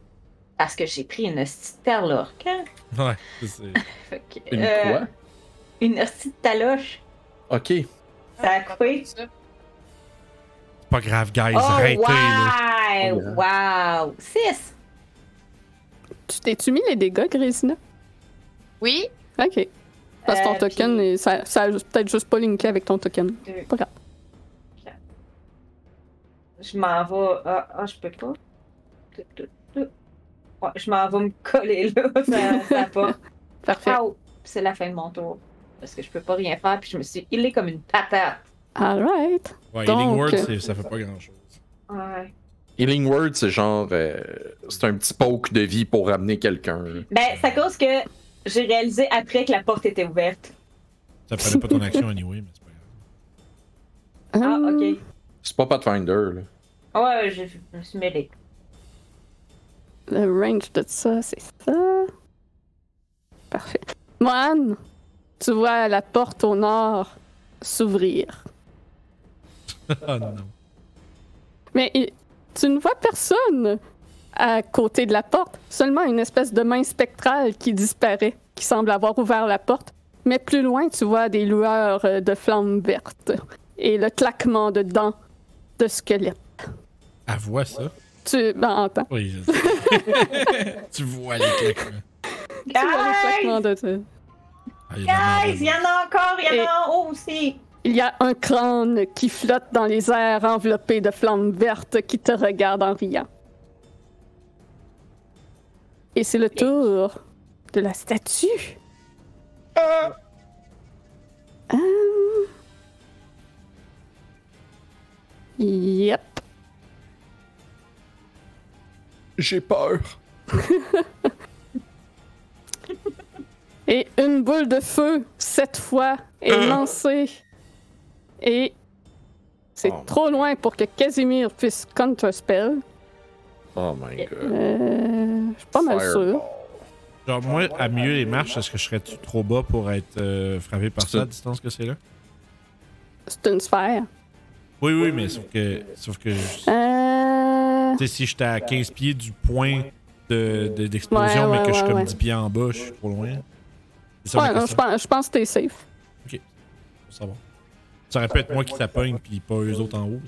Speaker 4: Parce que j'ai pris une petite tarloque. hein.
Speaker 1: Ouais, c'est
Speaker 4: Fait que,
Speaker 5: Une
Speaker 4: euh,
Speaker 5: quoi?
Speaker 4: Une hostie de taloche.
Speaker 5: Ok.
Speaker 4: Ça a coupé.
Speaker 1: c'est pas grave, guys,
Speaker 4: Oh,
Speaker 1: arrêtez. là.
Speaker 5: Oh,
Speaker 4: wow! Wow! 6!
Speaker 2: Tu t'es-tu mis les dégâts, Grésina?
Speaker 6: Oui?
Speaker 2: Ok. Parce que ton
Speaker 4: Euh,
Speaker 2: token,
Speaker 4: puis-
Speaker 2: est- ça, ça a juste- peut-être juste pas linké avec ton token.
Speaker 4: Deux.
Speaker 2: Pas grave.
Speaker 4: Je m'en vais. Ah, ah, je peux pas. Tout, tout, tout. Ouais, je m'en vais me coller là. Ça, ça va
Speaker 2: Parfait.
Speaker 4: pas. Au. C'est la fin de mon tour. Parce que je peux pas rien faire, puis je me suis healée comme une patate.
Speaker 2: Ah. Alright.
Speaker 1: Ouais,
Speaker 2: Donc,
Speaker 1: Healing Word,
Speaker 2: euh,
Speaker 1: c'est- ça fait pas grand chose.
Speaker 4: Ouais.
Speaker 5: Healing Word, c'est genre. euh, c'est un petit poke de vie pour ramener quelqu'un. là.
Speaker 4: Ben, c'est à cause que j'ai réalisé après que la porte était ouverte.
Speaker 1: Ça prenait pas ton action anyway, mais c'est pas grave.
Speaker 4: Ah,
Speaker 2: Um,
Speaker 4: ok.
Speaker 5: C'est pas Pathfinder, là.
Speaker 4: Ouais, je, je me suis mêlée.
Speaker 2: Le range de ça, c'est ça. Parfait. Mohan, tu vois la porte au nord s'ouvrir.
Speaker 1: Ah non.
Speaker 2: Mais il- tu ne vois personne à côté de la porte, seulement une espèce de main spectrale qui disparaît, qui semble avoir ouvert la porte. Mais plus loin, tu vois des lueurs euh, de flammes vertes et le claquement de dents de squelettes.
Speaker 1: Elle voit ça.
Speaker 2: Tu ben, entends.
Speaker 1: Oui, je sais. tu vois les claquements.
Speaker 2: Tu vois le claquement de de-
Speaker 1: Ah, il y a de la merde
Speaker 4: Guys, il y en a encore, il y en a en haut aussi.
Speaker 2: Il y a un crâne qui flotte dans les airs enveloppé de flammes vertes qui te regarde en riant. Et c'est le tour de la statue. Hum. Yep.
Speaker 5: J'ai peur.
Speaker 2: Et une boule de feu, cette fois, est lancée. Et c'est
Speaker 5: Oh.
Speaker 2: trop loin pour que Casimir puisse counterspell.
Speaker 5: Oh my god.
Speaker 2: Euh, je suis pas mal sûr.
Speaker 5: Fireball.
Speaker 1: Genre, moi, à mieux les marches, est-ce que je serais trop bas pour être euh, frappé par ça à distance que c'est là?
Speaker 2: C'est une sphère.
Speaker 1: Oui, oui, mais sauf que. Sauf que je-
Speaker 2: Euh,
Speaker 1: Tu sais, si j'étais à 15 pieds du point de- de- d'explosion,
Speaker 2: Ouais,
Speaker 1: mais que
Speaker 2: ouais,
Speaker 1: je suis
Speaker 2: ouais,
Speaker 1: comme
Speaker 2: ouais.
Speaker 1: 10 pieds en bas, je suis trop loin. C'est ça,
Speaker 2: ouais,
Speaker 1: ma
Speaker 2: non, je
Speaker 1: question.
Speaker 2: pense, je pense que t'es safe.
Speaker 1: Faut savoir. Ça aurait pu être moi qui t'appogne, puis pas eux autres en haut.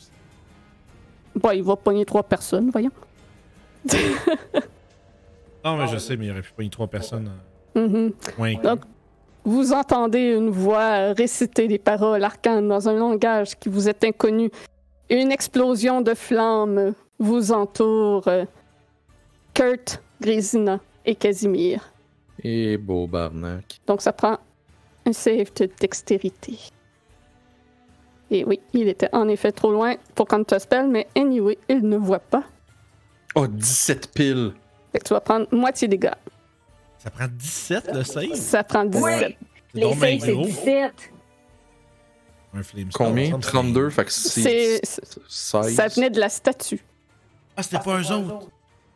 Speaker 2: Bon, il va pogner trois personnes, voyons.
Speaker 1: Non, mais je sais, mais il aurait pu pogner trois personnes. euh,
Speaker 2: Mhm.
Speaker 1: en Point.
Speaker 2: Donc, vous entendez une voix réciter des paroles arcanes dans un langage qui vous est inconnu. Une explosion de flammes vous entoure. Kurt, Grésina et Casimir.
Speaker 5: Et beau barnac.
Speaker 2: Donc, ça prend un save de dextérité. Et oui, il était en effet trop loin pour counterspell, mais anyway, il ne voit pas.
Speaker 5: Oh, 17 piles.
Speaker 2: Fait que tu vas prendre moitié des dégâts.
Speaker 1: Ça prend 17 le save.
Speaker 2: Ça prend 17.
Speaker 4: Ouais.
Speaker 1: C'est
Speaker 4: Les
Speaker 1: donc bien
Speaker 4: 5, c'est
Speaker 1: gros.
Speaker 4: 17.
Speaker 1: Un flame
Speaker 5: Combien 32, fait que
Speaker 2: C'est,
Speaker 5: c'est
Speaker 2: c'est-
Speaker 5: 16.
Speaker 2: ça venait de la statue.
Speaker 1: Ah, c'était pas eux autres.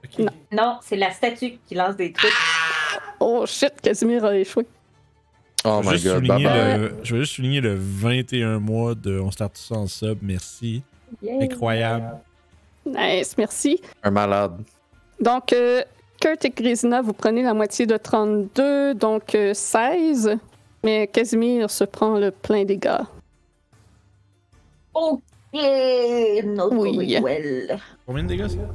Speaker 1: Ok.
Speaker 2: Non.
Speaker 4: Non, c'est la statue qui lance des trucs.
Speaker 2: Oh shit, Casimir a échoué.
Speaker 5: Oh
Speaker 1: Je veux
Speaker 5: my
Speaker 1: juste
Speaker 5: god,
Speaker 1: souligner
Speaker 5: bye bye.
Speaker 1: le- Je veux juste souligner le 21 mois de On start ça en sub. Merci.
Speaker 4: Yay.
Speaker 1: Incroyable.
Speaker 2: Nice, merci.
Speaker 5: Un malade.
Speaker 2: Donc, euh, Kurt et Grisina, vous prenez la moitié de 32, donc euh, 16. Mais Casimir se prend le plein dégât.
Speaker 4: Ok, notre
Speaker 2: Oui.
Speaker 4: Well.
Speaker 1: Combien de dégâts, ça Ok,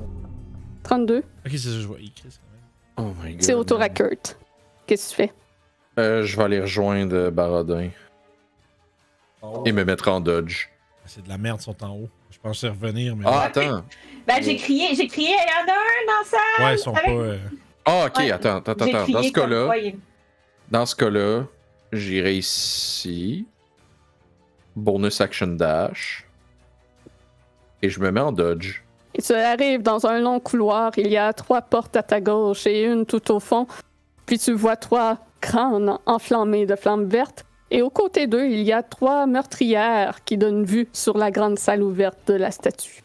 Speaker 2: 32,
Speaker 1: c'est ça, je vois. Il crie, ça, quand même.
Speaker 5: Oh my god.
Speaker 2: c'est au tour à Kurt. Qu'est-ce que tu fais?
Speaker 5: Euh, je vais aller rejoindre Baradin et me mettre en dodge.
Speaker 1: Ah, C'est de la merde, ils sont en haut. Je pensais revenir, mais.
Speaker 5: Ah, attends.
Speaker 4: Ben, j'ai crié, j'ai crié, il y en a un dans la salle!
Speaker 1: ouais, ils sont
Speaker 4: avec-
Speaker 1: pas. euh,
Speaker 5: Ah, ok,
Speaker 4: Ouais.
Speaker 5: attends, attends,
Speaker 4: J'ai
Speaker 5: attends. Dans
Speaker 4: crié
Speaker 5: ce
Speaker 4: comme
Speaker 5: cas-là,
Speaker 4: quoi, il-
Speaker 5: dans ce cas-là, j'irai ici. Bonus action dash. Et je me mets en dodge.
Speaker 2: Et tu arrives dans un long couloir, il y a trois portes à ta gauche et une tout au fond. Puis tu vois trois crânes enflammés de flammes vertes. Et aux côtés d'eux, il y a trois meurtrières qui donnent vue sur la grande salle ouverte de la statue.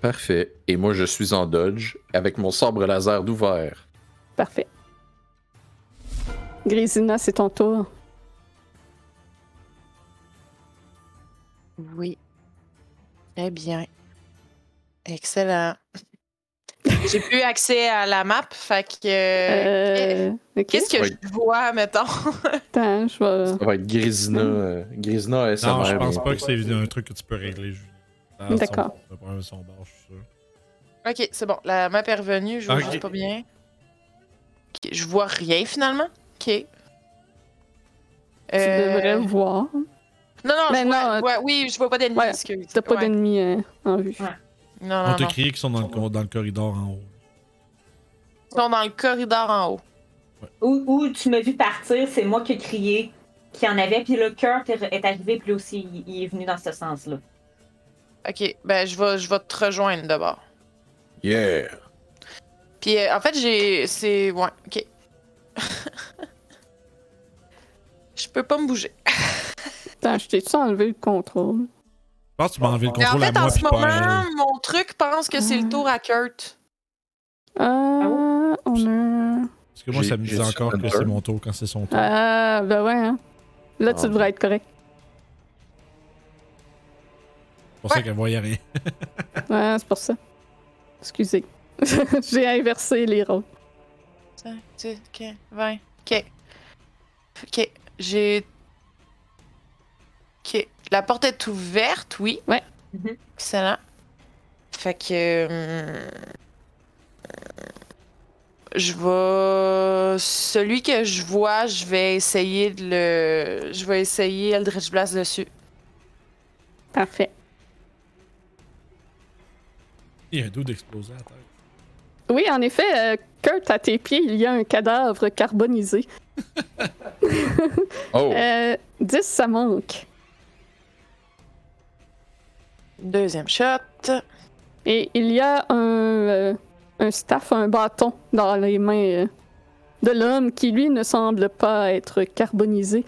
Speaker 5: Parfait. Et moi, je suis en dodge avec mon sabre laser d'ouvert.
Speaker 2: Parfait. Grisina, c'est ton tour.
Speaker 6: Oui. Très bien. Excellent. J'ai plus accès à la map, fait que.
Speaker 2: Euh, ok.
Speaker 6: Qu'est-ce que
Speaker 5: Oui.
Speaker 6: je vois, mettons?
Speaker 2: Attends, je vais-
Speaker 5: Ça va être Grisina. euh, Grisina SMR.
Speaker 1: Non, je pense
Speaker 5: moi.
Speaker 1: pas que c'est un truc que tu peux régler, Julie. Ah,
Speaker 2: D'accord.
Speaker 1: son- Le problème de son bar, je suis sûr.
Speaker 6: ok, c'est bon. La map est revenue, je vois
Speaker 1: Ok.
Speaker 6: juste pas bien. Ok, je vois rien finalement. Ok.
Speaker 2: tu
Speaker 6: Euh,
Speaker 2: devrais voir.
Speaker 6: Non, non,
Speaker 2: Ben
Speaker 6: je vois,
Speaker 2: non, euh,
Speaker 6: je vois- oui, je vois pas d'ennemis.
Speaker 2: Ouais,
Speaker 6: excuse.
Speaker 2: T'as pas
Speaker 6: Ouais.
Speaker 2: d'ennemis euh, en vue.
Speaker 4: Ouais.
Speaker 6: Non,
Speaker 1: On
Speaker 6: non,
Speaker 1: te
Speaker 6: non.
Speaker 1: crié qu'ils sont dans le, co- dans le corridor en haut.
Speaker 6: Ils sont dans le corridor en haut.
Speaker 4: Où, où tu m'as vu partir, c'est moi qui ai crié qu'il y en avait, puis le cœur est arrivé, puis lui aussi, il, il est venu dans ce sens-là.
Speaker 6: Ok, ben je vais, je vais te rejoindre d'abord.
Speaker 5: Yeah.
Speaker 6: Puis euh, en fait, j'ai. C'est. Ouais, ok. Je peux pas me bouger.
Speaker 2: Attends, je t'ai-tu enlevé le contrôle?
Speaker 1: Je pense que tu m'as enlevé le
Speaker 6: Mais en
Speaker 1: contrôle à
Speaker 6: fait, en
Speaker 1: moi,
Speaker 6: ce
Speaker 1: puis pas à
Speaker 6: moment,
Speaker 1: elle.
Speaker 6: mon truc pense que c'est le tour à Kurt.
Speaker 2: Ah, on a...
Speaker 1: Parce que moi,
Speaker 5: J'ai-
Speaker 1: ça me
Speaker 5: j'ai
Speaker 1: dit encore
Speaker 5: sur
Speaker 1: que
Speaker 5: une
Speaker 1: c'est
Speaker 5: turn.
Speaker 1: mon tour quand c'est son tour.
Speaker 2: Ah, ben ouais, hein. Là,
Speaker 5: Ah.
Speaker 2: tu devrais être correct.
Speaker 1: C'est pour ça qu'elle voyait rien.
Speaker 2: Ouais, c'est pour ça. Excusez. J'ai inversé les rôles.
Speaker 6: 5, 10, 15, 20. Ok. Ok. J'ai. Ok. La porte est ouverte, oui.
Speaker 2: Ouais.
Speaker 4: Mhm.
Speaker 6: Excellent. Fait que. hum, Je vais. Celui que je vois, je vais essayer de le. Je vais essayer Eldritch Blast dessus.
Speaker 2: Parfait.
Speaker 1: Il y a un dos d'exploser à terre.
Speaker 2: Oui, en effet, euh, Kurt, à tes pieds, il y a un cadavre carbonisé.
Speaker 5: Oh.
Speaker 2: Euh, 10, ça manque.
Speaker 6: Deuxième shot.
Speaker 2: Et il y a un, euh, un staff, un bâton dans les mains euh, de l'homme qui, lui, ne semble pas être carbonisé.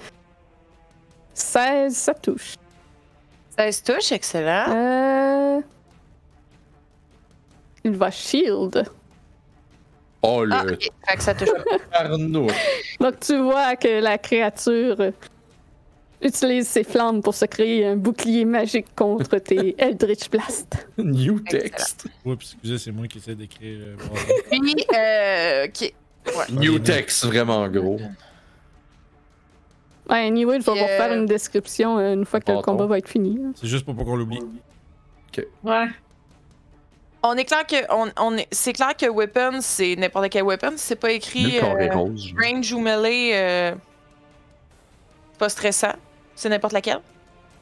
Speaker 2: 16, ça touche.
Speaker 6: 16 touches, excellent.
Speaker 2: Euh... Il va shield.
Speaker 5: Oh, le
Speaker 6: Ah, ok. Fait que ça touche pas.
Speaker 5: Arnaud.
Speaker 2: Donc tu vois que la créature euh, utilise ses flammes pour se créer un bouclier magique contre tes Eldritch Blast.
Speaker 5: New text.
Speaker 1: Oups, excusez, c'est moi qui essaie d'écrire. euh, bon,
Speaker 6: Puis, euh, ok.
Speaker 5: New text, vraiment gros.
Speaker 2: Ouais, anyway, je vais vous
Speaker 6: Yeah.
Speaker 2: refaire une description euh, une fois que le
Speaker 5: Bâton.
Speaker 2: combat va être fini.
Speaker 1: c'est juste pour pas qu'on l'oublie.
Speaker 4: Ouais.
Speaker 6: On est clair que on, on est, c'est clair que weapon c'est n'importe quel weapon, c'est pas écrit
Speaker 5: Nul carré
Speaker 6: euh,
Speaker 5: rose.
Speaker 6: range ou melee euh, c'est pas stressant, c'est n'importe laquelle.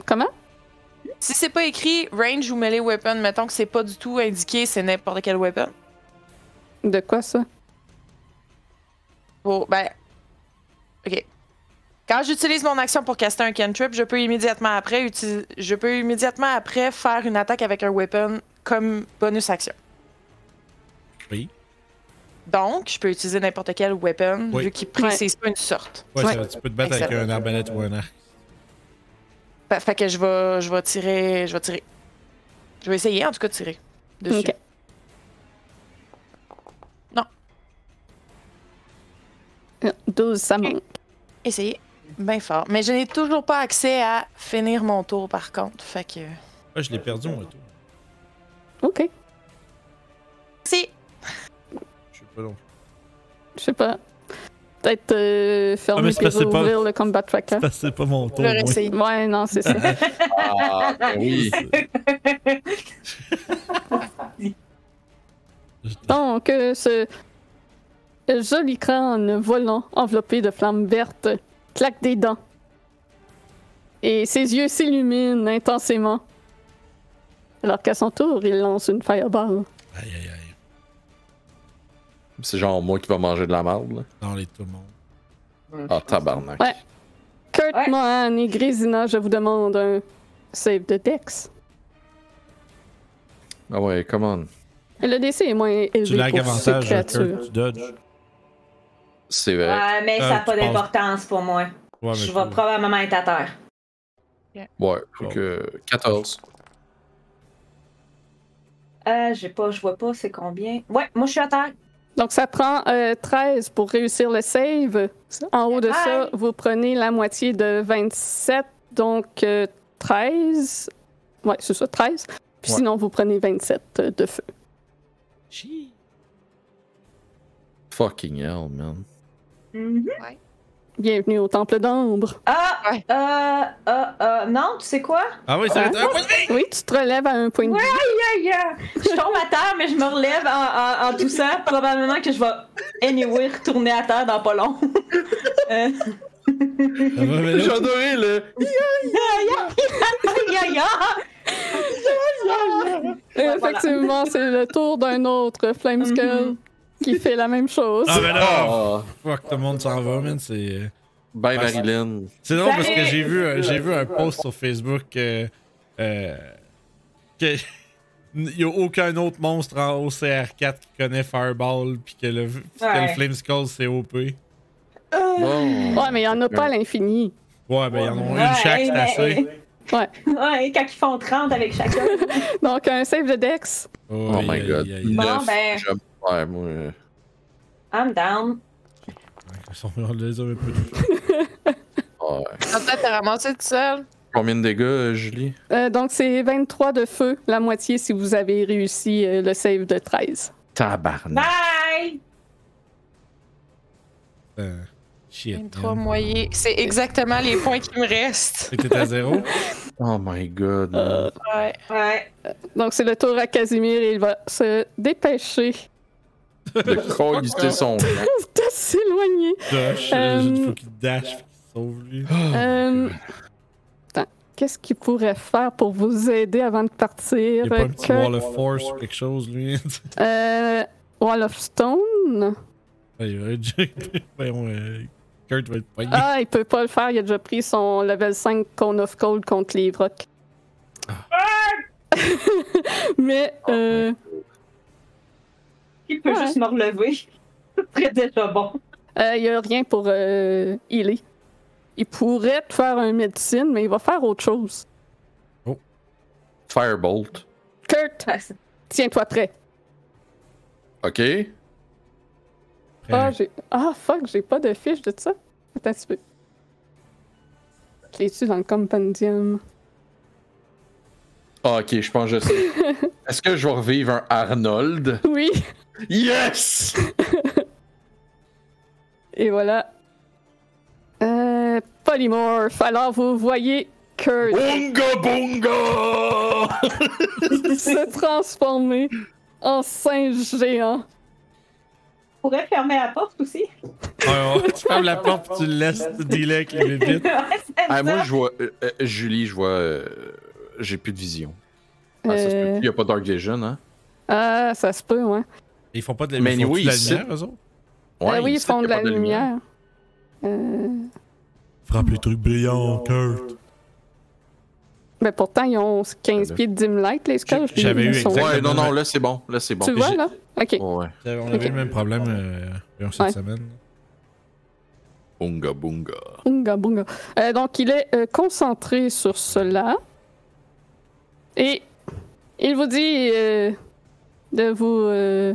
Speaker 2: Comment?
Speaker 6: Si c'est pas écrit range ou melee weapon, mettons que c'est pas du tout indiqué, c'est n'importe quel weapon.
Speaker 2: De quoi ça?
Speaker 6: Bon, ben OK. Quand j'utilise mon action pour caster un cantrip, je peux immédiatement après uti- je peux immédiatement après faire une attaque avec un weapon comme bonus action.
Speaker 1: Oui.
Speaker 6: Donc, je peux utiliser n'importe quel weapon
Speaker 1: Oui.
Speaker 6: vu qu'il précise pas une sorte.
Speaker 1: Ouais,
Speaker 2: Ouais.
Speaker 1: ça- tu peux te battre avec
Speaker 6: Excellent.
Speaker 1: un arbalète ou un arc.
Speaker 6: Fa- Fait que je vais, je vais tirer, je vais tirer. Je vais essayer en tout cas de tirer dessus.
Speaker 2: Ok.
Speaker 6: Non.
Speaker 2: Euh, 12, ça manque.
Speaker 6: Essayer bien fort. Mais je n'ai toujours pas accès à finir mon tour par contre. Fait que
Speaker 1: Ah, je l'ai perdu mon retour.
Speaker 2: Ok.
Speaker 6: si
Speaker 1: Je sais pas non plus.
Speaker 2: Je sais pas. Peut-être euh, fermer
Speaker 1: Ah, mais c'est
Speaker 2: puis
Speaker 1: parce que c'est pas-
Speaker 2: rouvrir le combat tracker.
Speaker 1: Parce que c'est pas mon
Speaker 6: On
Speaker 1: tour. moi.
Speaker 6: va réessayer.
Speaker 2: Ouais, non, c'est ça.
Speaker 5: Ah, ben oui.
Speaker 2: Donc, euh, ce joli crâne volant enveloppé de flammes vertes claque des dents. Et ses yeux s'illuminent intensément. Alors qu'à son tour, il lance une fireball.
Speaker 1: Aïe, aïe, aïe.
Speaker 5: C'est genre moi qui va manger de la marde, là.
Speaker 1: Dans les tout le monde.
Speaker 5: Ah, tabarnak.
Speaker 2: Ouais. Kurt
Speaker 4: Ouais.
Speaker 2: Mohan et Grisina, je vous demande un save de Dex.
Speaker 5: Ah ouais, come on.
Speaker 2: Le DC est moins
Speaker 1: Tu
Speaker 2: élevé
Speaker 1: lags
Speaker 2: pour ces
Speaker 1: avantage, Kurt.
Speaker 2: créatures.
Speaker 1: Tu dodges.
Speaker 5: C'est vrai.
Speaker 4: Ouais, mais ça
Speaker 1: Euh,
Speaker 4: n'a pas
Speaker 1: tu penses-
Speaker 4: d'importance pour moi.
Speaker 1: Ouais,
Speaker 4: je
Speaker 1: mais
Speaker 4: vais
Speaker 1: tu-
Speaker 4: probablement être à terre.
Speaker 5: Ouais, faut que 14.
Speaker 4: Euh, j'ai pas, je vois pas c'est combien. Ouais, moi je suis à terre.
Speaker 2: Donc ça prend euh, 13 pour réussir le save. En haut de ça,
Speaker 4: Bye.
Speaker 2: vous prenez la moitié de 27, donc euh, 13. Ouais, c'est ça, 13. Puis
Speaker 5: Ouais.
Speaker 2: sinon, vous prenez 27 euh, de feu.
Speaker 5: Fucking hell, man.
Speaker 4: Mhm.
Speaker 2: Bienvenue au Temple d'Ambre.
Speaker 4: Ah,
Speaker 6: Ouais.
Speaker 4: euh, euh, euh, non, tu sais quoi?
Speaker 1: Ah oui, ça va
Speaker 2: Ouais.
Speaker 1: être un point de vie!
Speaker 2: Oui, tu te relèves à un point de
Speaker 4: Ouais.
Speaker 2: vie.
Speaker 4: Yeah, yeah. Je tombe à terre, mais je me relève en, en, en toussant. Probablement que je vais, anyway, retourner à terre dans pas long. Euh,
Speaker 1: Ça va, Ah, mais
Speaker 5: J'ai
Speaker 1: là,
Speaker 5: adoré le.
Speaker 4: yeah, yeah, yeah. Ouais, voilà. Mm-hmm.
Speaker 2: Effectivement, c'est le tour d'un autre Flame Skull qui fait la même chose.
Speaker 1: Ah, ben là,
Speaker 5: Ah,
Speaker 1: fuck, tout le monde s'en va, man. C'est. euh,
Speaker 5: ben
Speaker 1: Ah,
Speaker 5: Marilyn.
Speaker 1: C'est drôle parce que
Speaker 4: Salut!
Speaker 1: j'ai vu, euh, j'ai vu un post sur Facebook que. euh, que il y a aucun autre monstre en OCR4 qui connaît Fireball, puis que le, puis que le
Speaker 4: Ouais.
Speaker 1: Flame Skull, c'est OP. Ouais,
Speaker 5: Bon.
Speaker 2: Ouais, mais il n'y en a pas à l'infini.
Speaker 1: ben, ils en ont
Speaker 4: Ouais,
Speaker 1: une chaque, c'est
Speaker 4: mais-
Speaker 1: assez.
Speaker 2: Ouais.
Speaker 4: Ouais, quand ils font 30 avec chacun.
Speaker 2: Donc un save de Dex.
Speaker 1: Oh,
Speaker 5: Oh
Speaker 1: aïe,
Speaker 5: my
Speaker 1: aïe,
Speaker 5: god.
Speaker 1: aïe, aïe.
Speaker 4: Bon,
Speaker 5: Neuf,
Speaker 4: ben.
Speaker 5: j'aime- Ouais, moi. euh,
Speaker 4: I'm down.
Speaker 1: Ils sont- on les a un peu touchés.
Speaker 5: ouais.
Speaker 6: En fait, t'as ramassé tout seul.
Speaker 5: Combien de dégâts, euh, Julie
Speaker 2: Euh, donc c'est 23 de feu, la moitié si vous avez réussi euh, le save de 13.
Speaker 5: Tabarnak.
Speaker 4: Bye!
Speaker 1: Euh, Shit. man.
Speaker 6: 23 moyens. C'est exactement les points qui me restent.
Speaker 1: Fait que t'es à zéro?
Speaker 2: Ah.
Speaker 5: Oh my god.
Speaker 2: Euh.
Speaker 5: man.
Speaker 6: Ouais.
Speaker 4: Ouais.
Speaker 2: Donc, c'est le tour à Casimir et il va se dépêcher
Speaker 5: De croiser son.
Speaker 2: de s'éloigner.
Speaker 1: Dash.
Speaker 2: Euh,
Speaker 1: Il faut qu'il dash, faut qu'il sauve lui.
Speaker 2: Euh, attends, Qu'est-ce qu'il pourrait faire pour vous aider avant de
Speaker 1: Il
Speaker 2: partir?
Speaker 1: y a pas un petit
Speaker 2: Que-
Speaker 1: Wall of Force ou quelque chose, lui.
Speaker 2: Euh, Wall of Stone?
Speaker 1: Ouais, il va être jappé. Voyons, euh, Kurt va être poigné.
Speaker 2: Ah, il peut pas le faire, il a déjà pris son level 5 Cone of Cold contre les Vrocks. Mais,
Speaker 1: Oh,
Speaker 2: euh,
Speaker 4: Il peut
Speaker 2: Ouais.
Speaker 4: juste me relever. C'est déjà bon.
Speaker 2: Euh, Il n'y a rien pour euh, healer. Il pourrait te faire un médecine, mais il va faire autre chose.
Speaker 5: Firebolt.
Speaker 2: Kurt,
Speaker 4: Ouais, c'est-
Speaker 2: tiens-toi prêt.
Speaker 5: Ok.
Speaker 2: Ah,
Speaker 1: Après,
Speaker 2: j'ai... ah, fuck, j'ai pas de fiche de ça. Attends un petit peu. Je l'ai su dans le compendium.
Speaker 5: Ah, ok, je pense que je sais. Est-ce que je vais revivre un Arnold
Speaker 2: Oui,
Speaker 5: Yes
Speaker 2: et voilà. Euh, polymorphe. Alors, vous voyez Kurt
Speaker 5: Bunga Bunga
Speaker 2: se transformer en singe géant.
Speaker 4: On pourrait fermer la porte aussi.
Speaker 1: ouais, ouais, tu fermes la porte puis tu le laisses dealer avec les
Speaker 4: Ouais,
Speaker 1: bébites.
Speaker 4: c'est
Speaker 5: Ah, moi,
Speaker 4: ça.
Speaker 5: je vois. euh, euh, Julie, je vois. euh, J'ai plus de vision. Ah, ça se peut
Speaker 2: Euh,
Speaker 5: plus, y a pas Dark Vision, hein
Speaker 2: ah, ça se peut, ouais.
Speaker 1: Ils font pas de la,
Speaker 5: Mais
Speaker 1: ils font-tu
Speaker 5: oui,
Speaker 1: de la
Speaker 5: ici-
Speaker 1: lumière, eux autres?
Speaker 2: Ah oui,
Speaker 5: ici,
Speaker 2: ils font
Speaker 5: y
Speaker 2: de
Speaker 5: a pas
Speaker 2: la lumière. Euh,
Speaker 1: Frappe les trucs brillants, Kurt.
Speaker 2: Mais ben, pourtant, ils ont 15
Speaker 5: Voilà.
Speaker 2: pieds de dim light, les skulls.
Speaker 1: J'ai- j'avais eu
Speaker 2: Ils sont-
Speaker 1: exact-
Speaker 5: Ouais, non, non, là, c'est bon. Là, c'est bon. Oh,
Speaker 2: Tu vois, là? OK.
Speaker 5: Ouais, ouais.
Speaker 1: On avait
Speaker 2: Ok.
Speaker 1: le même problème euh, voyons, cette
Speaker 2: Ouais.
Speaker 1: semaine.
Speaker 5: Bunga Bunga.
Speaker 2: Bunga, bunga. Euh, donc, il est euh, concentré sur cela. Et il vous dit euh, de vous euh,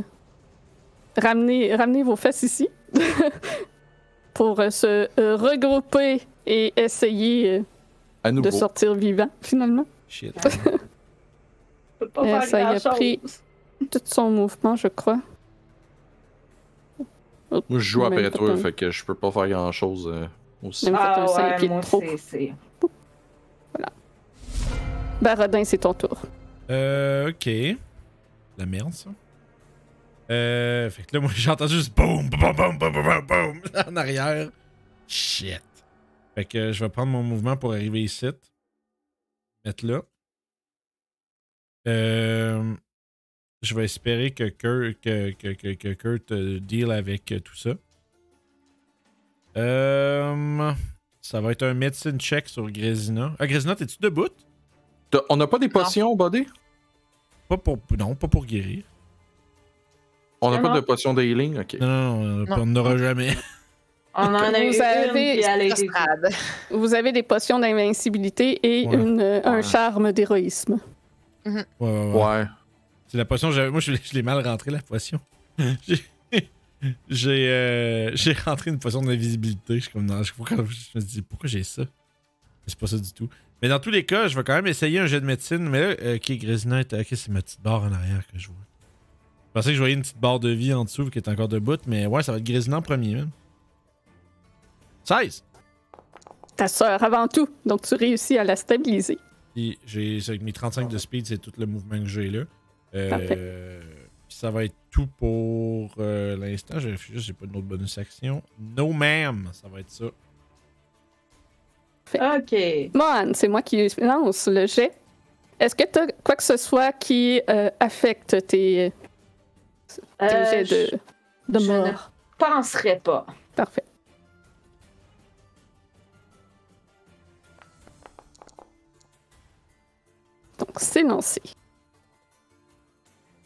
Speaker 2: ramener, ramener vos fesses ici pour euh, se euh, regrouper et essayer euh,
Speaker 5: À
Speaker 2: de
Speaker 5: nouveau.
Speaker 2: sortir vivant, finalement.
Speaker 1: Shit.
Speaker 4: Je peux pas
Speaker 2: Euh,
Speaker 4: faire
Speaker 2: ça y a
Speaker 4: grand-chose.
Speaker 2: pris- Tout son mouvement, je crois.
Speaker 3: Moi, je joue à
Speaker 2: Même pas
Speaker 3: Pétreux,
Speaker 2: tant.
Speaker 3: fait que je peux pas faire grand chose
Speaker 5: euh,
Speaker 3: aussi.
Speaker 2: Même-
Speaker 4: Ah
Speaker 2: fait un cinq
Speaker 4: ouais,
Speaker 2: pieds de
Speaker 4: moi,
Speaker 2: trop.
Speaker 4: c'est- c'est...
Speaker 2: Baradin, c'est ton tour.
Speaker 1: Euh, ok. La merde, ça. Euh, fait que là, moi, j'entends juste boum, boum, boum, boum, boum, boum, boum, en arrière. Shit. Fait que euh, je vais prendre mon mouvement pour arriver ici. Mettre là. Euh, je vais espérer que Kurt, que, que, que, que Kurt euh, deal avec euh, tout ça. Euh, ça va être un medicine check sur Grésina. Ah, Grésina, t'es-tu debout?
Speaker 5: T'as- On n'a pas des potions, Buddy?
Speaker 1: Pas pour, non, pas pour guérir.
Speaker 5: On n'a
Speaker 4: Non,
Speaker 5: pas
Speaker 4: non.
Speaker 5: de potions d'healing? Ok.
Speaker 1: Non, non, non,
Speaker 6: Non.
Speaker 1: on n'aura jamais.
Speaker 4: On en a eu
Speaker 2: Vous avez-
Speaker 4: une, puis elle a été-
Speaker 6: Strade.
Speaker 2: Vous avez des potions d'invincibilité et
Speaker 1: Ouais.
Speaker 2: une- euh, un
Speaker 5: Ouais.
Speaker 2: charme d'héroïsme.
Speaker 1: Ouais, ouais, ouais.
Speaker 5: Ouais.
Speaker 1: C'est la potion. j'avais- Moi, je l'ai je l'ai mal rentré, la potion. J'ai- j'ai euh, j'ai rentré une potion d'invisibilité. Je suis comme, non, je, pourquoi- je me dis, pourquoi j'ai ça? Mais C'est pas ça du tout. Mais dans tous les cas, je vais quand même essayer un jeu de médecine. Mais là, euh, ok, Grésina, est- ok, c'est ma petite barre en arrière que je vois. Je pensais que je voyais une petite barre de vie en dessous qui est encore debout. Mais ouais, ça va être Grésina en premier. man. 16!
Speaker 2: Ta sœur avant tout, donc tu réussis à la stabiliser.
Speaker 1: Puis j'ai ça, avec mes 35 de speed, c'est tout le mouvement que j'ai là. Euh, puis ça va être tout pour euh, l'instant. Je réfléchis, j'ai pas une autre bonus action. No ma'am, ça va être ça.
Speaker 4: Ok.
Speaker 2: Mohan, c'est moi qui lance le jet. Est-ce que tu as quoi que ce soit qui euh, affecte tes, tes
Speaker 4: Euh,
Speaker 2: jets
Speaker 4: Je
Speaker 2: de, de
Speaker 4: je
Speaker 2: mort?
Speaker 4: ne penserais pas.
Speaker 2: Parfait. Donc, c'est lancé.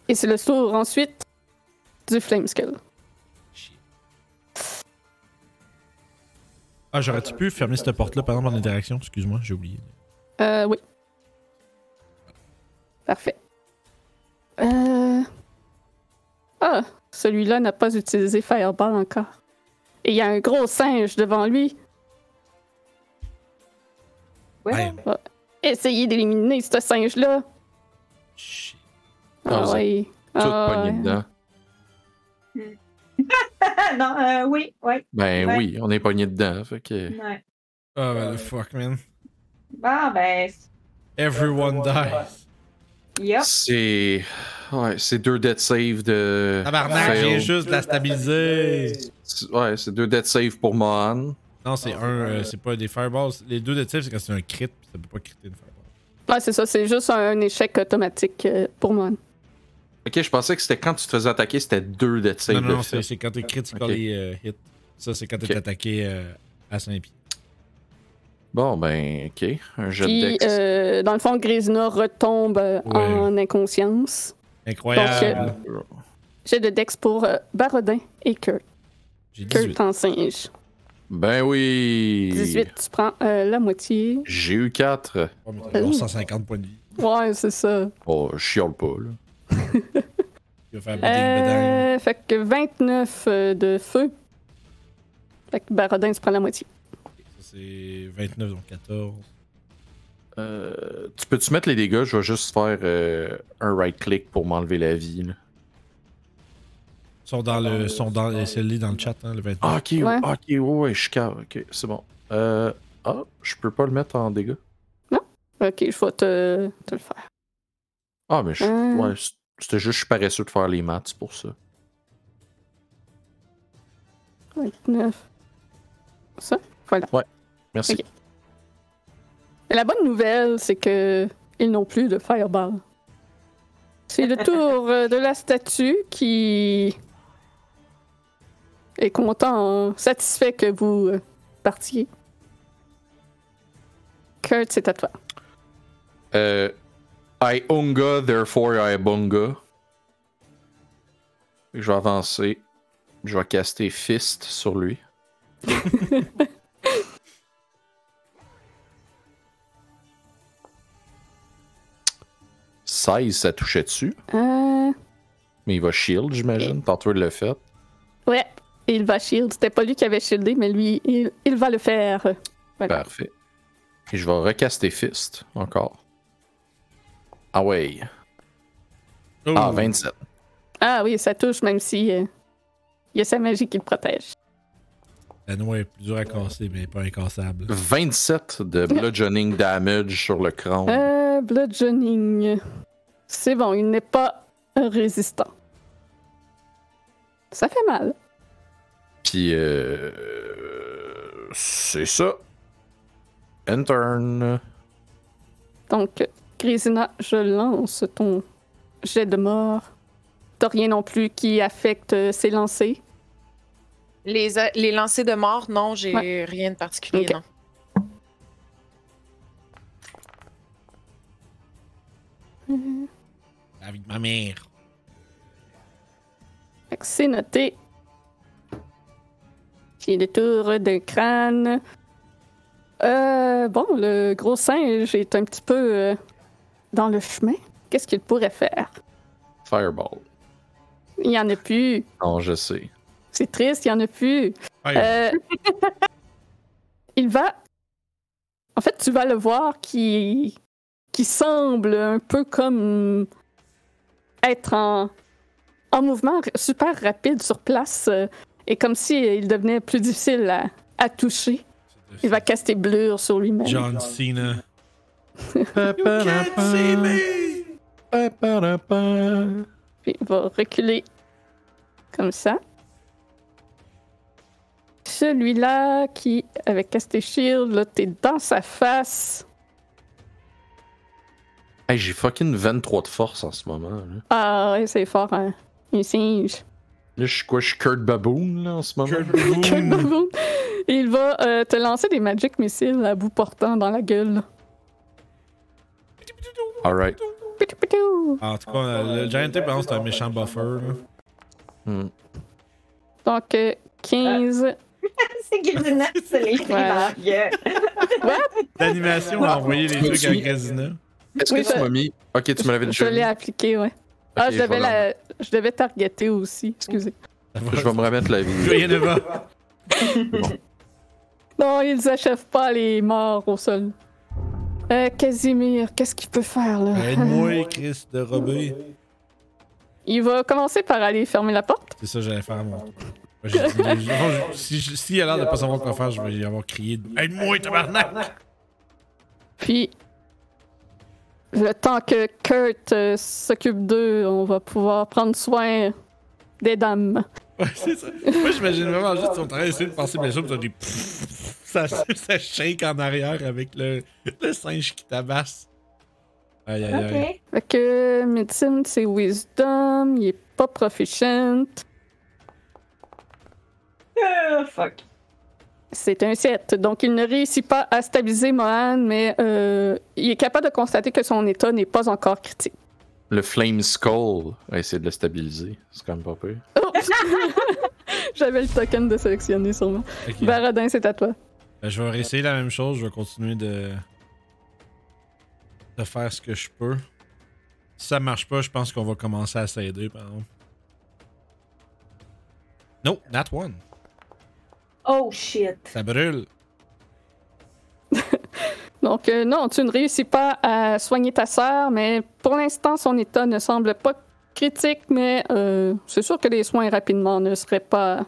Speaker 2: Et c'est le tour ensuite du Flameskull.
Speaker 1: Shit. Ah, j'aurais-tu pu fermer cette porte-là pendant mon interaction? Excuse-moi, j'ai oublié.
Speaker 2: Euh, oui. Parfait. Euh... Ah, celui-là n'a pas utilisé Fireball encore. Et il y a un gros singe devant lui.
Speaker 4: Ouais.
Speaker 1: Man,
Speaker 2: Essayez d'éliminer ce singe-là.
Speaker 1: shit.
Speaker 5: Ah, vous
Speaker 2: ouais.
Speaker 5: Tout
Speaker 2: Ah,
Speaker 5: pogné
Speaker 2: ouais.
Speaker 5: dedans.
Speaker 4: Ah, non, euh, oui, oui.
Speaker 5: Ben
Speaker 4: Ouais.
Speaker 5: oui, on est pogné dedans. Fait que.
Speaker 4: Ouais.
Speaker 1: Ah, ben, le fuck, man.
Speaker 4: Bon, ben,
Speaker 1: Everyone dies.
Speaker 2: Ah.
Speaker 4: yep.
Speaker 5: C'est. Ouais, c'est deux death save de.
Speaker 1: Ah Tabarnak,
Speaker 5: Fail.
Speaker 1: j'ai juste de la stabiliser.
Speaker 5: C'est- Ouais, c'est deux death save pour Mohan.
Speaker 1: Non, c'est un, euh, c'est pas des fireballs. Les deux de type, c'est quand c'est un crit, puis ça peut pas critter une fireball.
Speaker 2: Ouais, Ah, c'est ça, c'est juste un échec automatique euh, pour moi.
Speaker 5: Ok, je pensais que c'était quand tu te faisais attaquer, c'était deux death save
Speaker 1: Non,
Speaker 5: de
Speaker 1: non, non,
Speaker 5: fait.
Speaker 1: c'est c'est quand t'es critical
Speaker 5: Ok.
Speaker 1: euh, hit. Ça, c'est quand t'es
Speaker 5: Ok.
Speaker 1: attaqué euh, à 5 pieds.
Speaker 5: Bon, ben, ok. Un jet de
Speaker 2: Puis,
Speaker 5: dex.
Speaker 2: euh, dans le fond, Grisina retombe euh,
Speaker 1: Ouais.
Speaker 2: en inconscience.
Speaker 1: Incroyable.
Speaker 2: Donc, J'ai de Dex pour euh, Barodin et Kurt.
Speaker 1: J'ai
Speaker 2: Kurt
Speaker 1: 18.
Speaker 2: en singe.
Speaker 5: Ben oui.
Speaker 2: 18, tu prends euh, la moitié.
Speaker 5: J'ai eu 4.
Speaker 1: Oh, mais t'as
Speaker 2: Ouh.
Speaker 1: 150 points de vie.
Speaker 2: Ouais, c'est ça.
Speaker 5: Oh, je chiale pas, là.
Speaker 1: Tu vas faire beding,
Speaker 2: Euh, fait que 29 euh, de feu. Fait que Barodin, tu prends la moitié.
Speaker 1: beding. Ça, c'est 29, donc 14.
Speaker 5: Euh, tu peux-tu mettre les dégâts? Je vais juste faire euh, un right-click pour m'enlever la vie. là.
Speaker 1: Ils sont dans le. Sont dans, c'est le lit dans le chat, hein, le 29.
Speaker 5: Ah, ok,
Speaker 2: Ouais.
Speaker 5: ok, ouais, ouais, je suis cave. Ok, c'est bon. Euh, ah, je peux pas le mettre en dégâts.
Speaker 2: Ok, je vais te, te le faire.
Speaker 5: Ah, mais je,
Speaker 2: Hum.
Speaker 5: ouais, c- c'était juste, je suis paresseux de faire les maths c'est pour ça.
Speaker 2: 29.
Speaker 5: Merci.
Speaker 2: Ok. Mais la bonne nouvelle, c'est que ils n'ont plus de fireball. C'est le tour euh, de la statue qui est content, hein, satisfait que vous euh, partiez. Kurt, c'est à toi.
Speaker 5: Euh, I unga, therefore I bunga. Je vais avancer. Je vais caster Fist sur lui. Size, ça touchait dessus,
Speaker 2: Euh,
Speaker 5: mais il va shield, j'imagine. Tantôt, il l'a fait.
Speaker 2: ouais, il va shield. C'était pas lui qui avait shieldé, mais lui, il, il va le faire. Voilà.
Speaker 5: Parfait. Et je vais recaster Fist encore. Ah ouais.
Speaker 1: Oh,
Speaker 5: Ah, 27.
Speaker 2: Ah oui, ça touche, même si euh, Il y a sa magie qui le protège.
Speaker 1: La noix est plus dure à casser, mais pas incassable.
Speaker 5: 27 de bludgeoning damage sur le crâne.
Speaker 2: Euh, bludgeoning. C'est bon, il n'est pas résistant. Ça fait mal.
Speaker 5: Puis, euh, c'est ça. Intern.
Speaker 2: Donc, Grisina, je lance ton jet de mort. T'as rien non plus qui affecte euh, ses lancers.
Speaker 6: Les, a- les lancers de mort, non, j'ai rien de particulier,
Speaker 2: Ok.
Speaker 6: non.
Speaker 1: La vie de ma mère.
Speaker 2: Fait que C'est noté. Puis le tour d'un crâne. Euh, bon, le gros singe est un petit peu euh, dans le chemin. Qu'est-ce qu'il pourrait faire?
Speaker 5: Fireball.
Speaker 2: Il n'y en a plus.
Speaker 5: Non, je sais.
Speaker 2: C'est triste, il n'y en a plus.
Speaker 1: Hey,
Speaker 2: Euh, il va. En fait, tu vas le voir qui, qui semble un peu comme être en, en mouvement r- super rapide sur place euh, et comme si euh, il devenait plus difficile à, à toucher.
Speaker 1: c'est de-
Speaker 2: Il va caster blur sur lui-même.
Speaker 1: John Cena.
Speaker 2: Puis il va reculer comme ça. Celui-là qui, avec Casté Shield, là, t'es dans sa face.
Speaker 5: Hey, j'ai fucking 23 de force en ce moment. Là,
Speaker 2: Ah, ouais, c'est fort, hein. Il singe.
Speaker 5: Là, je suis quoi? Je suis Kurt Baboon là, en ce moment?
Speaker 1: Kurt Boone.
Speaker 2: Baboon. Il va euh, te lancer des Magic Missiles à bout portant dans la gueule.
Speaker 5: Alright.
Speaker 2: Pitou, pitou.
Speaker 1: En tout cas, le Giant Tape, par exemple, c'est un méchant buffer. là.
Speaker 5: Hmm.
Speaker 2: Donc, euh, 15.
Speaker 4: C'est Grisina qui se les crie dans la gueule.
Speaker 1: L'animation a envoyé les
Speaker 5: Je me
Speaker 1: trucs à
Speaker 5: suis-
Speaker 1: Grazina.
Speaker 5: Est-ce
Speaker 2: Oui,
Speaker 5: que tu
Speaker 2: je-
Speaker 5: m'as mis. Ok, tu me l'avais
Speaker 2: Je
Speaker 5: déjà mis.
Speaker 2: l'ai appliqué, ouais. ah,
Speaker 5: Ok,
Speaker 2: je
Speaker 5: je
Speaker 2: devais,
Speaker 5: vais
Speaker 2: la... je devais targeter aussi, excusez.
Speaker 5: Je vais me remettre la vie.
Speaker 1: Rien ne va.
Speaker 2: Non, ils achèvent pas les morts au sol. Euh, Casimir, qu'est-ce qu'il peut faire, là?
Speaker 1: Aide-moi, Chris de Robé.
Speaker 2: Il va commencer par aller fermer la porte.
Speaker 1: C'est ça que j'allais faire, moi. Moi, j'ai dit- j'ai- Si je- S'il a l'air de pas savoir quoi faire, je vais y avoir crié Aide-moi, tabarnak!
Speaker 2: Puis, le temps que Kurt euh, s'occupe d'eux, on va pouvoir prendre soin des dames.
Speaker 1: Ouais, c'est ça. Moi, j'imagine vraiment juste qu'ils sont en train d'essayer de passer mes choses, puis ça, ça shake en arrière avec le, le singe qui tabasse. Aïe, aïe, aïe.
Speaker 4: Ok.
Speaker 2: Fait que médecine, c'est wisdom, il est pas proficient.
Speaker 4: Ah, fuck.
Speaker 2: C'est un 7. Donc, il ne réussit pas à stabiliser Mohan, mais euh, il est capable de constater que son état n'est pas encore critique.
Speaker 5: Le Flame Skull. Essayer de le stabiliser. C'est quand même pas pire.
Speaker 2: Oh! J'avais le token de sélectionner sûrement.
Speaker 1: Ok.
Speaker 2: Baradin, c'est à toi.
Speaker 1: Ben, je vais essayer la même chose. Je vais continuer de... de faire ce que je peux. Si ça marche pas, je pense qu'on va commencer à s'aider, par exemple. No, that one.
Speaker 4: Oh shit.
Speaker 1: Ça brûle.
Speaker 2: Donc, euh, non, tu ne réussis pas à soigner ta sœur, mais pour l'instant, son état ne semble pas critique, mais euh, c'est sûr que les soins rapidement ne seraient pas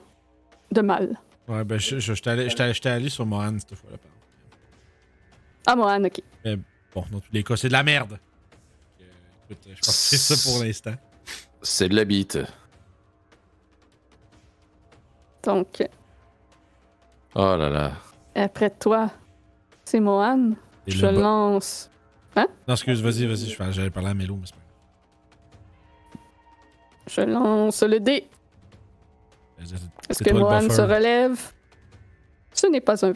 Speaker 2: de mal.
Speaker 1: Ouais, ben, je, je, j'étais allé- j'étais- j'étais allé sur Mohan cette fois-là, par exemple.
Speaker 2: Ah, Mohan, ok.
Speaker 1: Bon, dans tous les cas, c'est de la merde. Euh, écoute, je pense que c'est ça pour l'instant.
Speaker 5: C'est de la bite.
Speaker 2: Donc,
Speaker 5: Oh là là.
Speaker 2: Après toi, c'est Mohan.
Speaker 1: Et
Speaker 2: Je
Speaker 1: le bo-
Speaker 2: lance.
Speaker 1: Non, excuse, vas-y, vas-y, je fais- j'allais parler à Mélo, mais c'est pas grave.
Speaker 2: Je lance le dé.
Speaker 1: Vas-y, vas-y.
Speaker 2: Est-ce
Speaker 1: C'est
Speaker 2: que
Speaker 1: toi le
Speaker 2: Mohan
Speaker 1: buffer.
Speaker 2: se relève? Ce n'est pas un 20.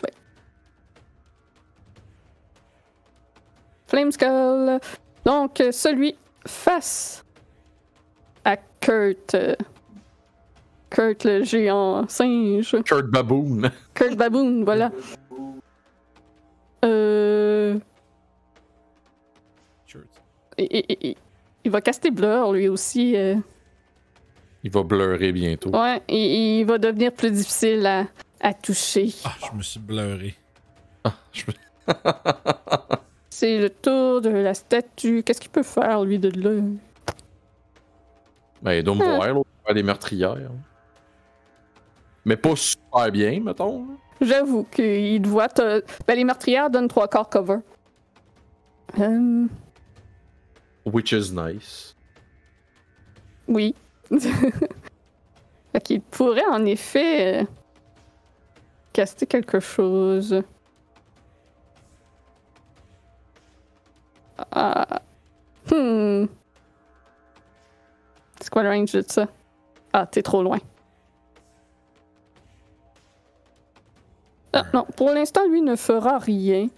Speaker 2: Flameskull. Donc, euh, celui face à Kurt. euh, Kurt le géant singe.
Speaker 5: Kurt Baboon.
Speaker 2: Kurt Baboon, voilà. Euh.
Speaker 1: Shirt.
Speaker 2: il- il- il- Il va caster Blur, lui aussi. euh,
Speaker 5: Il va bleurer bientôt.
Speaker 2: Ouais, il, il va devenir plus difficile à, à toucher.
Speaker 1: Ah, je me suis bleuré.
Speaker 2: C'est le tour de la statue. Qu'est-ce qu'il peut faire, lui, de là? Hein.
Speaker 5: Ben, il doit me voir, là. Faire des meurtrières. Mais pas super bien, mettons. là.
Speaker 2: J'avoue qu'il te voit. te- Ben, les meurtrières donnent trois quarts cover. Hum,
Speaker 5: Which is nice.
Speaker 2: oui. fait qu'il pourrait en effet euh, caster quelque chose. Ah. Hmm. C'est quoi le range de ça? Ah, t'es trop loin. Ah, non, pour l'instant, lui ne fera rien.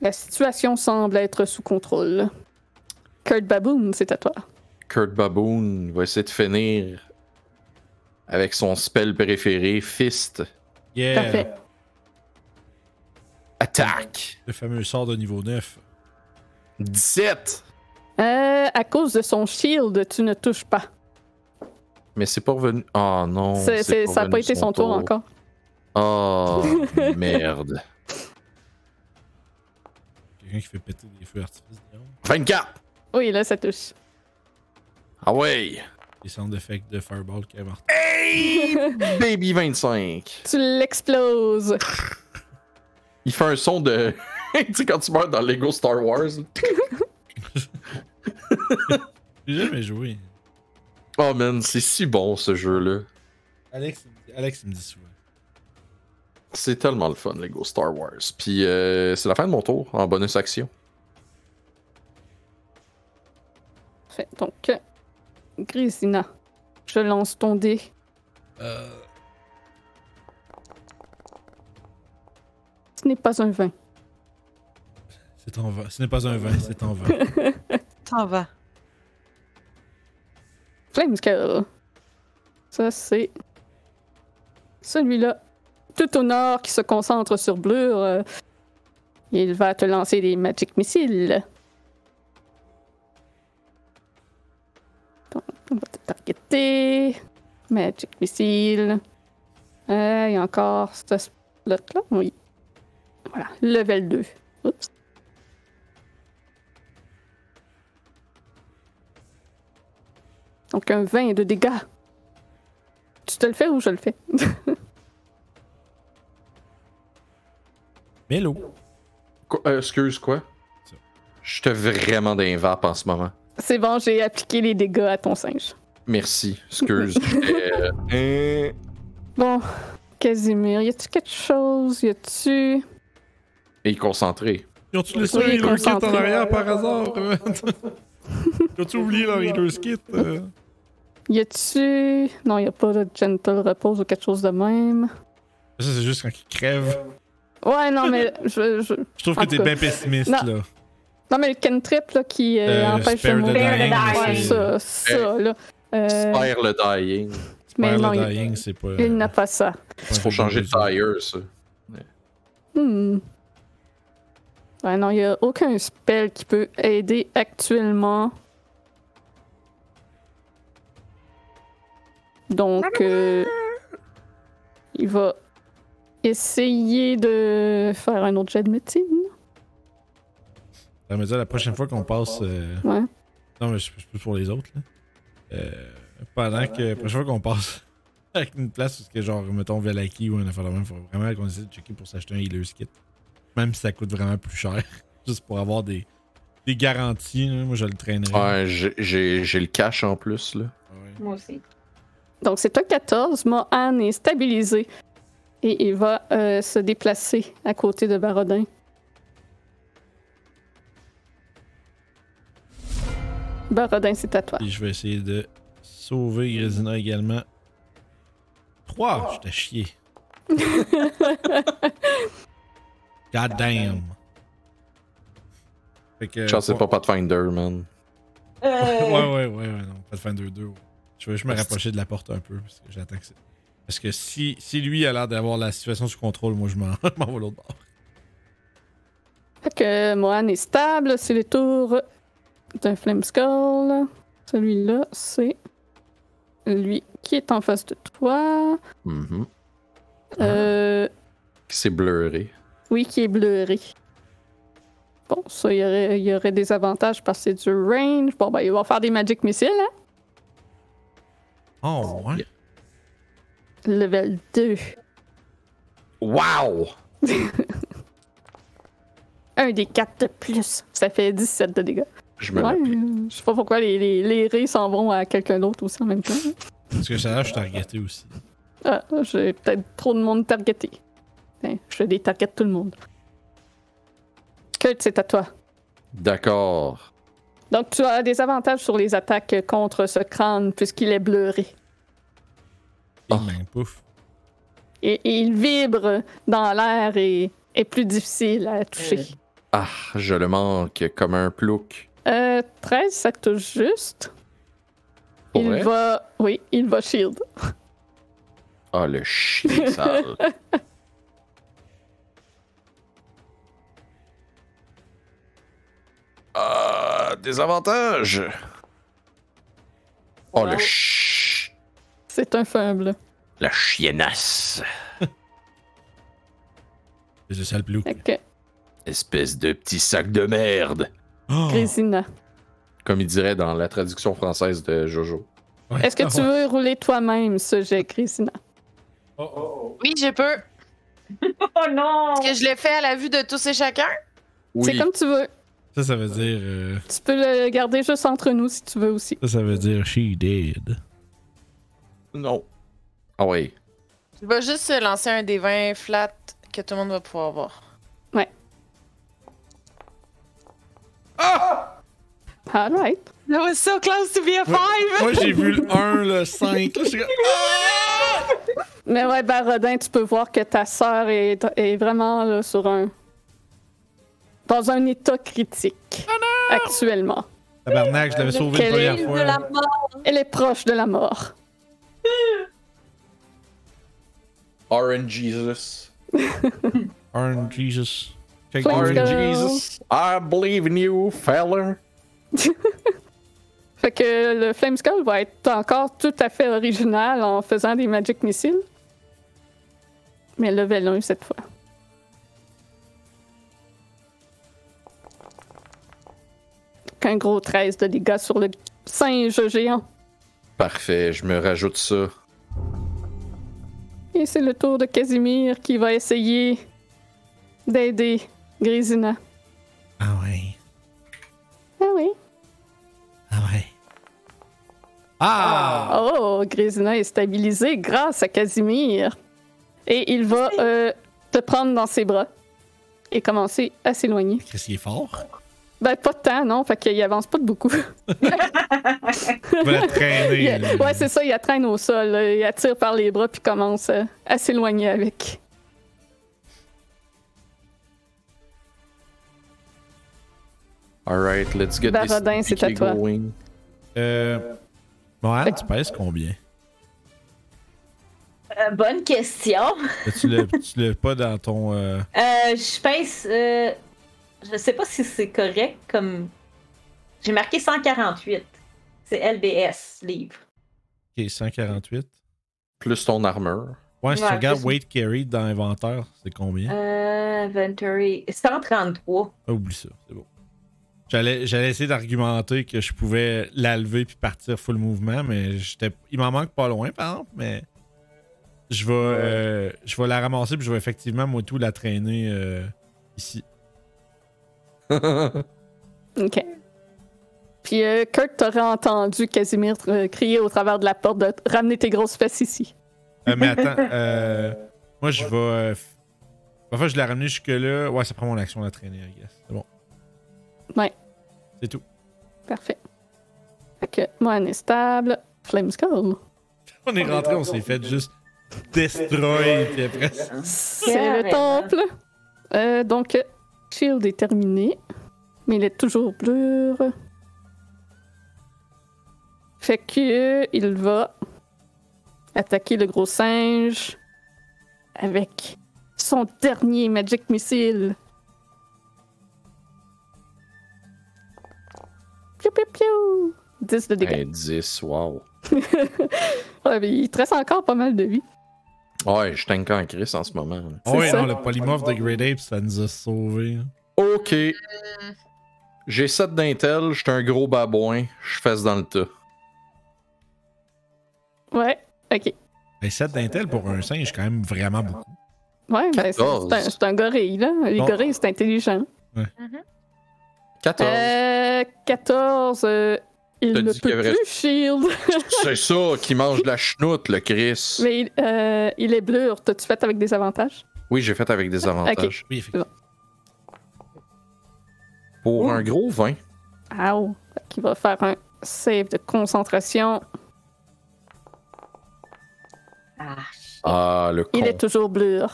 Speaker 2: La situation semble être sous contrôle. Kurt Baboon, c'est à toi.
Speaker 5: Kurt Baboon va essayer de finir avec son spell préféré, Fist.
Speaker 1: Yeah!
Speaker 2: Parfait.
Speaker 5: Attaque!
Speaker 1: Le fameux sort de niveau 9.
Speaker 5: 17!
Speaker 2: Euh, à cause de son shield, tu ne touches pas.
Speaker 5: Mais c'est pas revenu. Oh non!
Speaker 2: C'est- c'est- ça n'a pas été son tour, encore.
Speaker 5: Oh merde!
Speaker 1: Quelqu'un qui fait péter des feux d'artifice, disons.
Speaker 5: 24!
Speaker 2: Oui, là, ça touche.
Speaker 5: Ah ouais!
Speaker 1: Des centres d'effet de fireball qui est mort.
Speaker 5: Baby 25!
Speaker 2: Tu l'exploses.
Speaker 5: Il fait un son de. tu sais, quand tu meurs dans Lego Star Wars. là.
Speaker 1: J'ai jamais joué.
Speaker 5: Oh man, c'est si bon ce jeu-là.
Speaker 1: Alex, il me dit- Alex il me dit souvent.
Speaker 5: C'est tellement le fun, Lego Star Wars. Puis euh, c'est la fin de mon tour en bonus action.
Speaker 2: Fait, donc, euh, Grisina, je lance ton dé. Ce n'est pas un vin.
Speaker 1: C'est en vain. Ce n'est pas un vin, c'est en vain.
Speaker 6: T'en vas.
Speaker 2: Flamescale. Ça, c'est. Celui-là. Tout au nord qui se concentre sur Blur. euh, il va te lancer des Magic Missiles. Donc, on va te targeter. Magic Missile. Euh, Il y a encore ce spot-là. Oui. Voilà. Level 2. Oups. Donc un 20 de dégâts. Tu te le fais ou je le fais?
Speaker 1: Mélo.
Speaker 5: Quoi- euh, excuse quoi?
Speaker 1: Ça.
Speaker 5: J'étais vraiment d'un vape en ce moment.
Speaker 2: C'est bon, j'ai appliqué les dégâts à ton singe.
Speaker 5: Merci, excuse. J'étais, euh, hein.
Speaker 2: Bon, Casimir, y a-tu quelque chose? Y a-tu.
Speaker 5: Et il est concentré.
Speaker 1: Ils ont-tu laissé
Speaker 2: Oui,
Speaker 1: un healer's kit en
Speaker 2: concentré.
Speaker 1: arrière par hasard? Ils ont-tu oublié leur healer's kit? euh?
Speaker 2: Y a-tu. Non, y a pas de gentle repose ou quelque chose de même.
Speaker 1: Ça, c'est juste quand ils crèvent.
Speaker 2: Ouais, non, mais. je, je-
Speaker 1: Je trouve
Speaker 2: En
Speaker 1: que
Speaker 2: tout
Speaker 1: t'es
Speaker 2: cas.
Speaker 1: bien pessimiste,
Speaker 2: Non.
Speaker 1: là.
Speaker 2: Non, mais le cantrip là, qui euh,
Speaker 1: Euh,
Speaker 2: empêche
Speaker 1: spare
Speaker 2: le
Speaker 1: the
Speaker 2: mot.
Speaker 4: Spare the
Speaker 1: dying,
Speaker 2: Ouais,
Speaker 1: c'est-
Speaker 2: ça, ça, là. Euh,
Speaker 5: Spare le dying.
Speaker 2: mais
Speaker 1: Spare
Speaker 2: non,
Speaker 1: the
Speaker 2: il-
Speaker 1: dying, c'est pas.
Speaker 2: il n'a pas ça.
Speaker 1: pas un
Speaker 5: Faut
Speaker 1: jeu
Speaker 5: changer de
Speaker 1: jeu.
Speaker 5: tire, ça.
Speaker 2: Hmm. Ouais, non, il n'y a aucun spell qui peut aider actuellement. Donc, euh, il va essayer de faire un autre jet de médecine.
Speaker 1: Ça me dit la prochaine fois qu'on passe. euh,
Speaker 2: Ouais.
Speaker 1: Non, mais c'est plus pour les autres, là. Euh, Pendant que. La prochaine fois qu'on passe avec une place, parce que genre, mettons Velaki ou un affaire de même, faut vraiment qu'on essaie de checker pour s'acheter un healer's kit. Même si ça coûte vraiment plus cher. Juste pour avoir des, des garanties, là. Moi, je le traînerais.
Speaker 5: Ouais, j'ai- j'ai j'ai le cash en plus, là.
Speaker 1: Ouais.
Speaker 4: Moi aussi.
Speaker 2: Donc, c'est un 14. Mohan est stabilisé. Et il va euh, se déplacer à côté de Barodin. Barodin, c'est à toi.
Speaker 1: Puis je vais essayer de sauver Grisina également. 3! J'étais chié. God damn! Fait que.
Speaker 5: Chance, c'est pas Pathfinder, man.
Speaker 1: Ouais,
Speaker 4: Euh,
Speaker 1: ouais, ouais, ouais, non. Pas de fin 2-2. ouais. Je vais juste me rapprocher de la porte un peu parce que j'attends que c'est. Parce que si, si lui a l'air d'avoir la situation sous contrôle, moi je m'en je m'en vais l'autre bord.
Speaker 2: Fait que Mohan est stable, c'est le tour d'un Flame Skull. Celui-là, c'est lui qui est en face de toi.
Speaker 5: Mhm.
Speaker 2: Euh,
Speaker 5: Qui s'est blurré.
Speaker 2: oui, qui est bleuré. Bon, ça, il y aurait, il y aurait des avantages parce que c'est du range. Bon, ben, il va faire des Magic Missiles, hein?
Speaker 1: Oh, ouais.
Speaker 2: Level 2.
Speaker 5: Wow!
Speaker 2: Un des 4 de plus. Ça fait 17 de dégâts.
Speaker 5: Je me
Speaker 2: Ouais,
Speaker 5: rappelle.
Speaker 2: euh, je sais pas pourquoi les, les, les raies s'en vont à quelqu'un d'autre aussi en même temps.
Speaker 1: Parce que ça, là, je suis targeté aussi.
Speaker 2: Ah, j'ai peut-être trop de monde targeté. Ben, je détargete tout le monde. Kurt, c'est à toi.
Speaker 5: D'accord.
Speaker 2: Donc, tu as des avantages sur les attaques contre ce crâne puisqu'il est bleuré.
Speaker 1: Et
Speaker 5: Oh.
Speaker 1: ben, pouf.
Speaker 2: Et, et il vibre dans l'air et est plus difficile à toucher.
Speaker 5: Ah, je le manque comme un plouc.
Speaker 2: Euh, 13, ça touche juste.
Speaker 5: Pour
Speaker 2: il
Speaker 5: vrai?
Speaker 2: va. Oui, il va shield.
Speaker 5: Ah, le chien sale. Ah, des avantages. Oh, le
Speaker 4: Wow.
Speaker 5: ch...
Speaker 2: C'est un fumble.
Speaker 5: La chiennasse.
Speaker 1: C'est le sale plouc.
Speaker 2: Fait que,
Speaker 5: Espèce de petit sac de merde.
Speaker 1: Oh!
Speaker 2: Grésina.
Speaker 5: Comme il dirait dans la traduction française de Jojo.
Speaker 1: Ah Ouais.
Speaker 2: Est-ce que tu veux rouler toi-même ce jet, Grésina?
Speaker 1: Oh, oh,
Speaker 6: Oui, je peux.
Speaker 4: Oh non!
Speaker 6: Est-ce que je l'ai fait à la vue de tous et chacun?
Speaker 2: C'est comme tu veux.
Speaker 1: oh. Ça, ça veut dire. euh,
Speaker 2: Tu peux le garder juste entre nous si tu veux aussi.
Speaker 1: ça, ça veut dire she did.
Speaker 5: Non. Ah oui.
Speaker 6: Je vais juste lancer un des 20 flat que tout le monde va pouvoir voir.
Speaker 2: All right.
Speaker 6: That was so close to be a five!
Speaker 1: Moi, j'ai vu le 1, le 5. Là, je suis comme,
Speaker 2: Mais ouais, ben Rodin, tu peux voir que ta sœur est, est vraiment là, sur un. dans un état critique actuellement.
Speaker 1: ah! Tabarnak, je l'avais sauvé une
Speaker 2: Quel est
Speaker 1: première
Speaker 4: Ville de la
Speaker 1: fois.
Speaker 4: mort!
Speaker 2: Elle est proche de la mort.
Speaker 5: Orange Jesus.
Speaker 1: Iron Jesus. Check
Speaker 2: Please
Speaker 1: the-
Speaker 2: go.
Speaker 5: Orange Jesus. I believe in you, fella.
Speaker 2: Fait que le Flame Skull va être encore tout à fait original en faisant des Magic Missiles. Mais level 1 cette fois. Qu'un gros 13 de dégâts sur le singe géant.
Speaker 5: Parfait, je me rajoute ça.
Speaker 2: Et c'est le tour de Casimir qui va essayer d'aider Grisina.
Speaker 1: Ah ouais.
Speaker 2: Ah oui.
Speaker 1: Ah ouais. Ah!
Speaker 2: Oh, Grisina est stabilisée grâce à Casimir. Et il va euh, te prendre dans ses bras et commencer à s'éloigner.
Speaker 1: Qu'est-ce qu'il est fort?
Speaker 2: Ben, pas de temps, non? Fait qu'il avance pas de beaucoup.
Speaker 1: Il va la
Speaker 2: Il-
Speaker 1: traîner. là.
Speaker 2: ouais, c'est ça, il la traîne au sol. là. Il attire par les bras puis commence euh, à s'éloigner avec.
Speaker 5: Alright, let's get this
Speaker 2: Baradin, c'est à
Speaker 5: sticky
Speaker 2: toi.
Speaker 5: going.
Speaker 1: Euh. Mohan, tu pèses combien?
Speaker 4: Euh, bonne question.
Speaker 1: tu le, tu le pas dans ton. euh,
Speaker 4: Euh, je pèse. euh, je sais pas si c'est correct comme. J'ai marqué 148. C'est LBS, livre.
Speaker 1: Ok, 148.
Speaker 5: Plus ton armure.
Speaker 1: Ouais, si tu
Speaker 4: Ouais,
Speaker 1: regardes
Speaker 4: plus-
Speaker 1: weight carried dans l'inventaire, c'est combien?
Speaker 4: Euh, inventory. 133.
Speaker 1: Ah, oublie ça, c'est bon. J'allais j'allais essayer d'argumenter que je pouvais la lever puis partir full mouvement, mais j'étais il m'en manque pas loin, par exemple, mais je vais, euh, je vais la ramasser puis je vais effectivement, moi tout, la traîner euh, ici.
Speaker 2: OK. Puis euh, Kurt, t'aurais entendu Casimir euh, crier au travers de la porte de « Ramenez tes grosses fesses ici
Speaker 1: Euh, mais attends, euh, moi je vais. euh, f- Enfin, je l'ai ramenée jusque-là. Ouais, ça prend mon action de la traîner, I guess. C'est bon.
Speaker 2: Ouais.
Speaker 1: C'est tout. ».
Speaker 2: Parfait. Fait que Mohan est stable. Flame Skull.
Speaker 1: On est rentré, on s'est fait juste destroy, puis après ça.
Speaker 2: C'est le
Speaker 4: Carrément.
Speaker 2: temple. Euh, donc, euh, Shield est terminé. Mais il est toujours bleu. Fait que euh, il va attaquer le gros singe avec son dernier Magic Missile. Piou, piou, piou. 10 de dégâts.
Speaker 5: Un 10, wow.
Speaker 2: Ouais, mais il te reste encore pas mal de vie.
Speaker 5: Ouais, je tank en Chris en ce moment. là.
Speaker 1: Ah ouais,
Speaker 2: ça.
Speaker 1: non, le polymorphe de Great Ape, ça nous a sauvés. hein.
Speaker 5: Ok. J'ai 7 d'intel, j'étais un gros babouin, je fesse dans le tas.
Speaker 2: Ouais, ok.
Speaker 1: Et 7 Ben, d'intel pour un singe, c'est quand même vraiment beaucoup.
Speaker 2: Ouais, ben, c'est- c'est un,
Speaker 5: 14.
Speaker 2: c'est un gorille, là. Les
Speaker 1: Bon.
Speaker 2: gorilles, c'est intelligent.
Speaker 5: 14.
Speaker 2: Euh, 14. euh, il
Speaker 5: T'as
Speaker 2: ne
Speaker 5: dit qu'il y
Speaker 2: peut
Speaker 5: avait-
Speaker 2: plus shield.
Speaker 5: C'est ça qui mange de la chenoute, le Chris.
Speaker 2: Mais il, euh, il est bleu. T'as-tu fait avec des avantages?
Speaker 5: Oui, j'ai fait avec des avantages.
Speaker 1: Oui, effectivement.
Speaker 5: Pour
Speaker 4: Ouh.
Speaker 5: un gros 20.
Speaker 2: Ow. Qui va faire un save de concentration.
Speaker 4: Ah,
Speaker 5: Ah, le con.
Speaker 2: Il est toujours bleu.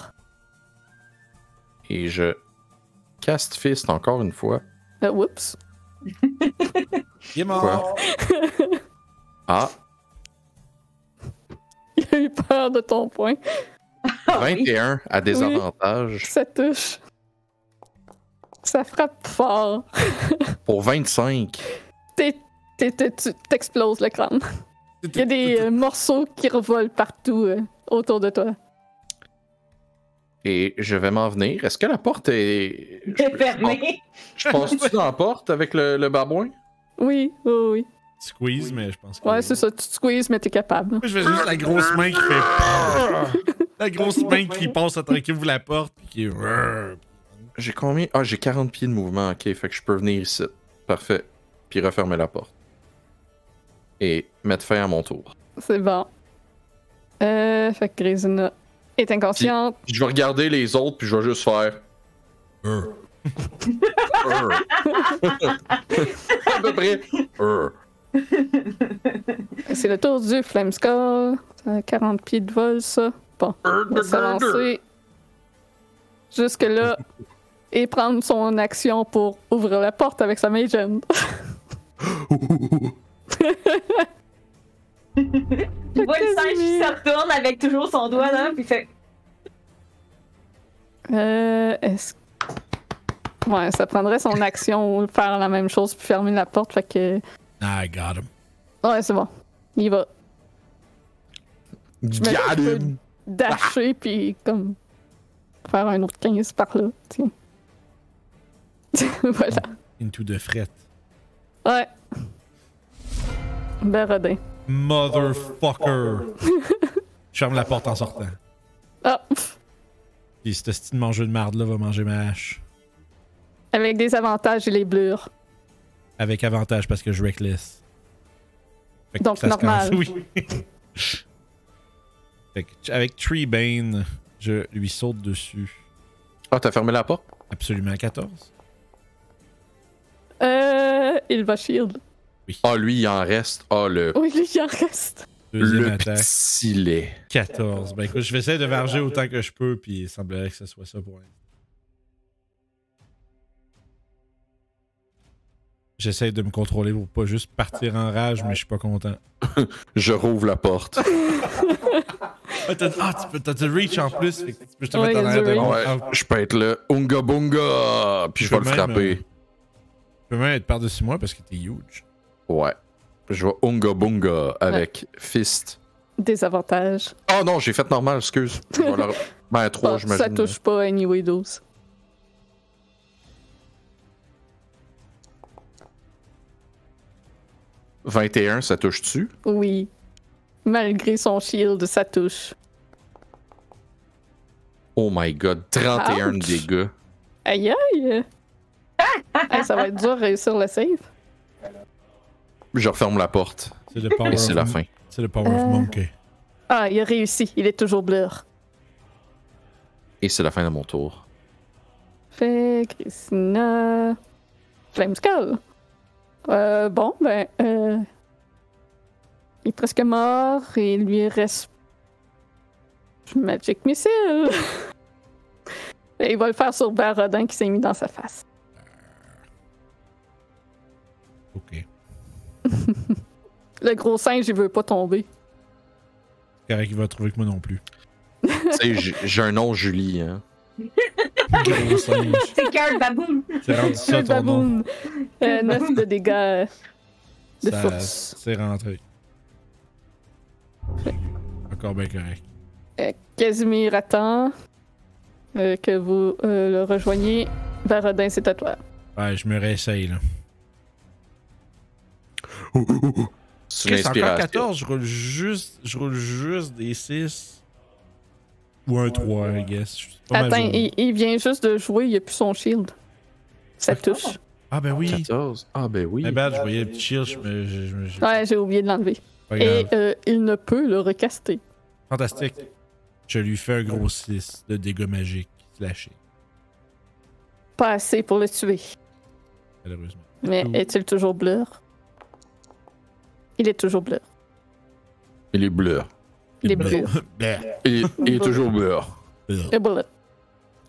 Speaker 5: Et je cast fist encore une fois.
Speaker 2: Euh, whoops.
Speaker 1: Il est mort.
Speaker 5: Quoi? Ah,
Speaker 2: Il a eu peur de ton point.
Speaker 4: Ah oui.
Speaker 5: 21 à des
Speaker 2: Oui.
Speaker 5: avantages.
Speaker 2: Ça touche. Ça frappe fort.
Speaker 5: Pour 25.
Speaker 2: T'es- t'es- t'es- tu- T'exploses le crâne. Il y a des euh, morceaux qui revolent partout euh, autour de toi.
Speaker 5: Et je vais m'en venir. Est-ce que la porte est.
Speaker 4: C'est fermé.
Speaker 5: Je passe-tu dans la porte avec le, le babouin?
Speaker 2: Oui, oui, oui.
Speaker 1: Squeeze, mais je pense que.
Speaker 2: Ouais, c'est ça. Tu te squeezes, mais t'es capable.
Speaker 1: Moi, je fais juste la grosse main qui fait. la grosse main qui passe à travers qui ouvre la porte. Puis qui.
Speaker 5: J'ai combien? Ah, j'ai 40 pieds de mouvement. Ok, fait que je peux venir ici. Parfait. Puis refermer la porte. Et mettre fin à mon tour.
Speaker 2: C'est bon. Euh, fait que Grisina est inconsciente.
Speaker 5: Puis je vais regarder les autres, puis je vais juste faire. Er.
Speaker 1: Urgh.
Speaker 5: Urgh. Er. à peu près. Urgh.
Speaker 2: C'est le tour du Flamescore. Ça a 40 pieds de vol, ça. Bon,
Speaker 5: Er,
Speaker 2: on va se lancer jusque-là et prendre son action pour ouvrir la porte avec sa mage hand.
Speaker 4: Tu vois le singe qui se retourne avec toujours son doigt là, puis fait.
Speaker 2: Euh, est-ce... Ouais, ça prendrait son action ou faire la même chose puis fermer la porte, fait que...
Speaker 1: I got him.
Speaker 2: Ouais, c'est bon. Il va me-
Speaker 5: Got
Speaker 2: je peux-
Speaker 5: him.
Speaker 2: dasher puis comme... faire un autre 15 par là, tiens. voilà.
Speaker 1: Into the fret.
Speaker 2: Ouais. Ben rodin.
Speaker 1: Motherfucker. je ferme la porte en sortant.
Speaker 2: Ah, pff.
Speaker 1: Puis ce style de mangeux de marde-là va manger ma hache.
Speaker 2: avec des avantages et les blurs.
Speaker 1: Avec avantage parce que je reckless. Fait que
Speaker 2: Donc,
Speaker 1: ça se
Speaker 2: normal.
Speaker 1: casse, Oui. Fait que, avec Tree Bane, je lui saute dessus.
Speaker 5: Ah, t'as fermé la porte?
Speaker 1: Absolument 14.
Speaker 2: Euh, il va shield.
Speaker 5: Ah, lui, il en reste. Ah, le,
Speaker 2: Oui, lui, il en reste.
Speaker 1: Deuxième
Speaker 5: le
Speaker 1: attaque.
Speaker 5: petit lait.
Speaker 1: 14. Ben écoute, je vais essayer de varger autant que je peux, puis il semblerait que ce soit ça pour l'instant. J'essaie de me contrôler pour pas juste partir en rage, mais je suis pas content.
Speaker 5: Je rouvre la porte.
Speaker 1: Ah, t'as ah, tu peux- t'as du reach en plus, fait que tu peux te
Speaker 2: Ouais,
Speaker 1: mettre en
Speaker 2: il y a
Speaker 1: arrière
Speaker 2: du
Speaker 1: de
Speaker 2: reach.
Speaker 1: moi.
Speaker 5: Ouais, je peux être le Unga Bunga, puis je vais le
Speaker 1: Quand même, euh,
Speaker 5: frapper.
Speaker 1: Tu peux même être par-dessus moi parce que t'es huge.
Speaker 5: Ouais. Je vais Unga Bunga avec Fist.
Speaker 2: Des avantages.
Speaker 5: Oh non, j'ai fait normal, excuse. Je vais le- Ben, à 3,
Speaker 2: Ah,
Speaker 5: j'imagine.
Speaker 2: ça touche pas anyway 12.
Speaker 5: mais 21, ça touche-tu?
Speaker 2: Oui. Malgré son shield, ça touche.
Speaker 5: Oh my god, 31 de
Speaker 2: Ouch.
Speaker 5: dégâts.
Speaker 2: Aïe aïe! Hey, ça va être dur de réussir le save.
Speaker 5: Je referme la porte
Speaker 1: C'est le power,
Speaker 5: et c'est
Speaker 1: of,
Speaker 5: la fin.
Speaker 1: c'est le power of
Speaker 2: Euh.
Speaker 1: Monkey.
Speaker 2: Ah, il a réussi. Il est toujours blur.
Speaker 5: Et c'est la fin de mon tour.
Speaker 2: Fait Christina. Flame Skull. Euh, bon, ben. euh, Il est presque mort et il lui reste. Magic Missile! et il va le faire sur Barodin qui s'est mis dans sa face.
Speaker 1: Ok.
Speaker 2: Le gros singe, il veut pas tomber.
Speaker 1: C'est correct, il va trouver que moi non plus.
Speaker 5: tu sais, j'ai- j'ai un nom Julie, hein.
Speaker 1: Gros singe.
Speaker 4: C'est Girl Baboon.
Speaker 1: C'est rendu ça ton nom.
Speaker 2: 9 de dégâts euh, de
Speaker 1: Ça-
Speaker 2: force.
Speaker 1: C'est rentré. Encore bien correct.
Speaker 2: Euh, Casimir attend euh, que vous euh, le rejoigniez. Barodin, c'est à toi.
Speaker 1: Ouais, je me réessaye là.
Speaker 5: C'est une
Speaker 1: Chris, encore
Speaker 5: inspiration.
Speaker 1: 14, je roule juste, je roule juste des 6. Ou un 3, I guess. Je suis pas mal
Speaker 2: Attends,
Speaker 1: joué.
Speaker 2: il, il vient juste de jouer, il a plus son shield. Ça touche.
Speaker 1: Ah ben oui.
Speaker 5: 14. Ah ben oui.
Speaker 1: Eh ben, je voyais le petit shield, je me... je- je me- je-
Speaker 2: Ouais, j'ai oublié de l'enlever.
Speaker 1: pas
Speaker 2: Et
Speaker 1: grave.
Speaker 2: euh, il ne peut le recaster.
Speaker 1: Fantastique. Je lui fais un gros 6 de dégâts magiques slashés,
Speaker 2: Pas assez pour le tuer.
Speaker 1: malheureusement.
Speaker 2: Mais
Speaker 1: Ouh.
Speaker 2: est-il toujours blur? Il est toujours blur.
Speaker 5: Il est bleu.
Speaker 2: Il est
Speaker 1: bleu.
Speaker 2: bleu.
Speaker 1: Bleu.
Speaker 5: Il, il est
Speaker 2: Bleu.
Speaker 5: toujours bleu.
Speaker 1: Bleu.
Speaker 2: Le bullet.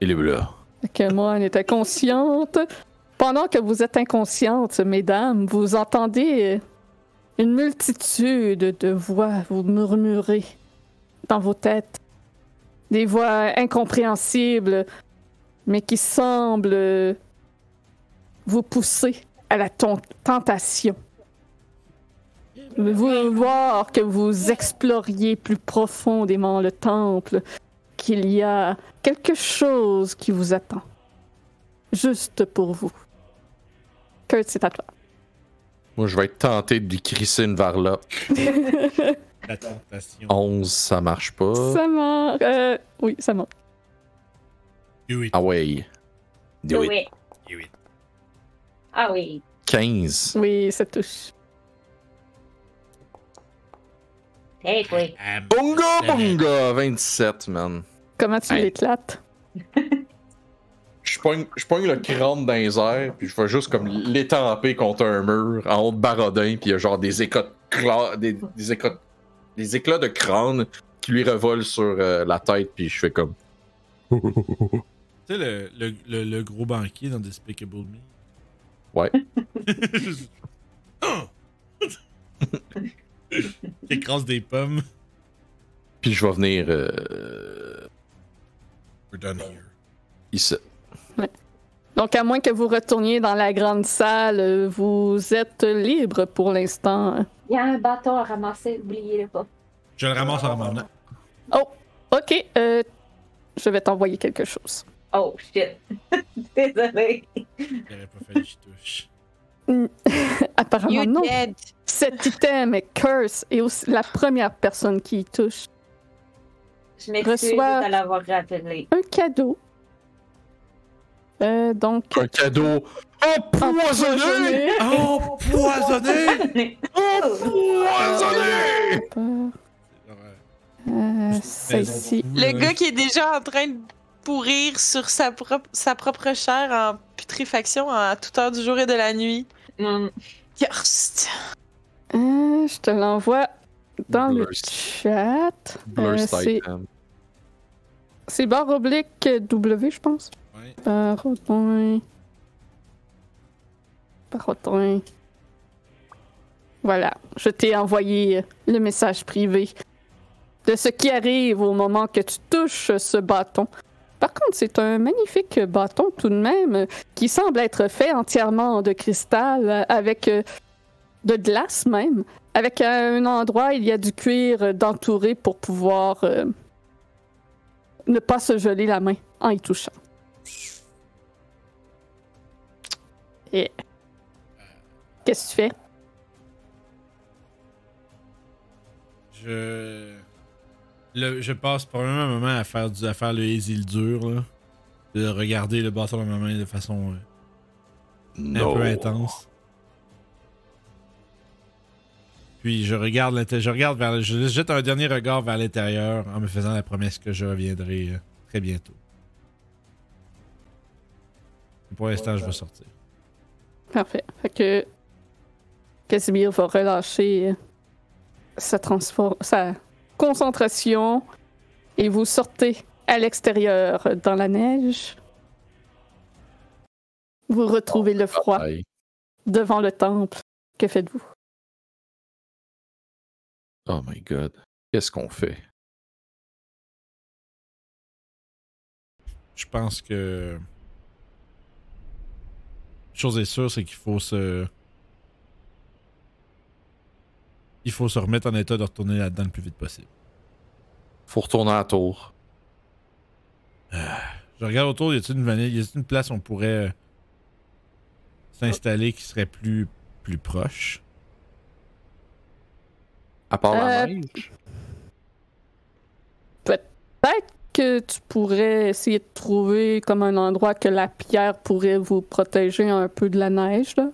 Speaker 5: Il est bleu.
Speaker 2: Fait Que moi, elle est inconsciente. Pendant que vous êtes inconsciente, mesdames, vous entendez euh, une multitude de voix vous murmurer dans vos têtes. Des voix incompréhensibles, mais qui semblent euh, vous pousser à la ton- tentation. Vous voir que vous exploriez plus profondément le temple, qu'il y a quelque chose qui vous attend. Juste pour vous. Kurt, c'est à toi.
Speaker 5: Moi, je vais être tenté de lui crisser une varlope.
Speaker 1: La tentation.
Speaker 5: 11, ça marche pas.
Speaker 2: Ça manque. euh, oui, ça manque.
Speaker 1: Do it.
Speaker 5: Ah ouais. Do it.
Speaker 4: Oui.
Speaker 1: Do it.
Speaker 4: Ah oui.
Speaker 5: 15.
Speaker 2: Oui, ça touche.
Speaker 4: Eh oui.
Speaker 1: Ah, bon.
Speaker 5: Bonga,
Speaker 1: Jamais.
Speaker 5: bonga! 27, man.
Speaker 2: Comment tu
Speaker 5: Hey.
Speaker 2: l'éclates?
Speaker 5: Je pogne, je pogne le crâne dans les airs, puis je vais juste comme l'étamper contre un mur en haut de barodin, puis il y a genre des éclats de, cla- des, des éclats, de- des éclats de crâne qui lui revolent sur euh, la tête, puis je fais comme.
Speaker 1: Tu sais, le, le, le, le gros banquier dans Despicable Me.
Speaker 5: Ouais.
Speaker 1: Oh! Qui écrase des pommes.
Speaker 5: Puis je vais venir euh,
Speaker 1: We're done here.
Speaker 5: ici.
Speaker 2: Donc, à moins que vous retourniez dans la grande salle, euh, vous êtes libre pour l'instant.
Speaker 4: Il y a un bâton à ramasser, oubliez-le pas.
Speaker 1: Je le ramasse en m'emmenant.
Speaker 2: Oh, Ok, euh, je vais t'envoyer quelque chose.
Speaker 4: Oh shit. Désolé.
Speaker 1: J'aurais pas fallu que je touche.
Speaker 2: Apparemment,
Speaker 6: You
Speaker 2: non.
Speaker 6: dead.
Speaker 2: Cet item est curse et aussi la première personne qui y touche.
Speaker 4: Je m'excuse
Speaker 2: Reçois-
Speaker 4: de l'avoir rappelé.
Speaker 2: Un cadeau. Euh, donc.
Speaker 5: Un cadeau empoisonné!
Speaker 2: empoisonné.
Speaker 1: Oh, Empoisonné!
Speaker 5: Empoisonné!
Speaker 2: Euh,
Speaker 1: Ben,
Speaker 2: c'est ici.
Speaker 6: Le
Speaker 1: euh,
Speaker 6: gars qui est déjà en train de pourrir sur sa, propre sa propre chair en putréfaction à toute heure du jour et de la nuit.
Speaker 4: Hum,
Speaker 6: Yarst.
Speaker 2: Euh, je te l'envoie dans le
Speaker 5: Blurst.
Speaker 2: chat.
Speaker 5: Blur
Speaker 2: Euh, c'est-
Speaker 5: Titan.
Speaker 2: c'est barre oblique W, je pense.
Speaker 1: Ouais.
Speaker 2: Barotin. Barotin. Voilà, je t'ai envoyé le message privé de ce qui arrive au moment que tu touches ce bâton. Par contre, c'est un magnifique bâton tout de même qui semble être fait entièrement de cristal euh, avec euh, de glace même. Avec euh, un endroit, il y a du cuir euh, d'entouré pour pouvoir euh, ne pas se geler la main en y touchant. Et Qu'est-ce que tu fais?
Speaker 1: Je. le- je passe probablement un moment à faire, du, à faire le easy le dur, là. De regarder le bâton dans ma main de façon euh, un
Speaker 5: No.
Speaker 1: peu intense. Puis je regarde, l'inté- je regarde vers le- je jette un dernier regard vers l'intérieur en me faisant la promesse que je reviendrai euh, très bientôt. Pour l'instant, je vais sortir.
Speaker 2: Parfait. Fait que Casimir va relâcher euh, sa, transfor- sa concentration et vous sortez à l'extérieur dans la neige. Vous retrouvez le froid
Speaker 5: Aïe.
Speaker 2: devant le temple. Que faites-vous?
Speaker 5: Oh my god. Qu'est-ce qu'on fait?
Speaker 1: je pense que. Chose est sûre, c'est qu'il faut se. Il faut se remettre en état de retourner là-dedans le plus vite possible.
Speaker 5: Faut retourner à la tour.
Speaker 1: Je regarde autour, y a-t-il une vanille, y a-t-il une place où on pourrait euh, s'installer qui serait plus plus proche
Speaker 5: À part la
Speaker 2: Euh,
Speaker 5: neige.
Speaker 2: Peut-être que tu pourrais essayer de trouver comme un endroit que la pierre pourrait vous protéger un peu de la neige. là.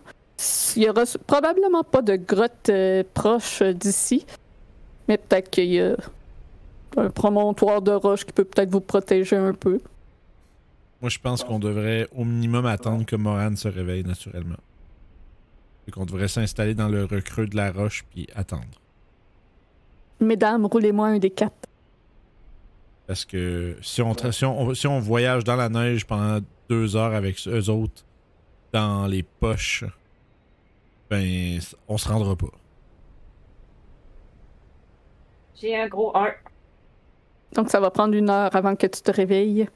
Speaker 2: Il y aura s- probablement pas de grotte euh, proche euh, d'ici, mais peut-être qu'il y a un promontoire de roche qui peut peut-être vous protéger un peu.
Speaker 1: Moi, je pense qu'on devrait au minimum attendre que Moran se réveille naturellement. Et qu'on devrait s'installer dans le recreux de la roche puis attendre.
Speaker 2: Mesdames, roulez-moi un des quatre.
Speaker 1: Parce que si on, tra- si on, si on voyage dans la neige pendant deux heures avec eux autres dans les poches, ben, on se rendra pas.
Speaker 4: J'ai un gros 1.
Speaker 2: Donc ça va prendre une heure avant que tu te réveilles.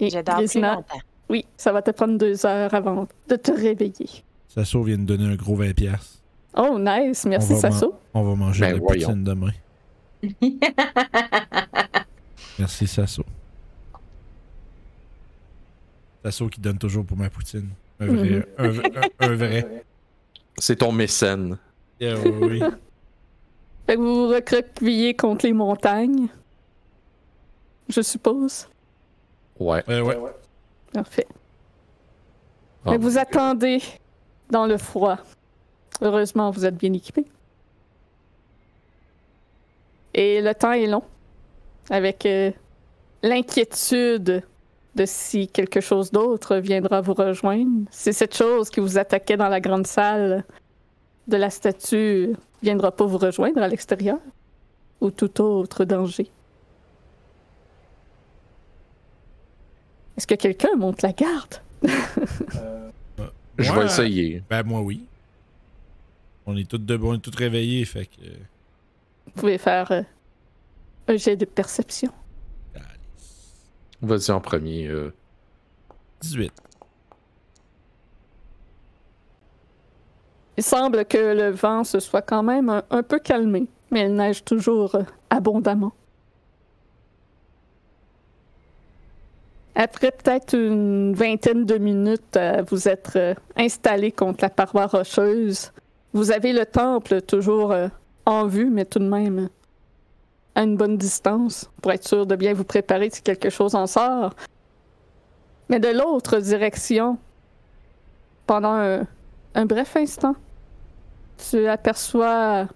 Speaker 2: Et
Speaker 6: Je dors plus
Speaker 2: Grisina,
Speaker 6: longtemps.
Speaker 2: oui, ça va te prendre deux heures avant de te réveiller.
Speaker 1: Sasso vient de donner un gros 20$. piastres.
Speaker 2: Oh, nice, merci
Speaker 1: On va
Speaker 2: Sasso.
Speaker 1: On va manger
Speaker 5: Ben
Speaker 1: de la
Speaker 5: voyons.
Speaker 1: poutine demain. Merci Sasso. Sasso qui donne toujours pour ma poutine. Un vrai.
Speaker 2: Mhm.
Speaker 1: un, un- un vrai.
Speaker 5: C'est ton mécène.
Speaker 1: Yeah, oui, oui.
Speaker 2: Fait que vous vous recroquevillez contre les montagnes. Je suppose.
Speaker 5: Ouais.
Speaker 1: Euh, Ouais, ouais.
Speaker 2: Parfait.
Speaker 5: Ah,
Speaker 2: Fait que vous attendez dans le froid. Heureusement, vous êtes bien équipés. Et le temps est long. Avec euh, l'inquiétude de si quelque chose d'autre viendra vous rejoindre. Si cette chose qui vous attaquait dans la grande salle de la statue viendra pas vous rejoindre à l'extérieur. Ou tout autre danger. Est-ce que quelqu'un monte la garde?
Speaker 5: Je
Speaker 1: Moi,
Speaker 5: vais essayer.
Speaker 1: Ben, moi, oui. On est toutes debout, on est toutes réveillées, fait que. euh,
Speaker 2: Vous pouvez faire euh, un jet de perception.
Speaker 5: Vas-y en premier. euh,
Speaker 1: 18.
Speaker 2: Il semble que le vent se soit quand même un, un peu calmé, mais il neige toujours euh, abondamment. Après peut-être une vingtaine de minutes à vous être euh, installé contre la paroi rocheuse, vous avez le temple toujours euh, en vue, mais tout de même euh, à une bonne distance pour être sûr de bien vous préparer si quelque chose en sort. Mais de l'autre direction, pendant un, un bref instant, tu aperçois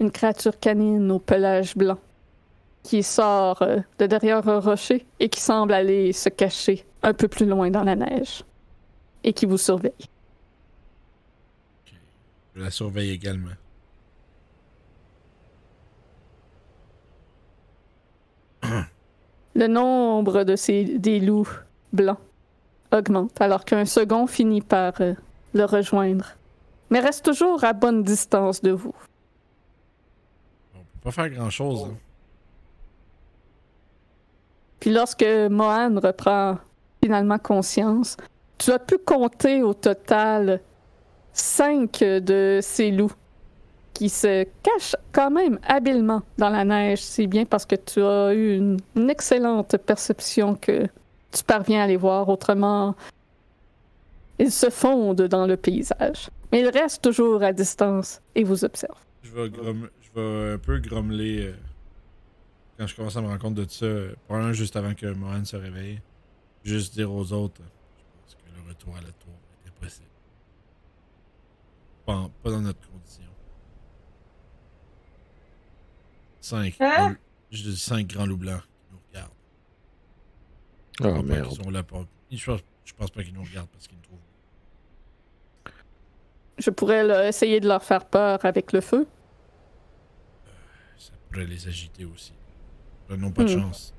Speaker 2: une créature canine au pelage blanc qui sort euh, de derrière un rocher et qui semble aller se cacher un peu plus loin dans la neige et qui vous surveille.
Speaker 1: Je la surveille également.
Speaker 2: Le nombre de ces des loups blancs augmente alors qu'un second finit par euh, le rejoindre, mais reste toujours à bonne distance de vous.
Speaker 1: On peut pas faire grand chose. hein.
Speaker 2: Puis lorsque Mohan reprend finalement conscience, tu as pu compter au total cinq de ces loups qui se cachent quand même habilement dans la neige, si bien parce que tu as eu une, une excellente perception que tu parviens à les voir. Autrement, ils se fondent dans le paysage. Mais ils restent toujours à distance et vous observent.
Speaker 1: Je vais, grom- je vais un peu grommeler euh, quand je commence à me rendre compte de ça. euh, Probablement juste avant que Mohan se réveille. Juste dire aux autres euh, je pense que le retour à la tour est impossible. Pas, en- pas dans notre condition. 5.
Speaker 4: Hein?
Speaker 1: Je dis 5 grands loups blancs qui nous regardent. Je
Speaker 5: Oh
Speaker 1: pense pas qu'ils
Speaker 5: merde.
Speaker 1: sont là pour- Je pense, je pense pas qu'ils nous regardent parce qu'ils nous trouvent.
Speaker 2: Je pourrais là, essayer de leur faire peur avec le feu.
Speaker 1: Ça pourrait les agiter aussi. Ils n'ont pas de
Speaker 2: Hmm.
Speaker 1: chance.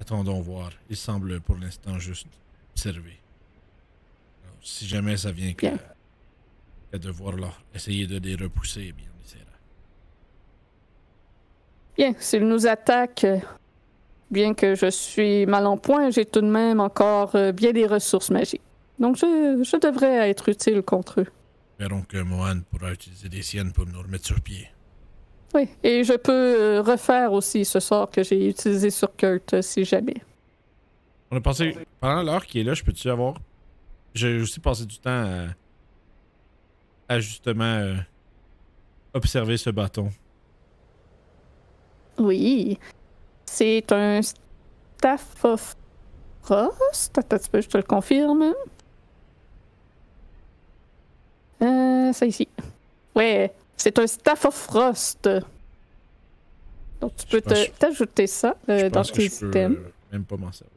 Speaker 1: Attendons voir. Ils semblent pour l'instant juste observer. Alors, si jamais ça vient qu'à
Speaker 2: Bien.
Speaker 1: qu'à devoir leur essayer de les repousser, eh bien on essaiera.
Speaker 2: Bien, s'ils nous attaquent, euh, bien que je suis mal en point, j'ai tout de même encore euh, bien des ressources magiques. Donc je, je devrais être utile contre eux.
Speaker 1: Espérons que Mohan pourra utiliser des siennes pour nous remettre sur pied.
Speaker 2: Oui, et je peux euh, refaire aussi ce sort que j'ai utilisé sur Kurt euh, si jamais.
Speaker 1: On a passé. Pendant l'heure qui est là, je peux-tu avoir. J'ai aussi passé du temps à. à justement. euh, observer ce bâton.
Speaker 2: Oui. C'est un Staff of Frost. Attends, un petit peu, je te le confirme. Euh, ça ici. Ouais, c'est un Staff of Frost. Donc, tu peux
Speaker 1: pense-
Speaker 2: te- t'ajouter ça euh,
Speaker 1: je
Speaker 2: dans
Speaker 1: pense que
Speaker 2: tes
Speaker 1: je peux
Speaker 2: items.
Speaker 1: euh, même pas m'en servir.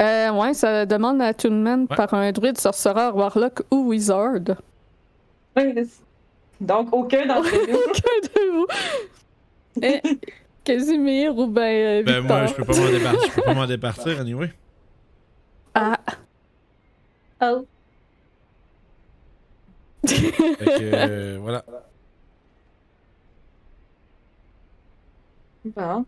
Speaker 2: Euh, ouais, ça demande l'attunement
Speaker 1: Ouais.
Speaker 2: par un druide, sorcereur, warlock ou wizard.
Speaker 4: Donc, aucun d'entre nous.
Speaker 2: Aucun de vous. Eh, Casimir ou ben, euh,
Speaker 1: Ben moi, je peux
Speaker 2: Victor.
Speaker 1: pas m'en départir. Je peux pas m'en départir, anyway.
Speaker 2: Ah.
Speaker 4: Oh.
Speaker 1: Fait que, euh, voilà.
Speaker 4: Bon.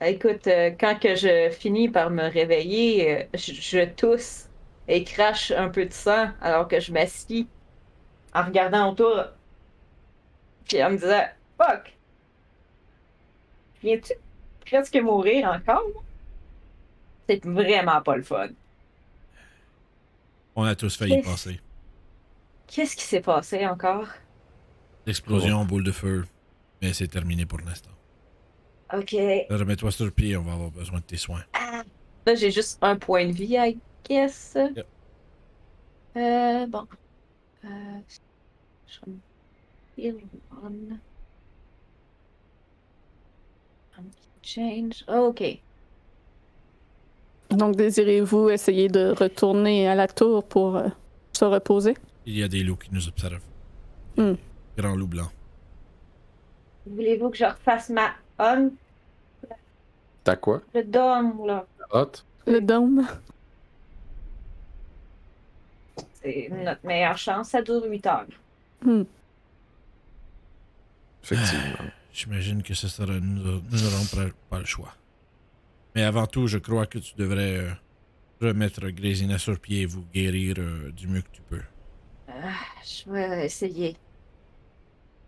Speaker 4: Écoute, euh, quand que je finis par me réveiller, euh, je, je tousse et crache un peu de sang alors que je m'assis en regardant autour. Puis en me disant Fuck! Viens-tu presque mourir encore? moi? C'est vraiment pas le fun.
Speaker 1: On a tous failli y
Speaker 4: Yes.
Speaker 1: passer.
Speaker 4: Qu'est-ce qui s'est passé encore?
Speaker 2: Oh.
Speaker 1: Explosion, boule de feu. Mais c'est terminé pour l'instant.
Speaker 4: Ok.
Speaker 1: Remets-toi sur pied, on va avoir besoin de tes soins.
Speaker 4: Là, j'ai juste un point de vie, I guess.
Speaker 1: Yep.
Speaker 4: Euh, bon. Euh, je vais me heal one. Um, Change. ok.
Speaker 2: Donc, désirez-vous essayer de retourner à la tour pour euh, se reposer?
Speaker 1: Il y a des loups qui nous observent.
Speaker 2: Hmm.
Speaker 1: Grand loup blanc.
Speaker 4: Voulez-vous que je refasse ma on,
Speaker 5: T'as quoi?
Speaker 4: le dôme, là?
Speaker 5: Hot?
Speaker 2: Le dôme?
Speaker 4: C'est notre meilleure chance. Ça dure 8 heures.
Speaker 5: Effectivement.
Speaker 1: J'imagine que ce sera. Nous nous n'aurons pas- pas le choix. Mais avant tout, je crois que tu devrais euh, remettre Grésina sur pied et vous guérir euh, du mieux que tu peux.
Speaker 4: Ah, Je vais essayer.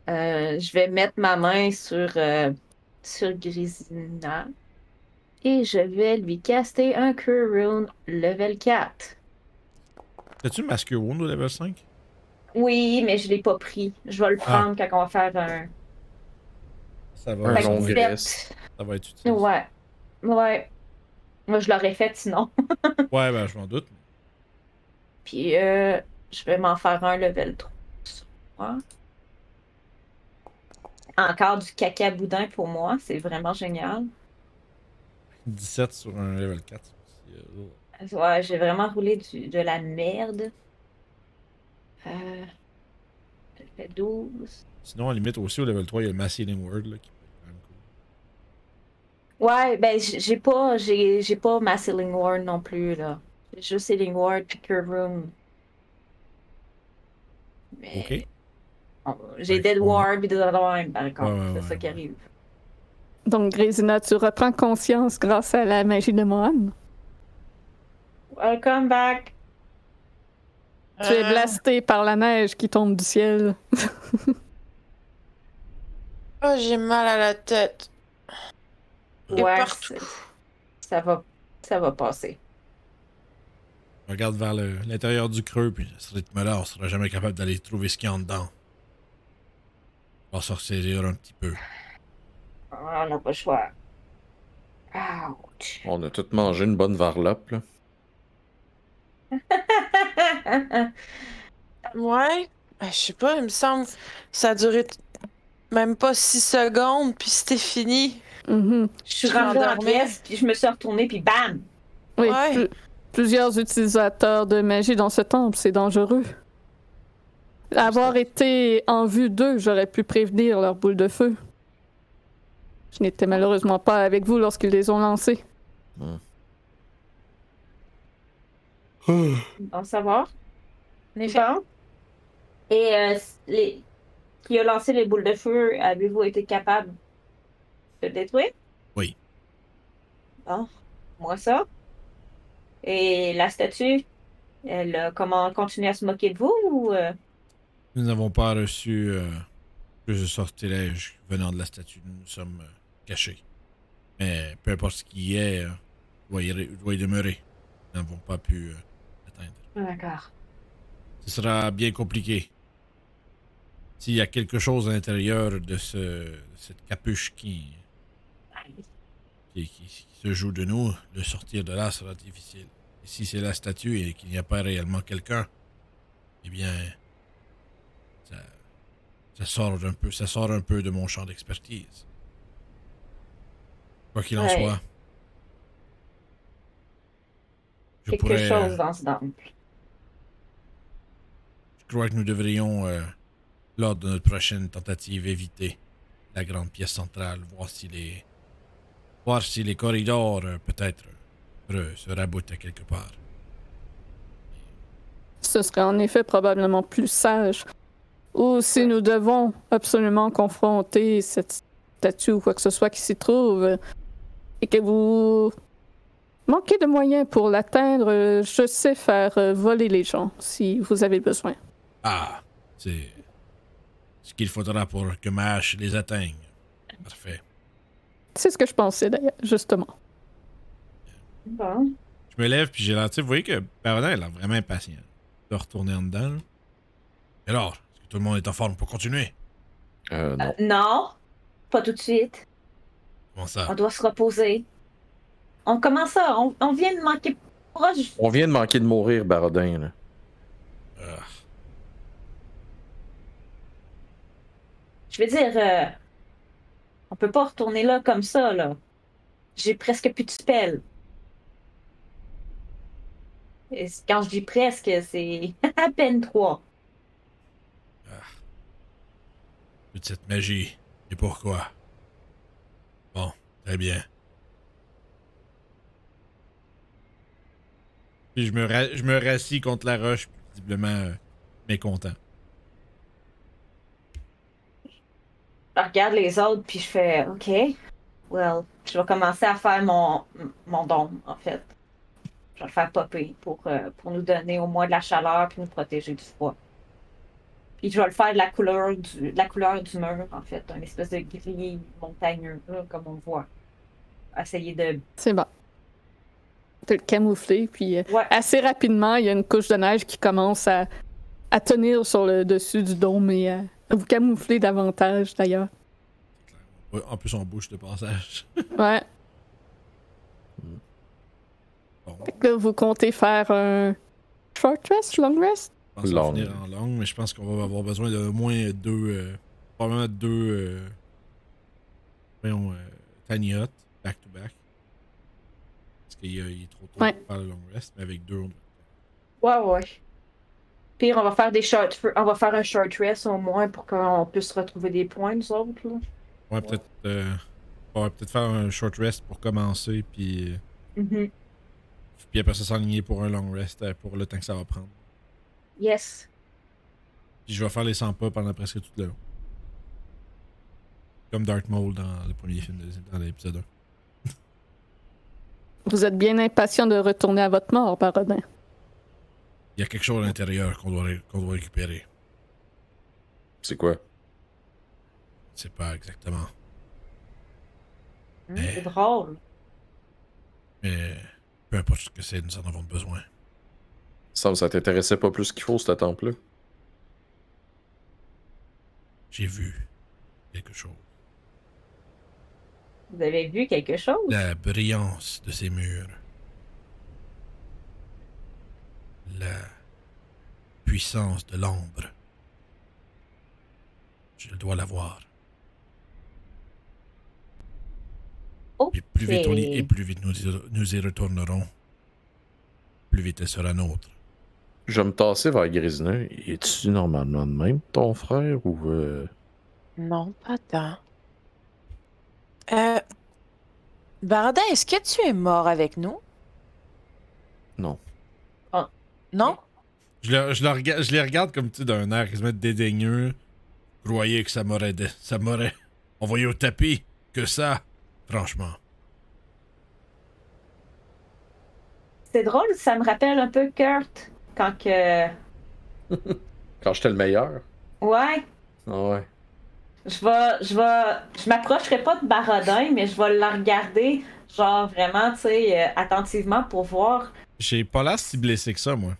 Speaker 4: Euh, je vais mettre ma main sur, euh, sur Grisina et je vais lui caster un Cure Rune level 4.
Speaker 1: T'as-tu Masque Wound au level 5
Speaker 4: Oui, mais je l'ai pas pris. Je vais le
Speaker 1: Ah.
Speaker 4: prendre quand on va faire un,
Speaker 1: Ça
Speaker 5: Un
Speaker 1: va,
Speaker 4: fait que
Speaker 5: long
Speaker 1: ça va-
Speaker 5: rest.
Speaker 4: sept.
Speaker 1: ça va être utile.
Speaker 4: Ouais. Ouais. Moi, je l'aurais fait sinon.
Speaker 1: Ouais, ben, je m'en doute.
Speaker 4: Puis, euh, je vais m'en faire un level 3. Encore du caca boudin pour moi. C'est vraiment génial.
Speaker 1: 17 sur un level 4. c'est, euh, lourd.
Speaker 4: Ouais, j'ai vraiment roulé du- de la merde. Euh, ça fait 12.
Speaker 1: Sinon, à la limite, aussi au level 3, il y a le Mass Healing Word là, qui peut être quand même cool.
Speaker 4: Ouais, ben j- j'ai pas, j'ai, j'ai pas ma Healing Ward non plus, là. J'ai juste Healing Ward puis Cure Room. Mais
Speaker 1: Ok.
Speaker 4: on- j'ai
Speaker 1: Ouais,
Speaker 4: Dead
Speaker 1: on-
Speaker 4: Ward puis Dead Alarm, par contre.
Speaker 1: Ouais, ouais,
Speaker 4: c'est
Speaker 1: ouais,
Speaker 4: ça qui
Speaker 1: ouais.
Speaker 4: arrive.
Speaker 2: Donc, Grésina, tu reprends conscience grâce à la magie de Mohan.
Speaker 4: Welcome back!
Speaker 2: Tu
Speaker 6: Euh,
Speaker 2: es blasté par la neige qui tombe du ciel.
Speaker 6: Oh, j'ai mal à la tête. Et
Speaker 4: Ouais,
Speaker 6: partout.
Speaker 4: c'est- Ça va, ça va passer.
Speaker 1: On Regarde vers le- l'intérieur du creux, puis à ce rythme-là, on sera jamais capable d'aller trouver ce qu'il y a en dedans. On va s'en ressaisir un petit peu.
Speaker 4: Oh, On n'a pas le choix. Ouch!
Speaker 5: On a tous mangé une bonne varlope, là.
Speaker 6: Ouais. Ben, je sais pas, il me semble que ça a duré t- même pas six secondes, puis c'était fini.
Speaker 2: Mhm.
Speaker 4: Je suis
Speaker 6: Je
Speaker 4: rentrée dans la
Speaker 6: m'endormais.
Speaker 4: pièce, puis je me suis retournée, puis bam!
Speaker 2: Oui,
Speaker 6: Ouais.
Speaker 2: pl- plusieurs utilisateurs de magie dans ce temple, c'est dangereux. Avoir été en vue d'eux, j'aurais pu prévenir leur boule de feu. Je n'étais malheureusement pas avec vous lorsqu'ils les ont lancées.
Speaker 4: Bon savoir.
Speaker 6: En effet.
Speaker 4: Bon. Et euh, les... qui a lancé les boules de feu, avez-vous été capable de le détruire?
Speaker 1: Oui.
Speaker 4: Bon, moi ça. Et la statue, elle a comment continué à se moquer de vous ou euh,
Speaker 1: Nous n'avons pas reçu euh, plus de sortilèges venant de la statue. Nous nous sommes euh, cachés. Mais peu importe ce qui est, euh, doit, y, re- doit y demeurer. Nous n'avons pas pu euh,
Speaker 6: Ah,
Speaker 1: atteindre.
Speaker 4: D'accord.
Speaker 1: Ce sera bien compliqué. s'il y a quelque chose à l'intérieur de ce, de cette capuche qui, qui, qui- qui se joue de nous, le sortir de là sera difficile. Et si c'est la statue et qu'il n'y a pas réellement quelqu'un, eh bien, ça, ça sort un peu, ça sort un peu de mon champ d'expertise. Quoi qu'il en
Speaker 4: Ouais.
Speaker 1: soit, je
Speaker 4: Quelque
Speaker 1: pourrais,
Speaker 4: chose dans ce temple.
Speaker 1: je crois que nous devrions, euh, lors de notre prochaine tentative, éviter la grande pièce centrale, voir si les, voir si les corridors euh, peut-être euh, re- se raboutent à quelque part.
Speaker 2: Ce serait en effet probablement plus sage. Ou si nous devons absolument confronter cette statue ou quoi que ce soit qui s'y trouve, euh, et que vous manquez de moyens pour l'atteindre, euh, je sais faire euh, voler les gens si vous avez besoin.
Speaker 1: Ah, c'est ce qu'il faudra pour que ma hache les atteigne. Parfait.
Speaker 2: C'est ce que je pensais d'ailleurs, justement.
Speaker 4: Bon.
Speaker 1: Je me lève, puis j'ai l'air. tu sais, Vous voyez que Paradin elle a l'air vraiment impatient de retourner en dedans. là. Et alors, est-ce que tout le monde est en forme pour continuer?
Speaker 5: Euh, non.
Speaker 4: Non, pas tout de suite.
Speaker 1: Comment ça?
Speaker 4: On doit se reposer. On commence ça. On, on vient de manquer proche.
Speaker 5: On vient de manquer de mourir, Barodin. là.
Speaker 1: Ah,
Speaker 4: Je veux dire, euh, on peut pas retourner là comme ça, là. J'ai presque plus de spells. Et c- quand je dis presque, c'est à peine trois.
Speaker 1: toute cette magie. Et pourquoi? Bon, très bien. Puis je me, ra- je me rassis contre la roche, visiblement euh, mécontent.
Speaker 4: Je regarde les autres, puis je fais OK. Well, je vais commencer à faire mon, mon don, en fait. Je vais le faire popper pour, euh, pour nous donner au moins de la chaleur puis nous protéger du froid. Puis je vais le faire de la couleur du, de la couleur du mur, en fait, un espèce de gris montagneux, là, comme on le voit. Essayer de.
Speaker 2: C'est bon. De le camoufler, puis euh,
Speaker 4: Ouais,
Speaker 2: assez rapidement, il y a une couche de neige qui commence à, à tenir sur le dessus du dôme et à vous camoufler davantage d'ailleurs.
Speaker 1: Ouais, En plus, on bouge de passage.
Speaker 2: Ouais.
Speaker 1: Bon.
Speaker 2: Fait que là, vous comptez faire un short rest, long rest?
Speaker 1: pense qu'on va
Speaker 5: Longue.
Speaker 1: finir en longue, mais je pense qu'on va avoir besoin de au moins deux. euh, probablement deux. Euh, voyons, euh, tiny hut, back to back. Parce qu'il y a- il est trop tôt
Speaker 2: Ouais.
Speaker 1: pour faire le long rest, mais avec deux, on doit-
Speaker 4: ouais, ouais. Pire, on va faire des short, on va faire un short rest au moins pour qu'on puisse retrouver des points, nous autres. Là.
Speaker 1: on pourrait peut-être. euh, on pourrait peut-être faire un short rest pour commencer, puis, euh,
Speaker 4: Mhm.
Speaker 1: puis après ça s'enligner pour un long rest euh, pour le temps que ça va prendre.
Speaker 4: Yes.
Speaker 1: Puis je vais faire les 100 pas pendant presque tout le long. Comme Dark Maul dans le premier film, de- dans l'épisode 1.
Speaker 2: Vous êtes bien impatient de retourner à votre mort, Barodin.
Speaker 1: Il y a quelque chose à l'intérieur qu'on doit, ré- qu'on doit récupérer.
Speaker 5: C'est quoi?
Speaker 1: Je sais pas exactement.
Speaker 4: Hum,
Speaker 1: Eh.
Speaker 4: C'est drôle.
Speaker 1: Mais peu importe ce que c'est, nous en avons besoin.
Speaker 5: Ça, ça t'intéressait pas plus qu'il faut, ce temple-là?
Speaker 1: J'ai vu quelque chose.
Speaker 4: Vous avez vu quelque chose?
Speaker 1: La brillance de ces murs. La puissance de l'ombre. Je dois la voir.
Speaker 4: Ok.
Speaker 1: Et plus vite on y, et plus vite nous y, nous y retournerons, plus vite elle sera nôtre.
Speaker 5: Je vais me tasser vers Grisina. Es-tu normalement de même, ton frère, ou... euh,
Speaker 6: Non, pas tant. Euh, Bardin, est-ce que tu es mort avec nous?
Speaker 5: Non.
Speaker 4: Ah.
Speaker 6: Non?
Speaker 1: Je, le- je le rega- je les regarde comme tu sais, d'un air quasiment dédaigneux. Croyez que ça m'aurait dé- ça m'aurait envoyé au tapis que ça, franchement.
Speaker 4: C'est drôle, ça me rappelle un peu Kurt quand que.
Speaker 5: Quand j'étais le meilleur?
Speaker 4: Ouais,
Speaker 5: Ah ouais.
Speaker 4: je vais. Je vais. Je m'approcherai pas de Barodin, mais je vais la regarder, genre vraiment, tu sais, euh, attentivement pour voir.
Speaker 1: J'ai pas l'air si blessé que ça, moi.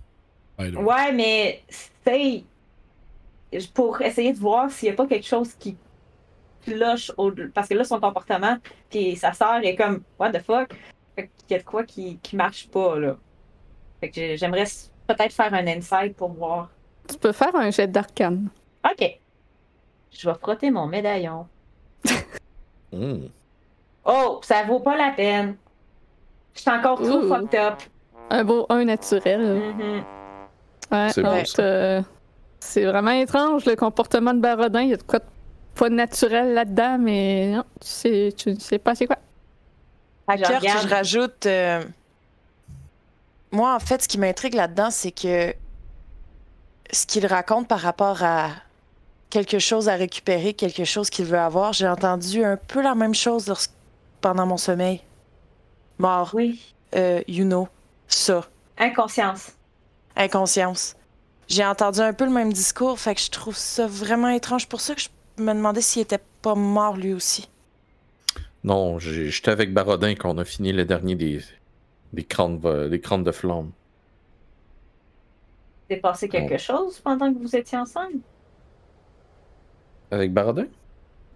Speaker 1: By the way.
Speaker 4: Ouais, mais, tu sais, pour essayer de voir s'il n'y a pas quelque chose qui cloche au parce que là son comportement puis sa sœur est comme what the fuck fait qu'il y a de quoi qui qui marche pas là fait que j'ai- j'aimerais s- peut-être faire un insight pour voir
Speaker 2: Tu peux faire un jet d'arcane.
Speaker 4: ok je vais frotter mon médaillon
Speaker 5: Hmm.
Speaker 4: oh ça vaut pas la peine je suis encore trop
Speaker 2: Ouh.
Speaker 4: fucked up
Speaker 2: Un beau 1 naturel.
Speaker 4: Mhm.
Speaker 2: Ouais,
Speaker 5: C'est bon,
Speaker 2: donc,
Speaker 5: ça.
Speaker 2: euh, c'est vraiment étrange le comportement de Barodin. Il y a de quoi de pas naturel là-dedans, mais non, tu sais, tu ne sais pas c'est quoi.
Speaker 4: Fait que je
Speaker 6: Cœur, que
Speaker 4: regarde.
Speaker 6: je rajoute. euh, Moi, en fait, ce qui m'intrigue là-dedans, c'est que ce qu'il raconte par rapport à quelque chose à récupérer, quelque chose qu'il veut avoir, j'ai entendu un peu la même chose lorsque- pendant mon sommeil. Mort,
Speaker 4: oui
Speaker 6: euh, you know, ça,
Speaker 4: inconscience
Speaker 6: inconscience. J'ai entendu un peu le même discours, fait que je trouve ça vraiment étrange. Pour ça que je me demandais s'il était pas mort lui aussi.
Speaker 5: Non, j'ai- j'étais avec Barodin quand on a fini le dernier des, des, crânes, va- des crânes de flamme.
Speaker 4: s'est passé quelque chose pendant que vous étiez ensemble
Speaker 5: Avec Barodin?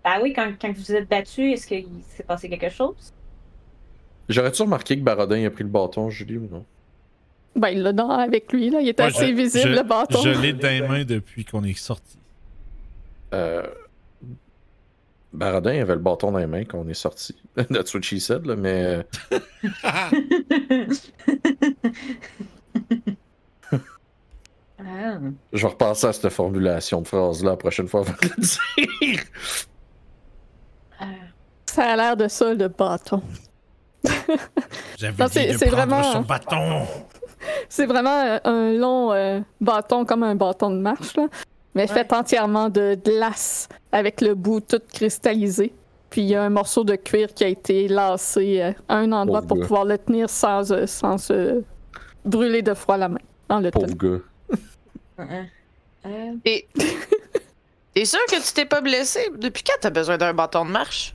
Speaker 4: Ah oui, quand, quand vous êtes battu, est-ce qu'il s'est passé quelque chose?
Speaker 5: J'aurais-tu remarqué que Barodin a pris le bâton, Julie, ou non?
Speaker 2: Ben, il l'a dans avec lui, là. Il est
Speaker 1: Ouais,
Speaker 2: assez
Speaker 1: je-
Speaker 2: visible,
Speaker 1: je-
Speaker 2: le bâton.
Speaker 1: Je l'ai dans les mains depuis qu'on est sorti.
Speaker 5: Euh, Barodin avait le bâton dans les mains quand on est sorti. That's what she said, là, mais... euh,
Speaker 4: Ah.
Speaker 5: Je vais repenser à cette formulation de phrase-là la prochaine fois avant de le dire.
Speaker 2: Ça a l'air de ça, le bâton.
Speaker 1: J'avais
Speaker 2: Non,
Speaker 1: dit
Speaker 2: c'est-
Speaker 1: de
Speaker 2: c'est
Speaker 1: prendre
Speaker 2: vraiment-
Speaker 1: son bâton.
Speaker 2: C'est vraiment euh, un long euh, bâton, comme un bâton de marche, là. Mais fait entièrement de glace, avec le bout tout cristallisé. Puis il y a un morceau de cuir qui a été lancé euh, à un endroit
Speaker 5: Pauvre
Speaker 2: pour
Speaker 5: gars.
Speaker 2: pouvoir le tenir sans, euh, sans se brûler de froid la main. Dans le
Speaker 5: Pauvre gars.
Speaker 4: Euh,
Speaker 6: Et. T'es sûr que tu t'es pas blessé? Depuis quand t'as besoin d'un bâton de marche?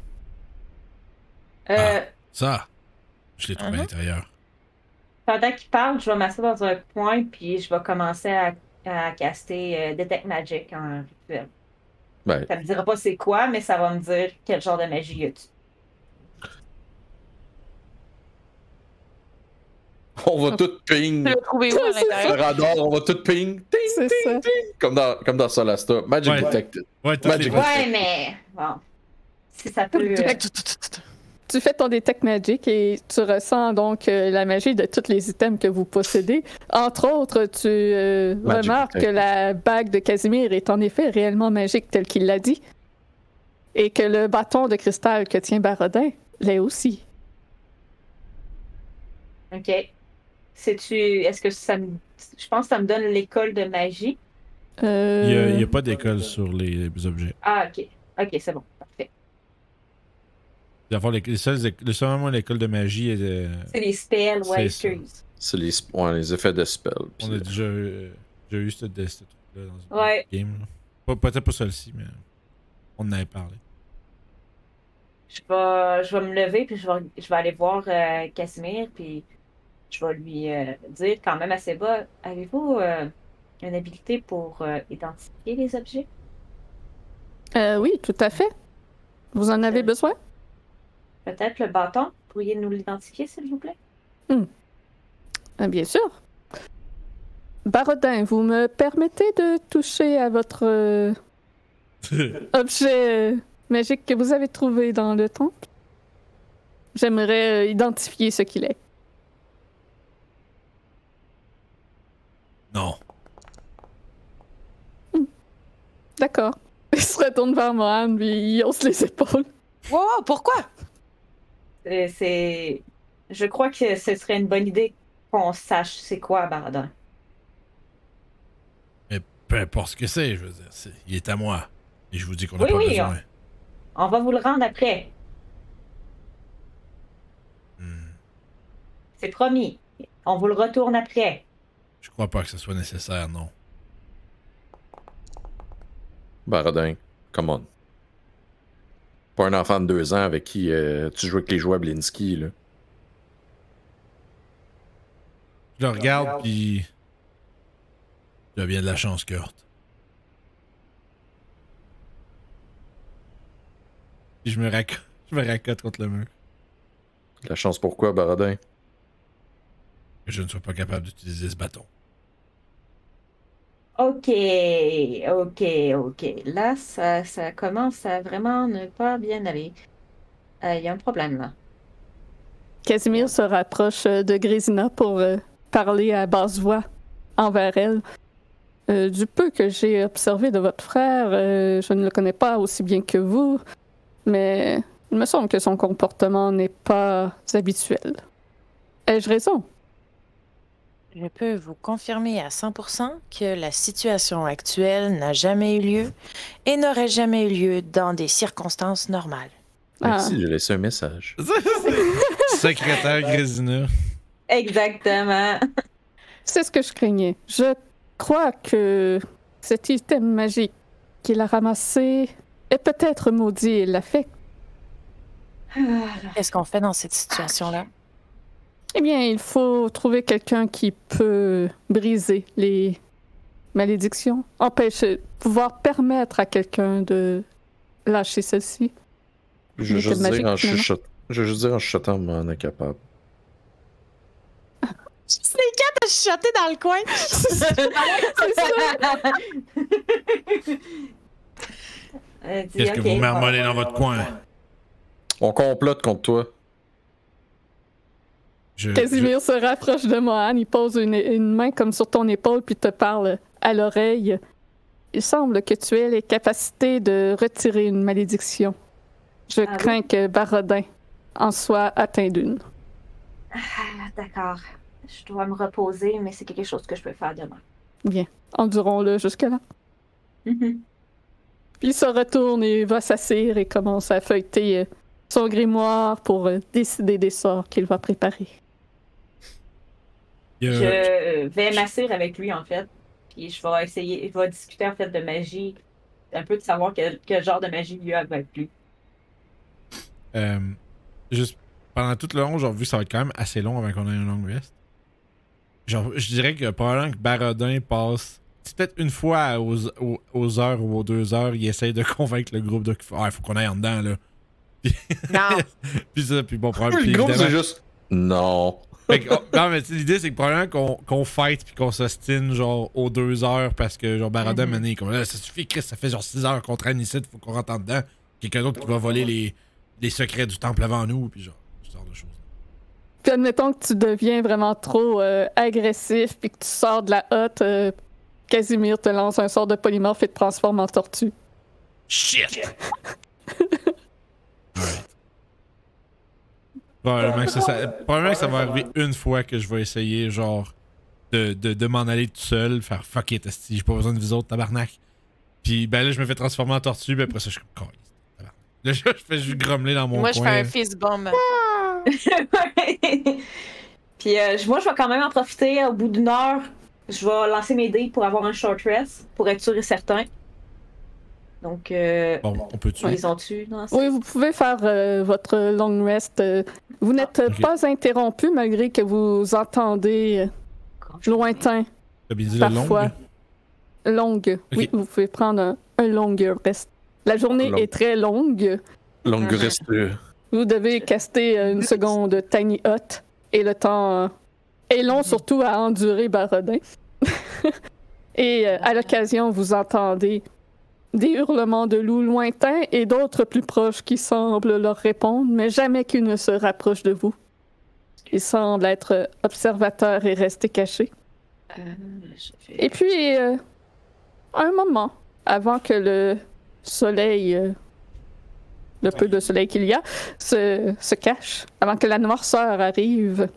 Speaker 4: euh,
Speaker 1: Ça, je l'ai
Speaker 2: Uh-huh.
Speaker 1: trouvé
Speaker 6: Mhm.
Speaker 1: à l'intérieur.
Speaker 4: pendant qu'il parle, je vais m'asseoir dans un coin puis je vais commencer à, à caster euh, Detect Magic en rituel.
Speaker 5: Ben,
Speaker 4: Ça me dira pas c'est quoi, mais ça va me dire quel genre de magie y a-tu.
Speaker 5: on va tout ping.
Speaker 6: Tu l'as trouvé où à
Speaker 5: Le
Speaker 6: l'intérieur?
Speaker 5: radar, on va tout ping. Ting,
Speaker 2: C'est
Speaker 5: ting,
Speaker 2: ça.
Speaker 5: ting, Comme dans, comme dans Solasta. Magic
Speaker 1: Ouais.
Speaker 5: Detected.
Speaker 1: Ouais, toutes
Speaker 5: Magic.
Speaker 1: les-
Speaker 4: Ouais, mais bon. Si ça peut. euh,
Speaker 2: Tu fais ton détect magique et tu ressens donc euh, la magie de tous les items que vous possédez. Entre autres, tu euh,
Speaker 5: Magic
Speaker 2: remarques que
Speaker 5: detect.
Speaker 2: la bague de Casimir est en effet réellement magique tel qu'il l'a dit. Et que le bâton de cristal que tient Barodin l'est aussi.
Speaker 4: Ok. Sais-tu. Est-ce que ça me. Je pense que ça me donne l'école de magie.
Speaker 2: Euh,
Speaker 1: Il n'y a, il y a pas d'école sur les objets.
Speaker 4: Ah, ok. Ok, c'est bon. Parfait.
Speaker 1: Euh, D'avoir les- les seules éc- Le seul moment où l'école de magie est. euh,
Speaker 4: C'est les spells,
Speaker 1: C'est
Speaker 4: ouais,
Speaker 1: ça.
Speaker 4: excuse.
Speaker 5: C'est les, sp- ouais, les effets de spell. puis
Speaker 1: On a déjà, euh, déjà eu ce, de- ce truc-là dans une
Speaker 4: Ouais.
Speaker 1: game. là. Pas- Peut-être pas celle-ci, mais on en avait parlé.
Speaker 4: je vais, je vais me lever puis je vais, je vais aller voir euh, Casimir puis je vais lui euh, dire quand même assez bas avez-vous euh, une habilité pour euh, identifier les objets
Speaker 2: euh, oui, tout à fait. Vous en avez
Speaker 4: Euh,
Speaker 2: besoin?
Speaker 4: peut-être le bâton pourriez nous l'identifier s'il vous plaît
Speaker 2: Ah, Bien sûr. Barodin, vous me permettez de toucher à votre euh, objet euh, magique que vous avez trouvé dans le temple? J'aimerais euh, identifier ce qu'il est.
Speaker 1: non.
Speaker 2: D'accord. Il se retourne vers Mohan, puis il hausse les épaules.
Speaker 6: Wow, wow, pourquoi?
Speaker 4: Euh, c'est je crois que ce serait une bonne idée qu'on sache c'est quoi Baradin
Speaker 1: Peu importe ce que c'est, je veux dire. c'est- il est à moi. Et je vous dis qu'on n'a
Speaker 4: Oui,
Speaker 1: pas
Speaker 4: oui,
Speaker 1: besoin.
Speaker 4: on va vous le rendre après
Speaker 1: Hmm.
Speaker 4: c'est promis on vous le retourne après
Speaker 1: Je crois pas que ce soit nécessaire, non.
Speaker 5: Barodin, come on. Pas un enfant de deux ans avec qui euh, tu joues avec les jouets Blinsky, là.
Speaker 1: Je le regarde, puis. Tu as bien de la chance, Kurt. Puis je me, rac- je me racote contre le mur.
Speaker 5: La chance pourquoi, Baradin?
Speaker 1: Que je ne sois pas capable d'utiliser ce bâton.
Speaker 4: Ok, ok, ok. Là, ça, ça commence à vraiment ne pas bien aller. Euh, Il y a un problème là.
Speaker 2: Casimir se rapproche euh, de Grésina pour euh, parler à basse voix envers elle. Euh, du peu que j'ai observé de votre frère, euh, je ne le connais pas aussi bien que vous, mais il me semble que son comportement n'est pas habituel. Ai-je raison?
Speaker 6: Je peux vous confirmer à 100% que la situation actuelle n'a jamais eu lieu et n'aurait jamais eu lieu dans des circonstances normales.
Speaker 5: Merci de laisser un message.
Speaker 1: Secrétaire Grésina.
Speaker 4: Exactement.
Speaker 2: C'est ce que je craignais. Je crois que cet item magique qu'il a ramassé est peut-être maudit et l'affecte.
Speaker 6: Qu'est-ce qu'on fait dans cette situation-là?
Speaker 2: Eh bien, il faut trouver quelqu'un qui peut briser les malédictions, empêcher, pouvoir permettre à quelqu'un de lâcher celle-ci.
Speaker 5: Je
Speaker 2: Mais
Speaker 5: veux juste
Speaker 2: quelle
Speaker 5: dire en
Speaker 2: magie, finalement.
Speaker 5: chuchotant. Je veux juste dire en chuchotant, mais on est capable.
Speaker 6: C'est quatre à chuchoter dans le coin.
Speaker 4: Euh,
Speaker 1: Qu'est-ce que vous marmonnez dans votre coin?
Speaker 5: On complote contre toi.
Speaker 1: Je,
Speaker 2: Casimir se rapproche de Mohan, il pose une, une main comme sur ton épaule puis te parle à l'oreille. Il semble que tu aies les capacités de retirer une malédiction. Je
Speaker 4: Ah oui?
Speaker 2: crains que Barodin en soit atteint d'une.
Speaker 4: D'accord. Je dois me reposer, mais c'est quelque chose que je peux faire demain.
Speaker 2: Endurons-le jusque-là. Puis il se retourne et va s'asseoir et commence à feuilleter euh, son grimoire pour euh, décider des sorts qu'il va préparer.
Speaker 1: je- il y a-
Speaker 4: Je vais m'asseoir avec lui, en fait. Puis je vais essayer, je vais discuter, en fait, de magie. Un peu de savoir quel, quel genre de magie il y a avec lui.
Speaker 1: euh, juste pendant tout le long, j'ai vu que ça va être quand même assez long avant qu'on ait une longue rest. Genre, je dirais que probablement que Barodin passe. C'est peut-être une fois aux, aux- aux heures ou aux deux heures, il essaye de convaincre le groupe de. Ah, il faut qu'on aille en dedans, là.
Speaker 6: Non.
Speaker 1: Puis ça, puis bon, probablement. Ah,
Speaker 5: Le
Speaker 1: puis
Speaker 5: groupe,
Speaker 1: évidemment-
Speaker 5: c'est juste. Non.
Speaker 1: Fait que, oh, non, mais tu sais, l'idée, c'est que probablement qu'on qu'on fight puis qu'on s'ostine, genre, aux deux heures parce que, genre, Baradin
Speaker 6: Mhm.
Speaker 1: mané comme là, ça suffit, Chris, ça fait genre six heures qu'on traîne ici, faut qu'on rentre en dedans. Quelqu'un d'autre qui va voler les, les secrets du temple avant nous, puis genre, ce genre de choses.
Speaker 2: Puis admettons que tu deviens vraiment trop euh, agressif puis que tu sors de la hotte, euh, Casimir te lance un sort de polymorphe et te transforme en tortue.
Speaker 1: Shit! Alright. Probablement que ça, ça- probablement que ça va arriver une fois que je vais essayer, genre, de, de, de m'en aller tout seul, faire fuck it, esti, j'ai pas besoin de vous autres, tabarnak. Puis ben là, je me fais transformer en tortue, puis après ça, je suis comme, Caliste, tabarnak. Là, je, je fais juste grommeler dans mon
Speaker 6: Moi, je
Speaker 1: coin.
Speaker 6: fais un fist bomb.
Speaker 4: Puis euh, je- moi, je vais quand même en profiter. Au bout d'une heure, je vais lancer mes dés pour avoir un short rest, pour être sûr et certain. Donc, euh,
Speaker 1: Bon, on peut tuer.
Speaker 4: ils ont tu dans ça?
Speaker 2: Oui, vous pouvez faire euh, votre long rest. euh, vous n'êtes euh,
Speaker 1: Ah, Ok.
Speaker 2: pas interrompu malgré que vous entendez euh, lointain,
Speaker 1: T'as bien dit le long.
Speaker 2: parfois.
Speaker 1: là?
Speaker 2: Longue. Oui, vous pouvez prendre un, un long rest. La journée
Speaker 5: Long.
Speaker 2: est très longue.
Speaker 4: Ah,
Speaker 5: Longue euh, resture.
Speaker 2: Vous devez caster euh, une seconde Tiny Hut et le temps euh, est long surtout à endurer Barodin. et euh, à l'occasion, vous entendez des hurlements de loups lointains et d'autres plus proches qui semblent leur répondre, mais jamais qu'ils ne se rapprochent de vous. Ils semblent être euh, observateurs et rester cachés.
Speaker 4: Euh, je vais-
Speaker 2: Et puis, euh, un moment avant que le soleil, euh, le peu de soleil qu'il y a, se, se cache, avant que la noirceur arrive,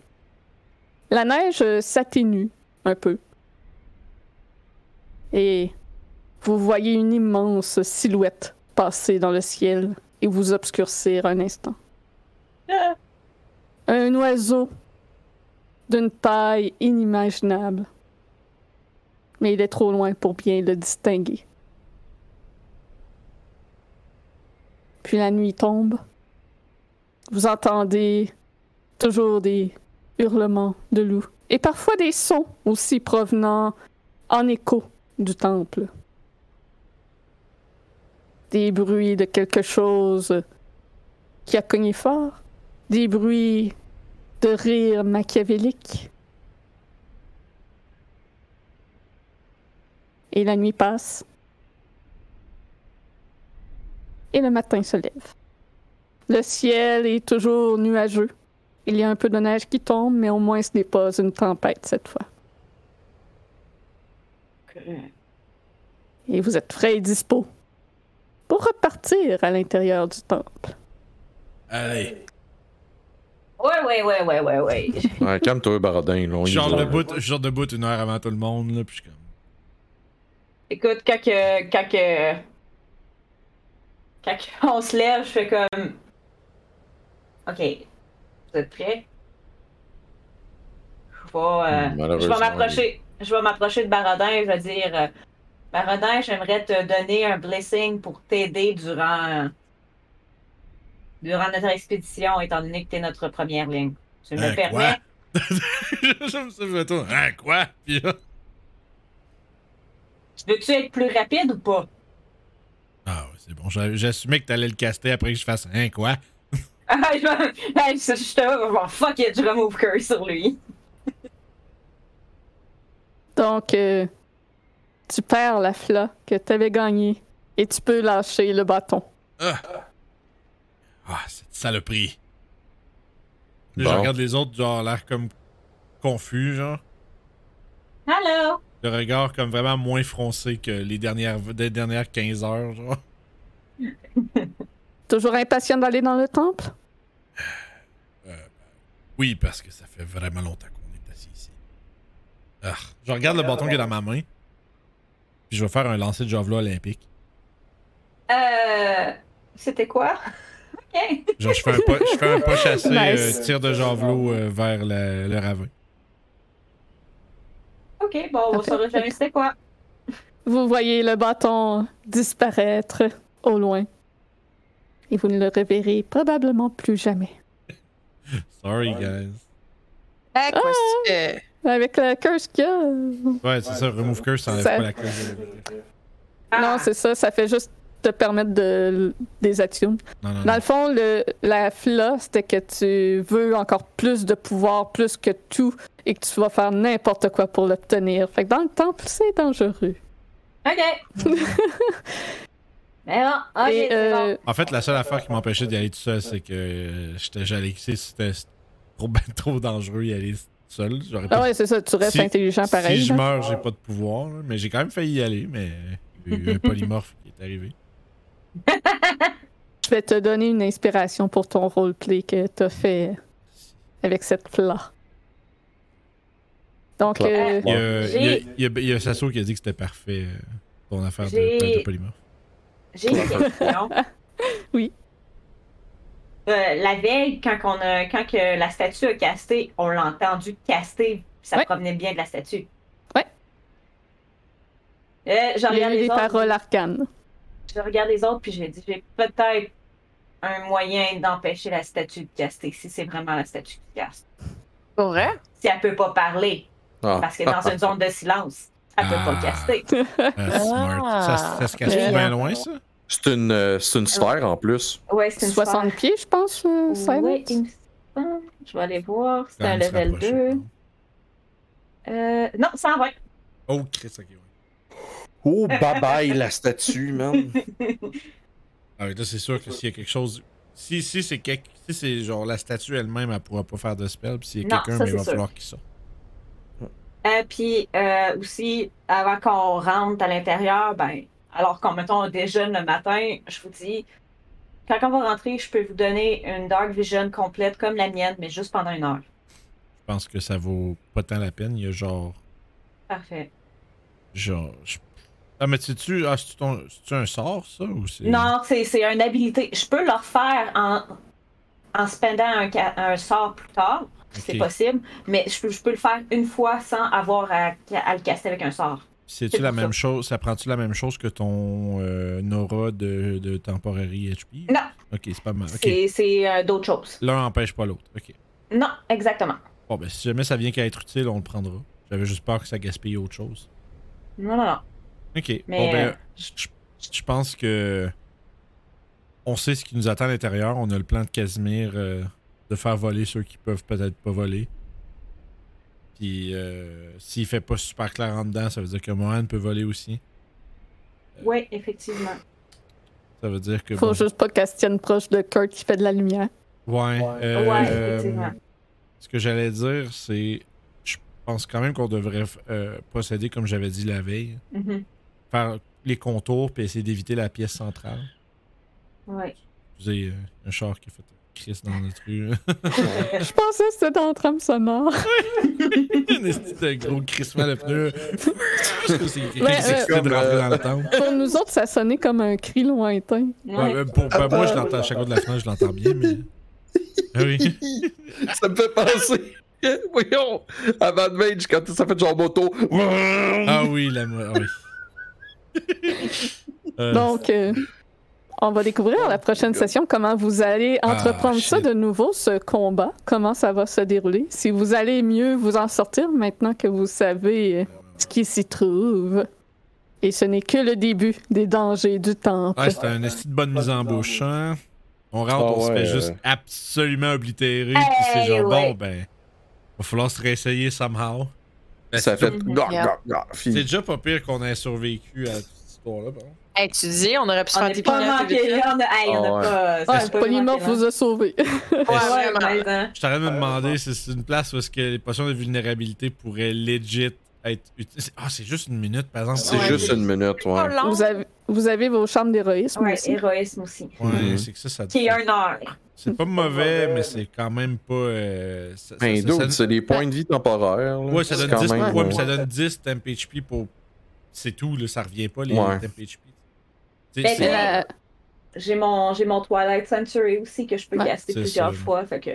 Speaker 2: la neige euh, s'atténue un peu. Et vous voyez une immense silhouette passer dans le ciel et vous obscurcir un instant.
Speaker 4: Ah!
Speaker 2: Un oiseau d'une taille inimaginable mais il est trop loin pour bien le distinguer. Puis la nuit tombe. Vous entendez toujours des hurlements de loups et parfois des sons aussi provenant en écho du temple. Des bruits de quelque chose qui a cogné fort, des bruits de rire machiavélique. Et la nuit passe. Et le matin se lève. Le ciel est toujours nuageux. Il y a un peu de neige qui tombe, mais au moins ce n'est pas une tempête cette fois. Et vous êtes frais et dispo pour repartir à l'intérieur du temple.
Speaker 1: Allez.
Speaker 4: Ouais, ouais, ouais, ouais, ouais, ouais.
Speaker 5: Ouais, calme-toi, Baradin. là, on y
Speaker 1: Genre
Speaker 5: va.
Speaker 1: de bout, genre de bout une heure avant tout le monde, là, puis je suis comme.
Speaker 4: Écoute, quand que- quand que- quand que on se lève, je fais comme. Ok, vous êtes prêts? Je vais, euh, je
Speaker 5: Malheureusement,
Speaker 4: vais m'approcher. Je vais m'approcher de Baradin et je vais dire euh, Baradin, j'aimerais te donner un blessing pour t'aider durant durant notre expédition, étant donné que t'es notre première ligne. Tu me
Speaker 1: Hein,
Speaker 4: permets?
Speaker 1: quoi? J'aime ça, je me tourne. Hein, quoi? Puis là-
Speaker 4: Veux-tu être plus rapide ou pas?
Speaker 1: Ah, ouais, c'est bon. J'a- J'assumais que t'allais le caster après que je fasse. Hein, quoi?
Speaker 4: Ah, je vais- hey, je- je te vois, bon, fuck it, je remove curse sur lui.
Speaker 2: Donc, euh, tu perds la fla que tu avais gagnée et tu peux lâcher le bâton.
Speaker 1: Ah, cette saloperie.
Speaker 5: Bon.
Speaker 1: Je regarde les autres, genre, l'air comme confus, genre.
Speaker 4: Hello!
Speaker 1: Le regard comme vraiment moins froncé que les dernières, des dernières 15 heures, genre.
Speaker 2: Toujours impatient d'aller dans le temple?
Speaker 1: Oui, parce que ça fait vraiment longtemps qu'on est assis ici. Ah, je regarde le bâton qui est dans ma main. Puis je vais faire un lancer de javelot olympique.
Speaker 4: Euh. C'était quoi? ok.
Speaker 1: Genre, je fais un pas, je fais un pas chassé,
Speaker 2: Nice.
Speaker 1: euh, tir de javelot euh, vers le, le ravin.
Speaker 4: Ok, bon, on
Speaker 2: Parfait.
Speaker 4: saura jamais c'était quoi.
Speaker 2: Vous voyez le bâton disparaître au loin. Et vous ne le reverrez probablement plus jamais.
Speaker 1: Sorry, guys.
Speaker 6: Hey, qu'est-ce Ah, que tu fais?
Speaker 2: Avec la curse qu'il y a. euh,
Speaker 1: Ouais, c'est ça, remove curse, ça enlève
Speaker 2: Ça-
Speaker 1: pas la curse.
Speaker 4: Ah,
Speaker 2: Non, c'est ça, ça fait juste te permettre de des attunes.
Speaker 1: Non, non,
Speaker 2: Dans
Speaker 1: non.
Speaker 2: le fond, le, la fla, c'était que tu veux encore plus de pouvoir, plus que tout, et que tu vas faire n'importe quoi pour l'obtenir. Fait que dans le temple, c'est dangereux.
Speaker 4: ok. Mais bon, ok,
Speaker 2: et
Speaker 4: c'est
Speaker 2: euh,
Speaker 4: Ah, bon.
Speaker 1: En fait, la seule affaire qui m'empêchait d'y aller tout seul, c'est que euh, j'étais j'allais c'est- c'était c'était trop, ben trop dangereux y aller tout seul. J'aurais
Speaker 2: ah
Speaker 1: pas-
Speaker 2: ouais, c'est ça, tu restes
Speaker 1: Si-
Speaker 2: intelligent pareil.
Speaker 1: si je
Speaker 2: là.
Speaker 1: meurs, j'ai pas de pouvoir, là, mais j'ai quand même failli y aller, mais il y a eu un polymorphe qui est arrivé.
Speaker 2: Je vais te donner une inspiration pour ton roleplay que t'as fait avec cette fla. Donc,
Speaker 5: Clap.
Speaker 2: euh,
Speaker 4: Eh,
Speaker 1: Il y a, il y a-
Speaker 4: J'ai-
Speaker 1: il y a- Ben, il y a Sasso qui a dit que c'était parfait, euh, ton affaire de, ben,
Speaker 4: J'ai-
Speaker 1: de polymorphe.
Speaker 4: J'ai une question.
Speaker 2: Oui.
Speaker 4: Euh, la veille, quand, qu'on a, quand que la statue a casté, on l'a entendu caster. Ça
Speaker 2: Ouais.
Speaker 4: provenait bien de la statue.
Speaker 2: Ouais.
Speaker 4: Euh, je
Speaker 2: il y
Speaker 4: regarde
Speaker 2: a eu
Speaker 4: les
Speaker 2: des
Speaker 4: autres.
Speaker 2: paroles arcanes.
Speaker 4: Je regarde les autres, puis je dis, j'ai peut-être un moyen d'empêcher la statue de caster, si c'est vraiment la statue qui caste.
Speaker 6: Pour vrai?
Speaker 4: Si elle peut pas parler,
Speaker 5: Ah.
Speaker 4: parce que dans une zone de silence, elle peut
Speaker 1: Ah.
Speaker 4: pas caster.
Speaker 1: Ah, smart. Ça, ça se cache
Speaker 2: Mais-
Speaker 1: bien loin, ça?
Speaker 5: C'est une, euh, c'est une sphère en plus.
Speaker 4: Ouais, c'est une
Speaker 2: 60 pieds, je pense, euh,
Speaker 4: sphère.
Speaker 2: Silence.
Speaker 4: Ouais, il me semble. Je vais aller voir. C'est
Speaker 1: Quand
Speaker 4: un
Speaker 1: même se
Speaker 4: level
Speaker 1: rapprocher,
Speaker 4: 2.
Speaker 1: non?
Speaker 4: Euh, non, 120.
Speaker 1: Oh, Chris, ok, ouais.
Speaker 5: Oh, bye bye la statue, man.
Speaker 1: Ah oui, là, c'est sûr que s'il y a quelque chose. Si, si c'est quelque... si c'est genre la statue elle-même, elle pourra pas faire de spell. Puis s'il y a
Speaker 4: Non,
Speaker 1: quelqu'un,
Speaker 4: ça,
Speaker 1: mais il
Speaker 4: c'est
Speaker 1: va
Speaker 4: sûr.
Speaker 1: falloir qu'il sorte.
Speaker 4: Euh, puis euh, aussi, avant qu'on rentre à l'intérieur, ben, alors qu'on mettons on déjeune le matin, je vous dis, quand on va rentrer, je peux vous donner une dark vision complète comme la mienne, mais juste pendant une heure.
Speaker 1: Je pense que ça vaut pas tant la peine. Il y a genre.
Speaker 4: Parfait.
Speaker 1: Genre. je- Ah, mais sais-tu. Ah, c'est-tu ton- c'est-tu un sort, ça? Ou c'est...
Speaker 4: Non, c'est c'est une habilité. Je peux leur faire en, en spendant un, ca- un sort plus tard, si
Speaker 1: Ok.
Speaker 4: c'est possible, mais je, peux- je peux le faire une fois sans avoir à, à le caster avec un sort.
Speaker 1: C'est-tu
Speaker 4: C'est
Speaker 1: la
Speaker 4: pour
Speaker 1: même chose? Ça prend-tu la même chose que ton euh, Nora de, de Temporary HP?
Speaker 4: Non,
Speaker 1: Ok, c'est pas mal. Ah, Ok.
Speaker 4: c'est- c'est euh, d'autres choses.
Speaker 1: L'un empêche pas l'autre. Ok.
Speaker 4: Non, exactement.
Speaker 1: Bon, ben, si jamais ça vient qu'à être utile, on le prendra. J'avais juste peur que ça gaspille autre chose.
Speaker 4: Non, non, non.
Speaker 1: Ok.
Speaker 4: Mais,
Speaker 1: Bon,
Speaker 4: euh,
Speaker 1: ben, je- je je pense que on sait ce qui nous attend à l'intérieur. On a le plan de Casimir euh, de faire voler ceux qui peuvent peut-être pas voler. Puis euh, s'il fait pas super clair en dedans, ça veut dire que Mohan peut voler aussi.
Speaker 4: Oui, effectivement.
Speaker 1: Ça veut dire que.
Speaker 2: Faut
Speaker 1: bon,
Speaker 2: juste pas qu'elle se tienne proche de Kurt qui fait de la lumière.
Speaker 1: Ouais. euh,
Speaker 4: ouais, effectivement.
Speaker 1: Ce que j'allais dire, c'est. Je pense quand même qu'on devrait euh, procéder comme j'avais dit la veille.
Speaker 4: Mhm.
Speaker 1: Faire les contours puis essayer d'éviter la pièce centrale.
Speaker 4: Ouais.
Speaker 1: Vous avez euh, un char qui a fait Chris dans notre rue.
Speaker 2: Je pensais que c'était dans la trame sonore.
Speaker 1: un esti de gros crissement de pneus. C'est
Speaker 2: Ouais,
Speaker 1: quelqu'un qui s'excite de
Speaker 5: ouais.
Speaker 1: rentrer dans le temple.
Speaker 2: Pour nous autres, ça sonnait comme un cri lointain.
Speaker 1: Ouais,
Speaker 4: Ouais.
Speaker 1: euh, pour, ben, moi, je l'entends à chaque fois de la fenêtre, je l'entends bien, mais. Ah oui.
Speaker 5: ça me fait penser. Voyons, à Mad Mage, quand ça fait genre moto.
Speaker 1: Ah oui, la mo- ah oui. Euh,
Speaker 2: Donc, euh, on va découvrir à la prochaine session comment vous allez entreprendre
Speaker 1: Ah,
Speaker 2: ça
Speaker 1: shit.
Speaker 2: de nouveau, ce combat, comment ça va se dérouler, si vous allez mieux vous en sortir maintenant que vous savez euh, ce qui s'y trouve. Et ce n'est que le début des dangers du temple.
Speaker 1: Ouais, c'était un esti de bonne mise en bouche, hein. On rentre,
Speaker 5: Ah
Speaker 1: on se
Speaker 5: ouais,
Speaker 1: fait
Speaker 5: euh.
Speaker 1: juste absolument oblitérer,
Speaker 4: Hey,
Speaker 1: puis c'est genre,
Speaker 4: ouais.
Speaker 1: bon, ben, va falloir se réessayer
Speaker 5: Hmm.
Speaker 1: somehow. Ben,
Speaker 5: Ça
Speaker 1: c'est
Speaker 5: fait. Non, non, non,
Speaker 1: C'est
Speaker 5: fille.
Speaker 1: déjà pas pire qu'on ait survécu à cette histoire-là, bon.
Speaker 6: Hey, tu dis, on aurait pu se
Speaker 4: On
Speaker 6: faire
Speaker 4: n'a pas manqué
Speaker 6: des
Speaker 4: là. On a, hey, on a
Speaker 5: Ah
Speaker 4: pas.
Speaker 2: Ouais,
Speaker 4: c'est pas
Speaker 2: Polymorphe
Speaker 4: manqué,
Speaker 2: vous a sauvé.
Speaker 6: Ouais,
Speaker 4: là. Ouais,
Speaker 6: vraiment.
Speaker 4: mais, hein.
Speaker 1: Je t'aurais même demandé si c'est une place où est-ce que les potions de vulnérabilité pourraient legit être utilisées. Ah, c'est juste une minute, par exemple.
Speaker 5: C'est
Speaker 6: Ouais.
Speaker 5: juste une minute,
Speaker 6: Pas
Speaker 5: ouais.
Speaker 6: long.
Speaker 2: Vous avez, vous avez vos chambres d'héroïsme
Speaker 4: Ouais,
Speaker 2: aussi.
Speaker 4: héroïsme aussi.
Speaker 1: Ouais,
Speaker 5: Mhm.
Speaker 1: c'est que ça, ça.
Speaker 4: Qui est un heure.
Speaker 1: C'est pas mauvais, mais c'est quand même pas. euh, ça- ça-
Speaker 5: Ben,
Speaker 1: ça-
Speaker 5: d'autres,
Speaker 1: ça-
Speaker 5: c'est des points de vie temporaires. là.
Speaker 1: Ouais, ça
Speaker 5: C'est
Speaker 1: donne 10
Speaker 5: quand même,
Speaker 1: ouais,
Speaker 5: euh,
Speaker 1: mais ça donne 10 temp HP pour. C'est tout, là, ça revient pas, les
Speaker 5: Ouais.
Speaker 1: temp HP. T'sais,
Speaker 4: Ben,
Speaker 1: c'est-
Speaker 4: la- J'ai mon, j'ai mon Twilight Century aussi que je peux
Speaker 2: Ouais.
Speaker 4: caster
Speaker 1: C'est
Speaker 4: plusieurs
Speaker 1: ça.
Speaker 4: fois. Fait que.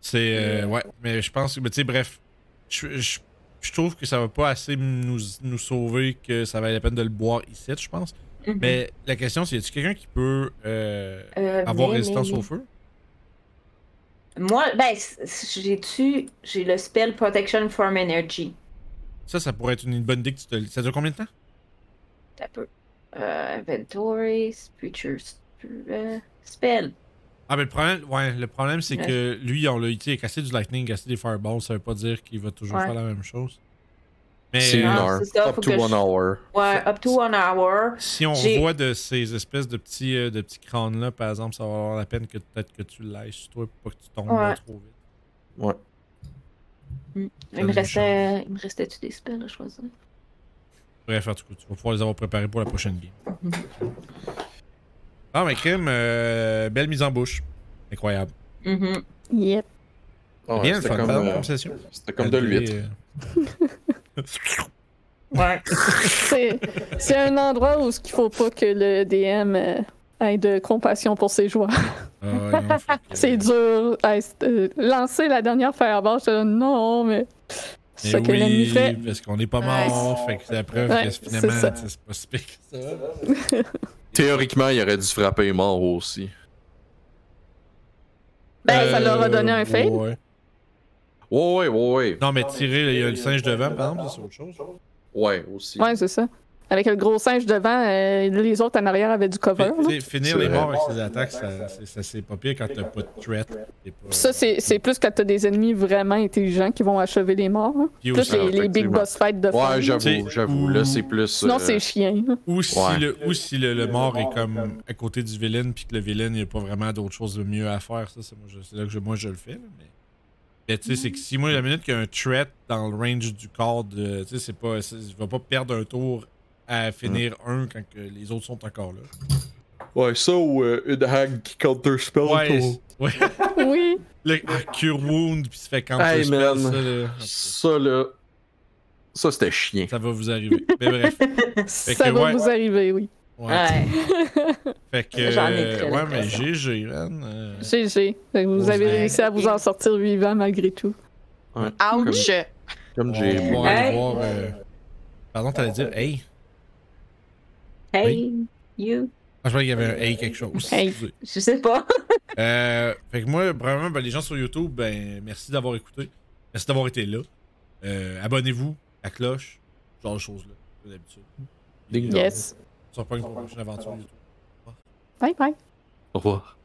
Speaker 1: C'est. euh, ouais, mais je pense que. Mais tu sais, bref. Je, je- je trouve que ça va pas assez nous, nous sauver que ça valait la peine de le boire ici, je pense.
Speaker 4: Mhm.
Speaker 1: Mais la question, c'est y a-tu quelqu'un qui peut euh,
Speaker 4: Euh,
Speaker 1: avoir
Speaker 4: mais-
Speaker 1: résistance
Speaker 4: mais-
Speaker 1: au feu
Speaker 4: Moi, ben, c- c- j'ai-tu. J'ai le spell Protection from Energy.
Speaker 1: Ça, ça pourrait être une bonne idée que tu te. le- Ça dure combien de temps
Speaker 4: T'as peu. Euh, inventory, Creatures. euh, spell.
Speaker 1: Ah, mais le problème, ouais, le problème c'est que lui, on l'a tu sais, il a cassé du lightning, cassé des fireballs, ça veut pas dire qu'il va toujours
Speaker 4: Ouais.
Speaker 1: faire la même chose. Mais
Speaker 5: C'est une
Speaker 1: euh,
Speaker 4: Non,
Speaker 5: heure.
Speaker 4: c'est ça,
Speaker 5: Up
Speaker 4: faut
Speaker 5: to
Speaker 4: que
Speaker 5: one
Speaker 4: je-
Speaker 5: hour.
Speaker 4: Ouais, up to one hour.
Speaker 1: si on
Speaker 4: J'ai-
Speaker 1: voit de ces espèces de petits, euh, de petits crânes-là, par exemple, ça va avoir la peine que peut-être que tu lâches sur toi pour pas que tu tombes là
Speaker 4: Ouais.
Speaker 1: trop vite.
Speaker 4: Il me,
Speaker 1: Donne-lui une
Speaker 4: restait, il me restait-tu des spells à choisir?
Speaker 1: Bref, en tout cas, tu vas pouvoir les avoir préparés pour la prochaine game. Ah, mais crime, euh, belle mise en bouche. Incroyable.
Speaker 4: Mhm.
Speaker 1: Mm-hmm.
Speaker 2: Yep.
Speaker 5: Ouais,
Speaker 1: Bien le
Speaker 5: c'était
Speaker 1: fun,
Speaker 5: comme,
Speaker 1: pardon,
Speaker 5: euh,
Speaker 1: comme session.
Speaker 5: C'était comme de
Speaker 1: Malgré,
Speaker 5: l'huître.
Speaker 1: euh,
Speaker 4: Ouais.
Speaker 2: C'est c'est un endroit où ce qu'il faut pas que le DM euh, ait de compassion pour ses joueurs.
Speaker 1: Ah ouais, non, faut que-
Speaker 2: C'est dur. Hey, c'est- euh, lancer la dernière fireball, je te dis non, mais. C'est
Speaker 1: Mais
Speaker 2: ça que
Speaker 1: Eh oui,
Speaker 2: l'ennemi fait.
Speaker 1: parce qu'on n'est pas mort, fait que c'est la preuve
Speaker 2: Ouais,
Speaker 1: que
Speaker 2: c'est
Speaker 1: finalement,
Speaker 2: ça.
Speaker 1: tu sais, c'est pas si pire que ça.
Speaker 5: Théoriquement, il aurait dû frapper mort aussi.
Speaker 2: Ben, ça leur a donné un fail.
Speaker 1: fail euh, Ouais.
Speaker 5: Ouais, ouais, ouais, ouais.
Speaker 1: Non, mais tirer, il y a le singe devant, par exemple, ça, c'est autre chose.
Speaker 5: Ouais, aussi.
Speaker 2: Ouais, c'est ça. Avec le gros singe devant, euh, les autres en arrière avaient du cover.
Speaker 1: Fin-
Speaker 2: là.
Speaker 1: t'sais, finir
Speaker 5: C'est
Speaker 1: les
Speaker 5: vrai.
Speaker 1: morts avec ses attaques, ça, c'est- ça, c'est pas pire quand t'as pas de threat. t'es pas-
Speaker 2: Ça, c'est c'est plus quand t'as des ennemis vraiment intelligents qui vont achever les morts. là.
Speaker 1: Puis
Speaker 2: Plus
Speaker 1: aussi-
Speaker 2: les, les big
Speaker 5: effectivement.
Speaker 2: boss fights de fin.
Speaker 5: Ouais,
Speaker 1: T'sais,
Speaker 5: j'avoue, j'avoue. Là, c'est plus.
Speaker 2: Sinon,
Speaker 5: euh,
Speaker 2: c'est chiant. là.
Speaker 1: Ou si,
Speaker 5: Ouais.
Speaker 1: le, ou si le, le mort est comme à côté du villain, puis que le villain, il n'y a pas vraiment d'autre chose de mieux à faire, ça, c'est moi, je- c'est là que je, moi, je le fais. là, mais mais tu sais, c'est que si moi, la minute qu'il y a un threat dans le range du corps, de- tu sais, c'est pas, c'est- je vais pas perdre un tour à finir un quand que les autres sont encore là.
Speaker 5: Ouais, ça ou euh, une hag qui counter spell.
Speaker 1: Ouais,
Speaker 5: ou-
Speaker 1: c'est- ouais.
Speaker 2: Oui.
Speaker 1: Le ah, cure wound, puis se fait counter
Speaker 5: Hey,
Speaker 1: spell,
Speaker 5: man.
Speaker 1: ça, là.
Speaker 5: Ça, là. Ça, c'était chien.
Speaker 1: ça va vous arriver. Mais bref.
Speaker 2: Ça
Speaker 1: que,
Speaker 2: va
Speaker 1: ouais.
Speaker 2: vous arriver, oui.
Speaker 1: Ouais.
Speaker 4: Ouais.
Speaker 1: Fait que.
Speaker 4: J'en ai très
Speaker 1: euh, ouais, mais
Speaker 4: l'impression.
Speaker 1: GG, man. euh,
Speaker 2: GG. Fait que Vous
Speaker 1: Ouais.
Speaker 2: avez réussi à vous en sortir vivant malgré tout.
Speaker 6: Ouch!
Speaker 5: Comme
Speaker 1: on
Speaker 5: j'ai.
Speaker 1: va pouvoir aller
Speaker 4: Hey.
Speaker 1: voir, euh, Pardon, t'allais dire, hey.
Speaker 4: Hey, you.
Speaker 1: Ah, je croyais qu'il y avait un hey quelque chose.
Speaker 2: Hey.
Speaker 1: Excusez.
Speaker 4: Je sais pas.
Speaker 1: Euh, fait que moi, premièrement, ben, les gens sur YouTube, ben, merci d'avoir écouté. Merci d'avoir été là. Euh, Abonnez-vous, la cloche, ce genre de choses-là, comme d'habitude.
Speaker 5: Ding
Speaker 1: Et, euh,
Speaker 2: Yes.
Speaker 1: On se reprend pour une prochaine aventure YouTube.
Speaker 9: Bye bye.
Speaker 2: Au revoir.